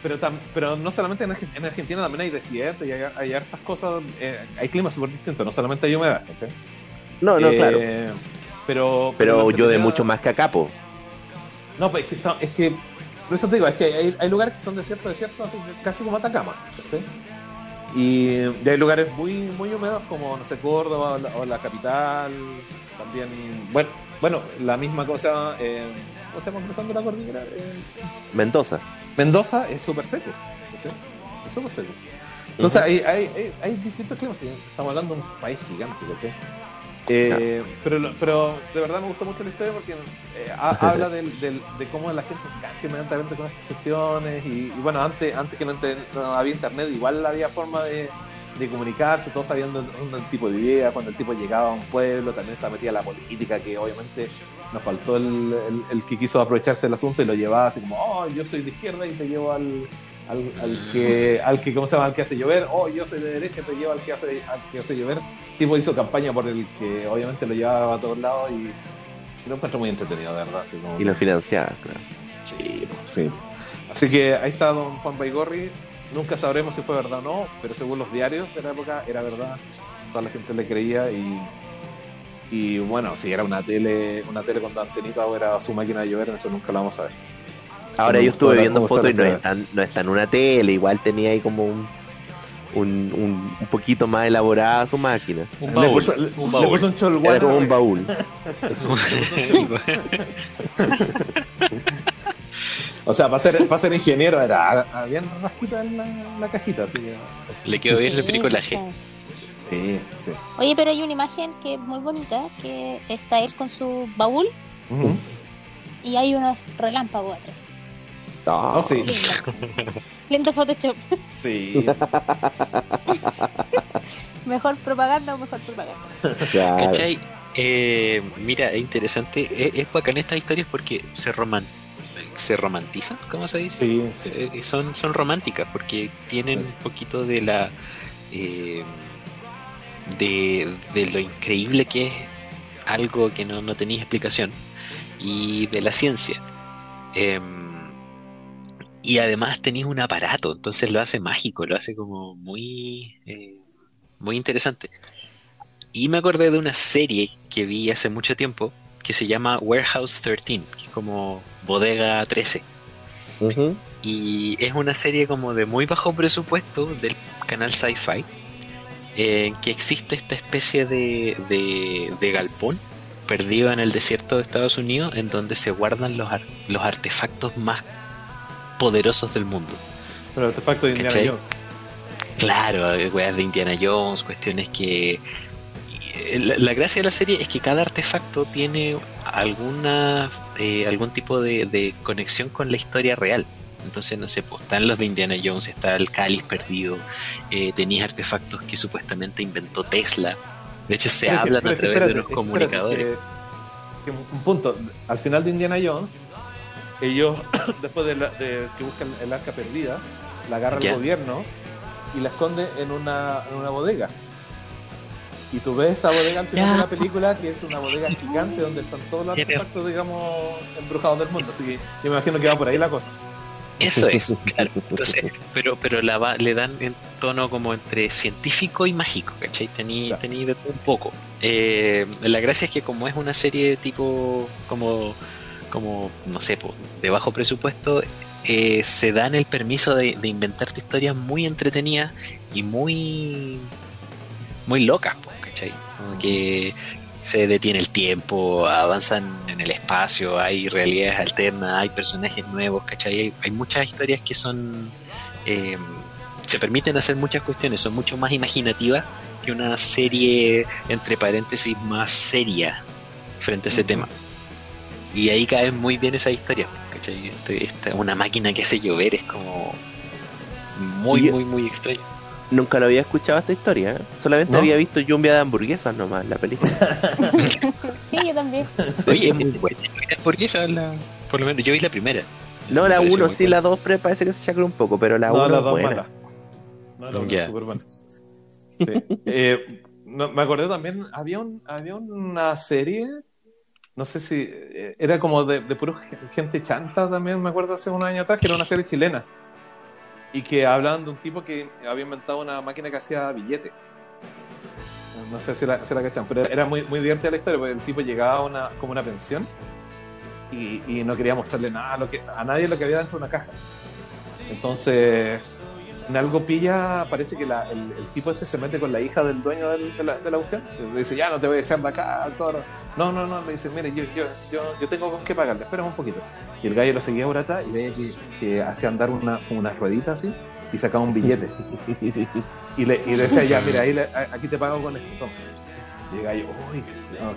Speaker 4: pero, tam- pero no solamente en, Arge- en Argentina también hay desierto y hay, hay hartas cosas, eh, hay climas súper distintos, no solamente hay humedad, ¿cachai?
Speaker 1: No, no,
Speaker 4: Eh,
Speaker 1: claro.
Speaker 4: Pero,
Speaker 1: Pero
Speaker 4: la
Speaker 1: yo de
Speaker 4: entretenida-
Speaker 1: mucho más que acá, po.
Speaker 4: No, pues es que, está- es que por eso te digo, es que hay, hay lugares que son desiertos, desiertos, así que casi como Atacama, ¿cachai? Y, y hay lugares muy, muy húmedos como, no sé, Córdoba o la, o la capital, también, bueno, bueno la misma cosa, eh, o sea, cruzando la cordillera, eh,
Speaker 1: Mendoza.
Speaker 4: Mendoza es súper seco. ¿cachai? Es súper seco. Entonces hay, hay, hay- hay distintos climas. sí. Estamos hablando de un país gigante, ¿cachai? Eh, pero, lo- pero de verdad me gustó mucho la historia porque eh, ha- habla del- del- de cómo la gente engancha inmediatamente con estas cuestiones. Y, y bueno, antes, antes que no, ente- no había internet, igual había forma de, de comunicarse. Todos sabían dónde dónde el tipo vivía, cuando el tipo llegaba a un pueblo. También está metida la política, que obviamente nos faltó el, el- el que quiso aprovecharse del asunto y lo llevaba así como, oh, yo soy de izquierda y te llevo al, al, al que, al que, ¿cómo se llama? Al que hace llover, oh, yo soy de derecha y te llevo al que hace, al que hace llover. Tipo hizo campaña por el que obviamente lo llevaba a todos lados y lo encuentro muy entretenido, de verdad. así como-
Speaker 1: Y lo financiaba, claro.
Speaker 4: Sí, sí. Así que ahí está don Juan Baigorri. Nunca sabremos si fue verdad o no, pero según los diarios de la época era verdad. Toda la gente le creía y, y bueno, si era una tele, una tele con antenita o era su máquina de llover, eso nunca lo vamos a ver.
Speaker 1: Ahora
Speaker 4: Me
Speaker 1: yo
Speaker 4: gustó
Speaker 1: estuve
Speaker 4: la-
Speaker 1: viendo
Speaker 4: cómo
Speaker 1: fotos y
Speaker 4: está
Speaker 1: no
Speaker 4: la
Speaker 1: está, no está en una tele, igual tenía ahí como un, un, un- un poquito más elaborada su máquina.
Speaker 3: Un
Speaker 4: Le
Speaker 3: baúl.
Speaker 4: puso, le-
Speaker 3: un
Speaker 4: le
Speaker 3: baúl.
Speaker 4: puso un cholguán
Speaker 1: Era como un
Speaker 4: arriba.
Speaker 1: baúl.
Speaker 4: O sea, para ser, para ser ingeniero era ah, bien rasquita en la, la cajita, así que...
Speaker 3: Le quedó bien el bricolaje.
Speaker 5: pues.
Speaker 4: Sí, sí.
Speaker 5: Oye, pero hay una imagen que es muy bonita, que está él con su baúl
Speaker 4: Ujú.
Speaker 5: y hay unos relámpagos atrás.
Speaker 4: No, sí.
Speaker 5: Ah. Lindo. Lindo Photoshop.
Speaker 4: Sí.
Speaker 5: Mejor propaganda o mejor propaganda.
Speaker 1: Claro.
Speaker 3: ¿Cachai? Eh, mira, es interesante. Es, es bacán estas historias porque se roman se romantizan, ¿cómo se dice?
Speaker 4: Sí, sí.
Speaker 3: Eh, son, son románticas porque tienen
Speaker 4: Sí.
Speaker 3: un poquito de la eh, de, de lo increíble que es algo que no, no tenía explicación y de la ciencia Em, y además tenéis un aparato entonces lo hace mágico lo hace como muy eh, muy interesante y me acordé de una serie que vi hace mucho tiempo que se llama Warehouse 13 que es como bodega 13
Speaker 1: Ujú.
Speaker 3: y es una serie como de muy bajo presupuesto del canal Sci-Fi, eh, en que existe esta especie de, de, de galpón perdido en el desierto de Estados Unidos, en donde se guardan los, ar- los artefactos más poderosos del mundo.
Speaker 4: Pero artefacto de Indiana
Speaker 3: ¿Cachai?
Speaker 4: Jones.
Speaker 3: Claro, eh, weas de Indiana Jones, cuestiones que... eh, La, la gracia de la serie es que cada artefacto tiene alguna eh, algún tipo de, de conexión con la historia real. Entonces, no sé, pues, están los de Indiana Jones, está el cáliz perdido, eh, tenías artefactos que supuestamente inventó Tesla. De hecho, se
Speaker 4: Pero es que-
Speaker 3: hablan
Speaker 4: pero
Speaker 3: a
Speaker 4: es que
Speaker 3: través de
Speaker 4: espérate,
Speaker 3: los
Speaker 4: espérate,
Speaker 3: comunicadores.
Speaker 4: que- que un un punto, al final de Indiana Jones, ellos, después de, la- de que buscan el arca perdida, la agarra
Speaker 3: Ya.
Speaker 4: el gobierno y la esconde en una, en una bodega. Y tú ves esa bodega al final
Speaker 3: Ya.
Speaker 4: de la película, que es una bodega gigante donde están todos los
Speaker 3: Ya veo.
Speaker 4: artefactos, digamos, embrujados del mundo. Así que yo me imagino que va por ahí la cosa.
Speaker 3: Eso es, claro. Entonces, pero pero la va- le dan en tono como entre científico y mágico, ¿cachai? Tení,
Speaker 4: Claro.
Speaker 3: tení de todo un poco. Eh, la gracia es que como es una serie tipo como, como no sé, po, de bajo presupuesto, eh, se dan el permiso de, de inventarte historias muy entretenidas y muy, muy locas, po, ¿cachai? Como que se detiene el tiempo, avanzan en el espacio, hay realidades alternas, hay personajes nuevos, ¿cachai? Hay, hay muchas historias que son... eh, se permiten hacer muchas cuestiones, son mucho más imaginativas que una serie, entre paréntesis, más seria frente a ese tema. Y ahí caen muy bien esas historias, ¿cachai? Este- esta- una máquina que hace llover es como muy,
Speaker 1: Y-
Speaker 3: muy, muy extraño.
Speaker 1: Nunca lo había escuchado esta historia. ¿eh? Solamente
Speaker 4: ¿No?
Speaker 1: había visto Yumbia de hamburguesas nomás, la película.
Speaker 5: Sí, yo también.
Speaker 3: Oye, es muy buena, porque esa es la- por lo menos yo vi la primera.
Speaker 1: No, la
Speaker 3: Me pareció
Speaker 1: 1,
Speaker 3: muy
Speaker 1: sí,
Speaker 3: buena.
Speaker 1: la 2 parece que se chacra un poco, pero la 1
Speaker 4: no, las
Speaker 1: es
Speaker 4: dos
Speaker 1: buena.
Speaker 4: malas. No, la una
Speaker 3: Ya.
Speaker 4: es súper mala. Sí. Eh, no, me acordé también, había, un, había una serie, no sé si eh, era como de, de puro gen- gente chanta también, me acuerdo hace unos años atrás, que era una serie chilena. Y que hablaban de un tipo que había inventado una máquina que hacía billetes. No sé si la, si la cachan, pero era muy, muy divertida la historia, porque el tipo llegaba a una, como una pensión y, y no quería mostrarle nada a, lo que, a nadie lo que había dentro de una caja. Entonces, en algo pilla, parece que la- el, el tipo este se mete con la hija del dueño del- de, la, de la cuestión. Le dice, ya no te voy a echar acá. Todo. No, no, no. Le dice, mire, yo, yo, yo, yo tengo con qué pagarle. Espera un poquito. Y el gallo lo seguía por atrás y veía que, que hacía andar una, unas rueditas así y sacaba un billete. y, le, y le decía, ya, mira, ahí le- a- aquí te pago con esto. Toma. Y el gallo, uy,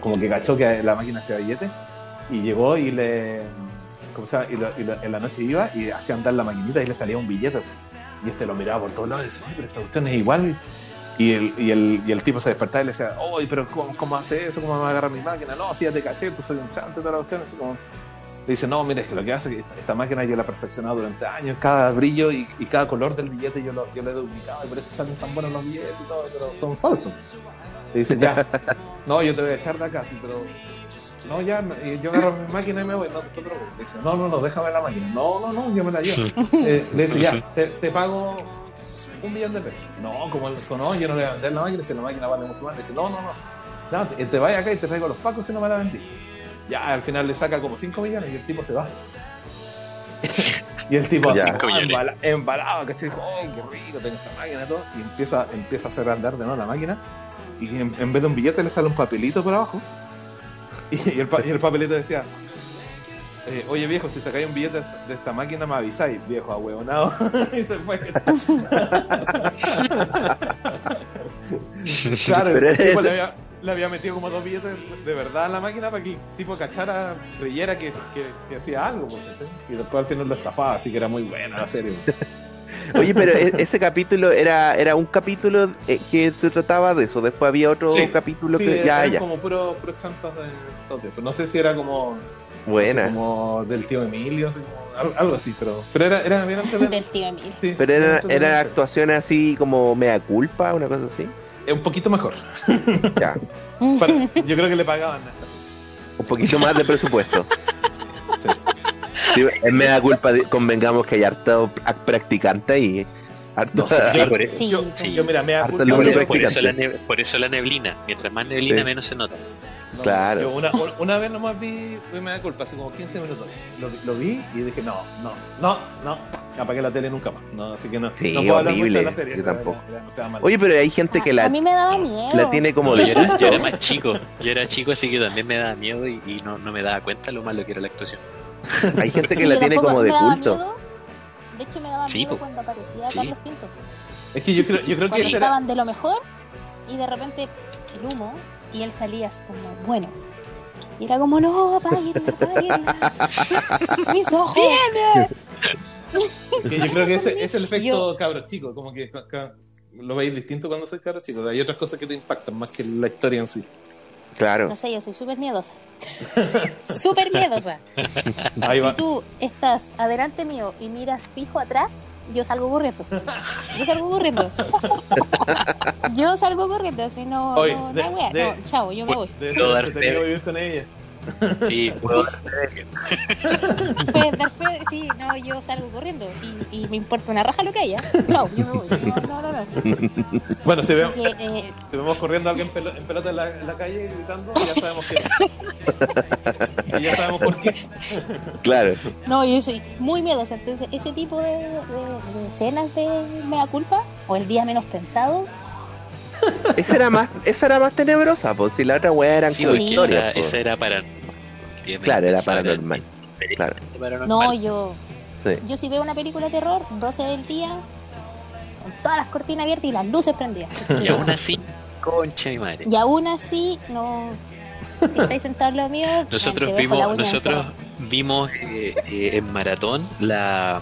Speaker 4: como que cachó que la máquina hacía billete. Y llegó y le. ¿Cómo se llama? Y, lo- y lo- en la noche iba y hacía andar la maquinita y le salía un billete. Y este lo miraba por todos lados y decía, "Ay, pero esta cuestión es igual. Y el, y, el, y el tipo se despertaba y le decía, uy, pero ¿cómo, cómo hace eso? ¿Cómo me agarra mi máquina? No, si ya te caché, tú soy un chante, toda la cuestión. Así como, le dice, no, mire, es que lo que hace es que esta, esta máquina yo la he perfeccionado durante años, cada brillo y, y cada color del billete yo lo, yo lo he duplicado y por eso salen tan buenos los billetes y todo, pero son falsos. Le dice, ya, no, yo te voy a echar de acá, sí, pero no, ya, eh, yo agarro mi máquina y me voy. No, no te preocupes. Le dice, no, no, no, déjame la máquina. No, no, no, yo me la llevo. Eh, le dice, ya, te, te pago un millón de pesos. No, como el, no, yo no le voy a vender la máquina, si la máquina vale mucho más. Le dice, no, no, no. No, te, te vayas acá y te traigo los pacos si no me la vendí. Ya, al final le saca como 5 millones y el tipo se va. y el tipo así,
Speaker 3: Cinco millones.
Speaker 4: embala- embalado, ¿cachai? Dijo, "Ay, qué rico, tengo esta máquina y todo. Y empieza, empieza a hacer andar de nuevo la máquina. Y en, en vez de un billete le sale un papelito por abajo. Y el, pa- y el papelito decía, eh, oye viejo, si sacáis un billete de esta máquina me avisáis, viejo ahueonado. y se fue. claro,
Speaker 6: Pero
Speaker 4: el tipo
Speaker 6: es-
Speaker 4: le, había, le había metido como dos billetes de verdad a la máquina para que el tipo cachara, creyera que, que- que hacía algo. pues, ¿cachai? y después al final lo estafaba, así que era muy buena la serie.
Speaker 1: Oye, pero e- ese capítulo era, era un capítulo eh, que se trataba de eso. Después había otro
Speaker 4: Sí,
Speaker 1: capítulo
Speaker 4: Sí,
Speaker 1: que. Ya,
Speaker 4: eran
Speaker 1: ya.
Speaker 4: como puros puros chantas de tote, pero no sé si era como
Speaker 1: Buena.
Speaker 4: como del tío Emilio, así como al- algo así, pero, pero era, era bien entretenido.
Speaker 5: del tío Emil.
Speaker 4: Sí,
Speaker 1: Pero era,
Speaker 4: entretenido.
Speaker 1: era actuaciones así como mea culpa, una cosa así.
Speaker 4: Eh, un poquito mejor.
Speaker 1: Ya.
Speaker 4: Para- yo creo que le pagaban.
Speaker 1: Un poquito más de presupuesto.
Speaker 4: Sí.
Speaker 1: Sí, es mea culpa, de- convengamos que hay harto ac- practicante y harto.
Speaker 4: No sé,
Speaker 3: Sí,
Speaker 4: yo-
Speaker 3: por eso.
Speaker 5: Sí,
Speaker 4: yo,
Speaker 3: sí.
Speaker 4: yo, mira, me da
Speaker 1: Harto
Speaker 4: culpa,
Speaker 1: Lo
Speaker 3: Por,
Speaker 1: único
Speaker 4: pero-
Speaker 1: que
Speaker 3: eso la
Speaker 1: cambia.
Speaker 3: neb- por eso la neblina. Mientras más neblina,
Speaker 1: Sí.
Speaker 3: menos se nota.
Speaker 4: no,
Speaker 1: claro.
Speaker 4: yo una, una vez nomás vi, vi me da culpa, hace como 15 minutos. Lo, vi- lo vi y dije, no, no, no, no. Apagué la tele nunca más. No, así que no,
Speaker 1: Sí,
Speaker 4: no puedo hablar mucho
Speaker 1: horrible,
Speaker 4: de la serie.
Speaker 1: yo
Speaker 4: esa-
Speaker 1: tampoco.
Speaker 4: la- la- o sea, mal.
Speaker 1: Oye, pero hay gente que
Speaker 5: a
Speaker 1: la,
Speaker 5: mí me daba miedo.
Speaker 1: la tiene como
Speaker 3: No, yo,
Speaker 1: de
Speaker 3: era, yo
Speaker 1: culto.
Speaker 3: era más chico, yo era chico, así que también me daba miedo y, y no, no me daba cuenta lo malo que era la actuación.
Speaker 1: Hay gente
Speaker 5: Sí,
Speaker 1: que la
Speaker 5: yo
Speaker 1: tiene
Speaker 5: tampoco-
Speaker 1: como de
Speaker 5: me daba
Speaker 1: culto.
Speaker 5: miedo. De hecho, me daba
Speaker 3: Sí,
Speaker 5: miedo
Speaker 3: po.
Speaker 5: cuando aparecía
Speaker 3: Sí.
Speaker 5: Carlos Pinto.
Speaker 4: es que yo creo, yo creo que
Speaker 5: Cuando
Speaker 4: esa era-
Speaker 5: estaban de lo mejor y de repente el humo y él salía así como, bueno. Y era como, no, apáguenla, apáguenla. Mis ojos.
Speaker 4: Que yo creo que ese es el efecto cabro chico, como que ca- ca- lo veis distinto cuando sois cabro chico. Hay otras cosas que te impactan más que la historia en sí.
Speaker 1: Claro.
Speaker 5: No sé, yo soy súper miedosa. Súper miedosa.
Speaker 4: Ahí
Speaker 5: Si
Speaker 4: va.
Speaker 5: tú estás adelante mío y miras fijo atrás, yo salgo corriendo. Yo salgo corriendo. Yo salgo corriendo, si no,
Speaker 4: Oye,
Speaker 5: no,
Speaker 4: de-
Speaker 5: la wea.
Speaker 4: de-
Speaker 5: no, chao, yo me voy.
Speaker 4: De
Speaker 3: Todo
Speaker 4: eso
Speaker 3: dar
Speaker 4: te tenía que
Speaker 3: fe.
Speaker 4: vivir con ella.
Speaker 3: Sí, puedo darte de-
Speaker 5: Puedes dar fe, sí, no, yo salgo corriendo y, y me importa una raja lo que haya. Chao, yo me voy. No, no, no. no.
Speaker 4: Bueno, si vemos,
Speaker 5: Así que, eh,
Speaker 4: si vemos corriendo a alguien pelo- en pelota en la, en la calle gritando, ya sabemos que. y ya sabemos por qué.
Speaker 1: Claro.
Speaker 5: no, yo soy muy miedosa. Entonces, ese tipo de, de- de escenas de mea culpa o el día menos pensado,
Speaker 1: Esa era más, esa era más tenebrosa, pues si la otra weá eran
Speaker 3: Sí,
Speaker 1: como
Speaker 3: porque
Speaker 1: historias. pues.
Speaker 3: esa,
Speaker 1: po.
Speaker 3: esa era para.
Speaker 1: Claro, era paranormal. Claro.
Speaker 5: no, yo
Speaker 1: Sí.
Speaker 5: Yo si veo una película de terror, 12 del día, con todas las cortinas abiertas y las luces prendidas.
Speaker 3: Y aún así, concha mi madre.
Speaker 5: Y aún así, no... Si estáis sentados al lado mío,
Speaker 3: Nosotros
Speaker 5: te dejo la
Speaker 3: vimos,
Speaker 5: uña
Speaker 3: nosotros
Speaker 5: enterrada.
Speaker 3: vimos eh, eh, en maratón la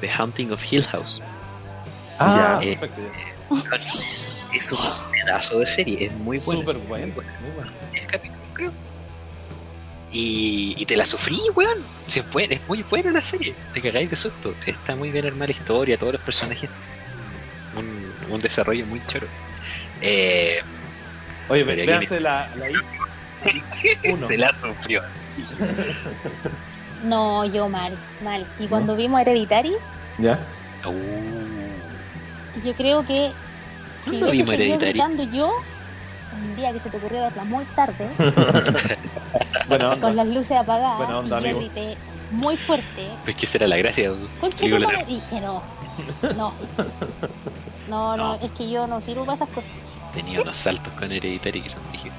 Speaker 3: The Haunting of Hill House.
Speaker 4: Ah,
Speaker 3: Ya, eh,
Speaker 4: perfecto. ya.
Speaker 3: Es un pedazo de serie, es muy buena.
Speaker 4: Súper bueno.
Speaker 3: tres capítulos, creo. Y, y te la sufrí, weón. Sí, es, buena- es muy buena la serie. Te cagáis de susto. Está muy bien armada la historia, todos los personajes. Un, un desarrollo muy choro. Eh, Pero
Speaker 4: Oye, ve-
Speaker 3: aquí
Speaker 4: véanse la, la hija. Uno.
Speaker 3: se la sufrió.
Speaker 5: No, yo mal, mal. Y cuando vimos Hereditary,
Speaker 4: Ya.
Speaker 3: Uh,
Speaker 5: yo creo que si
Speaker 3: ¿Cuándo
Speaker 5: hubiese
Speaker 3: vimos
Speaker 5: seguido
Speaker 3: Hereditary?
Speaker 5: gritando yo, un día que se te ocurrió verla muy tarde,
Speaker 4: Bueno,
Speaker 5: con las luces apagadas,
Speaker 4: Buena onda,
Speaker 5: y yo
Speaker 4: amigo.
Speaker 5: grité muy fuerte,
Speaker 3: pues que será la gracia.
Speaker 5: Concha tu
Speaker 3: Digo, la-
Speaker 5: madre. Dije, no, No. No, no, es que yo no sirvo para esas cosas.
Speaker 3: Tenía unos saltos con Hereditary que son rígidos.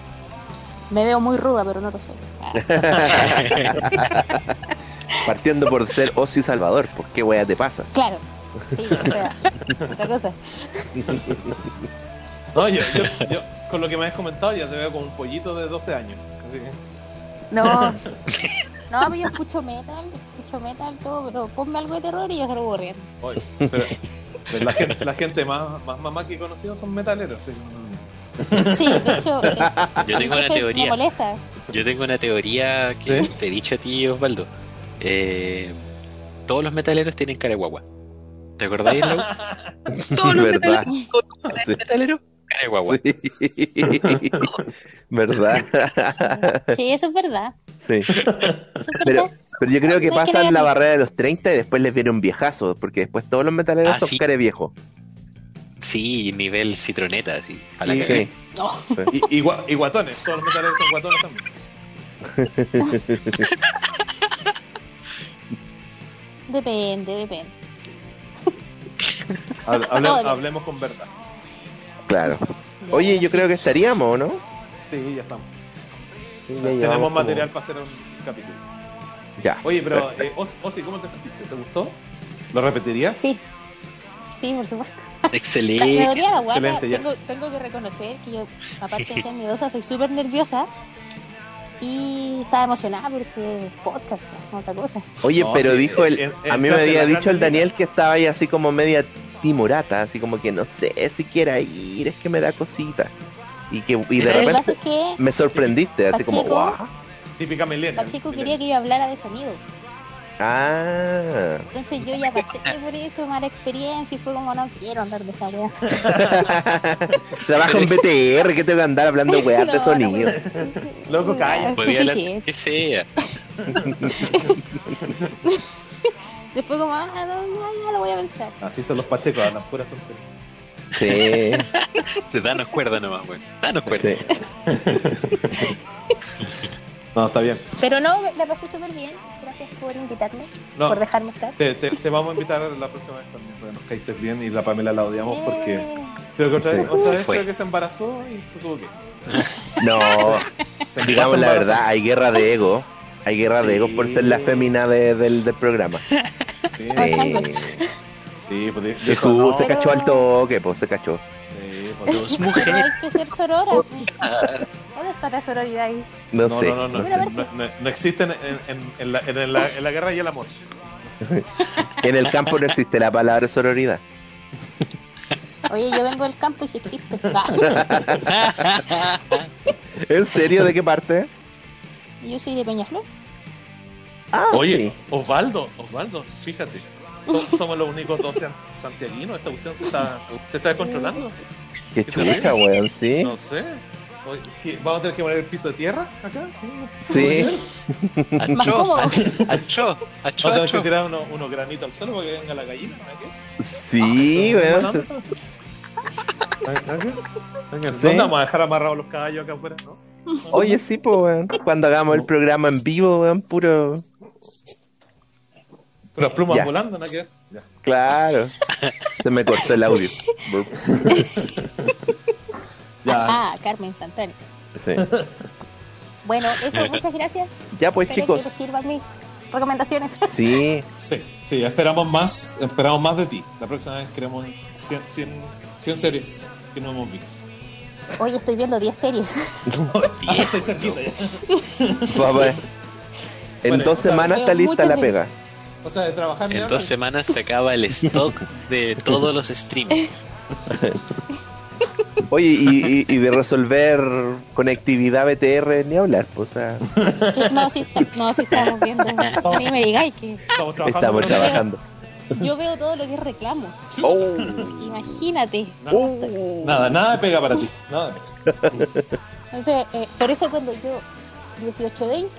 Speaker 5: Me veo muy ruda, pero no lo soy. Ah,
Speaker 1: Partiendo por ser Ozzy Salvador, pues qué wea te pasa.
Speaker 5: claro. Sí, o sea, otra cosa.
Speaker 4: No, yo, yo- yo, con lo que me has comentado, ya te veo como un pollito de 12 años. Así que-
Speaker 5: No. No, pero yo escucho metal, escucho metal, todo, pero ponme algo de terror y yo se lo voy corriendo.
Speaker 4: oye, pero, pero la gente, la gente más, más mamá que he conocido son metaleros. sí.
Speaker 5: Sí, de hecho, eh,
Speaker 3: Yo
Speaker 5: mi
Speaker 3: tengo una
Speaker 5: jefe me
Speaker 3: teoría.
Speaker 5: molesta.
Speaker 3: Yo tengo una teoría que te he dicho a ti, Osvaldo. Eh, todos los metaleros tienen cara de guagua. ¿Te acordáis, Lau? Todos los
Speaker 1: ¿Verdad?
Speaker 3: metaleros, todos los
Speaker 1: Sí.
Speaker 3: metaleros, cara de guagua.
Speaker 1: Sí. ¿Verdad?
Speaker 5: Sí, eso es verdad.
Speaker 1: Sí.
Speaker 5: Eso es
Speaker 1: Pero,
Speaker 5: verdad.
Speaker 1: pero yo creo que
Speaker 5: ¿Sabes qué le-
Speaker 1: pasan la barrera de los 30 y después les viene un viejazo, porque después todos los metaleros
Speaker 3: Ah,
Speaker 1: son
Speaker 3: sí.
Speaker 1: care viejo.
Speaker 3: Sí, nivel citroneta, así. A la
Speaker 1: Sí.
Speaker 3: cagada.
Speaker 5: No.
Speaker 4: Y, y gua- y guatones, todos los metaleros son guatones también.
Speaker 5: Depende, depende.
Speaker 4: Hable- hable-
Speaker 5: No, de-
Speaker 4: hablemos con Berta.
Speaker 1: Claro. Oye, yo creo que estaríamos, ¿no?
Speaker 4: Sí, ya estamos.
Speaker 1: Sí, ya
Speaker 4: Tenemos
Speaker 1: llevamos
Speaker 4: material para hacer un capítulo.
Speaker 1: como- Ya.
Speaker 4: Oye, pero, eh, Oz- Ozzy, ¿cómo te sentiste? ¿Te gustó? ¿Lo repetirías?
Speaker 5: Sí. Sí, por supuesto. Me
Speaker 3: Excelente.
Speaker 5: dolía la guata.
Speaker 4: Excelente, ya.
Speaker 5: Tengo, tengo que reconocer que yo, aparte de ser miedosa, soy súper nerviosa. Y estaba emocionada porque podcast, no, otra cosa.
Speaker 1: Oye,
Speaker 4: No,
Speaker 1: pero
Speaker 4: sí,
Speaker 1: dijo el.
Speaker 4: en-
Speaker 1: a mí me
Speaker 4: entraste
Speaker 1: había
Speaker 4: en la
Speaker 1: dicho el
Speaker 4: grande
Speaker 1: Daniel que estaba ahí así como media timorata, así como que no sé si quiera ir, es que me da cosita. Y que y de
Speaker 3: Pero
Speaker 5: Lo que pasa
Speaker 1: repente
Speaker 5: es que
Speaker 1: me sorprendiste, así como,
Speaker 5: Pacheco-
Speaker 1: ¡guau!
Speaker 4: Típica millennial.
Speaker 5: Pacheco quería
Speaker 4: millennial.
Speaker 5: que yo hablara de sonido.
Speaker 1: Ah,
Speaker 5: Entonces yo ya pasé por eso, mala experiencia, y fue como, no quiero hablar de esa wea.
Speaker 1: trabajo en BTR, que te voy a andar hablando weas de
Speaker 5: No,
Speaker 1: sonido.
Speaker 5: no.
Speaker 4: Loco, calla.
Speaker 5: Es
Speaker 3: Podía hablar
Speaker 5: suficiente.
Speaker 3: que sea.
Speaker 5: Después como, ah, no, no, ya lo voy a pensar.
Speaker 4: Así Ah, son los pachecos, a las puras tonterías.
Speaker 1: Sí,
Speaker 3: Se danos cuerda nomás, güey. Danos cuerda.
Speaker 1: sí.
Speaker 4: No, está bien.
Speaker 5: Pero no, me- la pasé súper bien. Gracias por invitarme,
Speaker 4: No.
Speaker 5: por dejarme estar.
Speaker 4: Te, te- te vamos a invitar la próxima vez también, porque nos caíste bien y la Pamela la odiamos porque...
Speaker 5: Eh,
Speaker 4: Creo que otra vez,
Speaker 1: Sí.
Speaker 4: otra
Speaker 3: Se
Speaker 4: vez
Speaker 3: fue.
Speaker 4: creo que se embarazó y se tuvo que... ir.
Speaker 1: No,
Speaker 4: Se
Speaker 1: digamos la
Speaker 4: embarazó.
Speaker 1: verdad, hay guerra de ego. Hay guerra de ego por ser la
Speaker 4: Sí.
Speaker 1: fémina de- del, del programa.
Speaker 4: Sí,
Speaker 5: changos.
Speaker 1: Sí.
Speaker 4: sí, pues di-
Speaker 1: Y
Speaker 4: dijo,
Speaker 1: su-
Speaker 4: no,
Speaker 1: se
Speaker 5: pero-
Speaker 1: cachó al toque, pues se cachó.
Speaker 4: sí, pues
Speaker 3: Dos
Speaker 5: Pero hay
Speaker 3: mujeres.
Speaker 5: que ser sorora. ¿Dónde está la sororidad ahí?
Speaker 1: No, sé.
Speaker 4: No, no, no,
Speaker 5: Mira,
Speaker 4: no, no, no- no existen en, en- en la, en la- en la guerra y el amor.
Speaker 1: En el campo no existe la palabra sororidad.
Speaker 5: Oye, yo vengo del campo y si existe. Ah,
Speaker 1: ¿En serio? ¿De qué parte?
Speaker 5: yo soy de Peñaflor.
Speaker 1: Ah,
Speaker 4: Oye, Osvaldo, Osvaldo, fíjate. so- Somos los únicos dos san- santiaguinos. Esta cuestión se está, se está descontrolando.
Speaker 1: sí. Qué chucha, weón, sí.
Speaker 4: No sé. Oye, ¿qué- ¿Vamos a tener que poner el piso de tierra acá? ¿Vamos
Speaker 1: Sí.
Speaker 5: Más
Speaker 3: Achó,
Speaker 5: cómodo.
Speaker 3: achó,
Speaker 4: a
Speaker 3: achó,
Speaker 4: tener que
Speaker 3: achó.
Speaker 4: tirar unos unos granitos al suelo para que venga la gallina? ¿no? ¿Qué? Ah,
Speaker 1: Sí, weón. Sí.
Speaker 4: ¿Dónde vamos a dejar amarrados los caballos acá afuera? ¿no?
Speaker 1: Oye, sí, pues, weón. Cuando hagamos el programa en vivo, weón, puro.
Speaker 4: Con Las plumas
Speaker 1: Ya.
Speaker 4: volando, ¿no? ¿Qué? Ya.
Speaker 1: Claro. Se me cortó el audio. Burp.
Speaker 4: Ya.
Speaker 5: Ah, Carmen Santana.
Speaker 1: Sí.
Speaker 5: Bueno, eso, muchas gracias.
Speaker 1: Ya, pues,
Speaker 5: Espero
Speaker 1: chicos.
Speaker 5: que les sirvan mis recomendaciones.
Speaker 1: Sí,
Speaker 4: Sí, sí, esperamos más, esperamos más de ti. La próxima vez queremos 100, 100, 100 series que no hemos visto.
Speaker 5: Hoy estoy viendo 10 series.
Speaker 4: Ah, estoy cerquita ya.
Speaker 1: va, va. En
Speaker 4: Bueno,
Speaker 1: dos
Speaker 4: o sea,
Speaker 1: semanas está
Speaker 5: veo
Speaker 1: lista
Speaker 5: muchas
Speaker 1: la
Speaker 5: en-
Speaker 1: pega.
Speaker 4: O sea, de trabajar
Speaker 3: En
Speaker 4: ahora.
Speaker 3: dos semanas se acaba el stock de todos los streams.
Speaker 1: Oye, y, y- y de resolver conectividad BTR ni hablar, pues, o sea,
Speaker 5: No, sí, está- no, sí estamos viendo. Ni me digáis que
Speaker 4: Estamos trabajando.
Speaker 1: estamos
Speaker 4: pero-
Speaker 1: trabajando.
Speaker 5: yo veo todo lo que es reclamos.
Speaker 1: Oh,
Speaker 5: Imagínate.
Speaker 1: oh.
Speaker 4: Nada, nada pega para ti. Nada de pega.
Speaker 5: Entonces, eh, por eso cuando yo 18-20,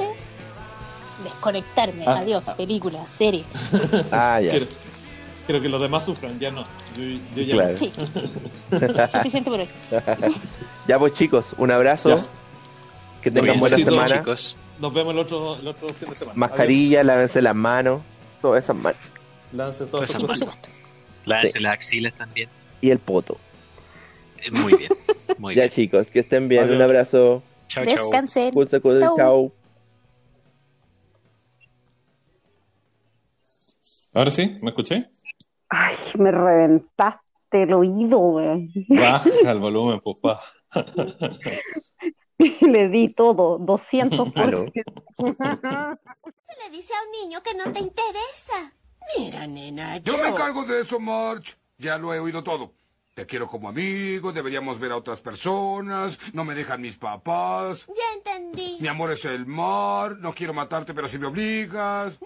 Speaker 5: desconectarme.
Speaker 4: Ah.
Speaker 5: Adiós, películas, series.
Speaker 1: Ah, ya.
Speaker 4: Quiero, quiero que los demás sufran, ya no. Yo, yo ya
Speaker 1: Claro.
Speaker 5: Sí, suficiente por hoy.
Speaker 1: Ya pues chicos, un abrazo.
Speaker 4: Ya.
Speaker 1: Que tengan
Speaker 4: Muy bien.
Speaker 1: buena
Speaker 4: Besito,
Speaker 1: semana.
Speaker 3: chicos.
Speaker 4: Nos vemos el otro, el otro fin de semana.
Speaker 1: Mascarilla, lávense las manos, todas esas manos.
Speaker 4: Adiós. Lance
Speaker 1: Pues
Speaker 3: Todas
Speaker 4: todas esas
Speaker 5: Y por
Speaker 4: cositas.
Speaker 5: supuesto,
Speaker 3: Lávense las axilas también.
Speaker 1: y el poto.
Speaker 3: Eh, Muy bien, muy
Speaker 1: Ya
Speaker 3: bien.
Speaker 1: chicos, que estén bien.
Speaker 4: Adiós.
Speaker 1: Un abrazo.
Speaker 3: Chao, chao.
Speaker 5: Descansen.
Speaker 1: Pulsa con
Speaker 5: Chau.
Speaker 1: chao.
Speaker 4: Ahora sí, ¿me escuché?
Speaker 2: Ay, me reventaste el oído, weón.
Speaker 4: Baja el volumen, pues pa.
Speaker 2: Le di todo, 200
Speaker 1: Aló.
Speaker 8: le dice a un niño que no te interesa?
Speaker 9: Mira, nena,
Speaker 10: Yo me encargo de eso, March. Ya lo he oído todo. Te quiero como amigo, deberíamos ver a otras personas, no me dejan mis papás,
Speaker 8: Ya entendí.
Speaker 10: mi amor es el mar, no quiero matarte, pero si me obligas.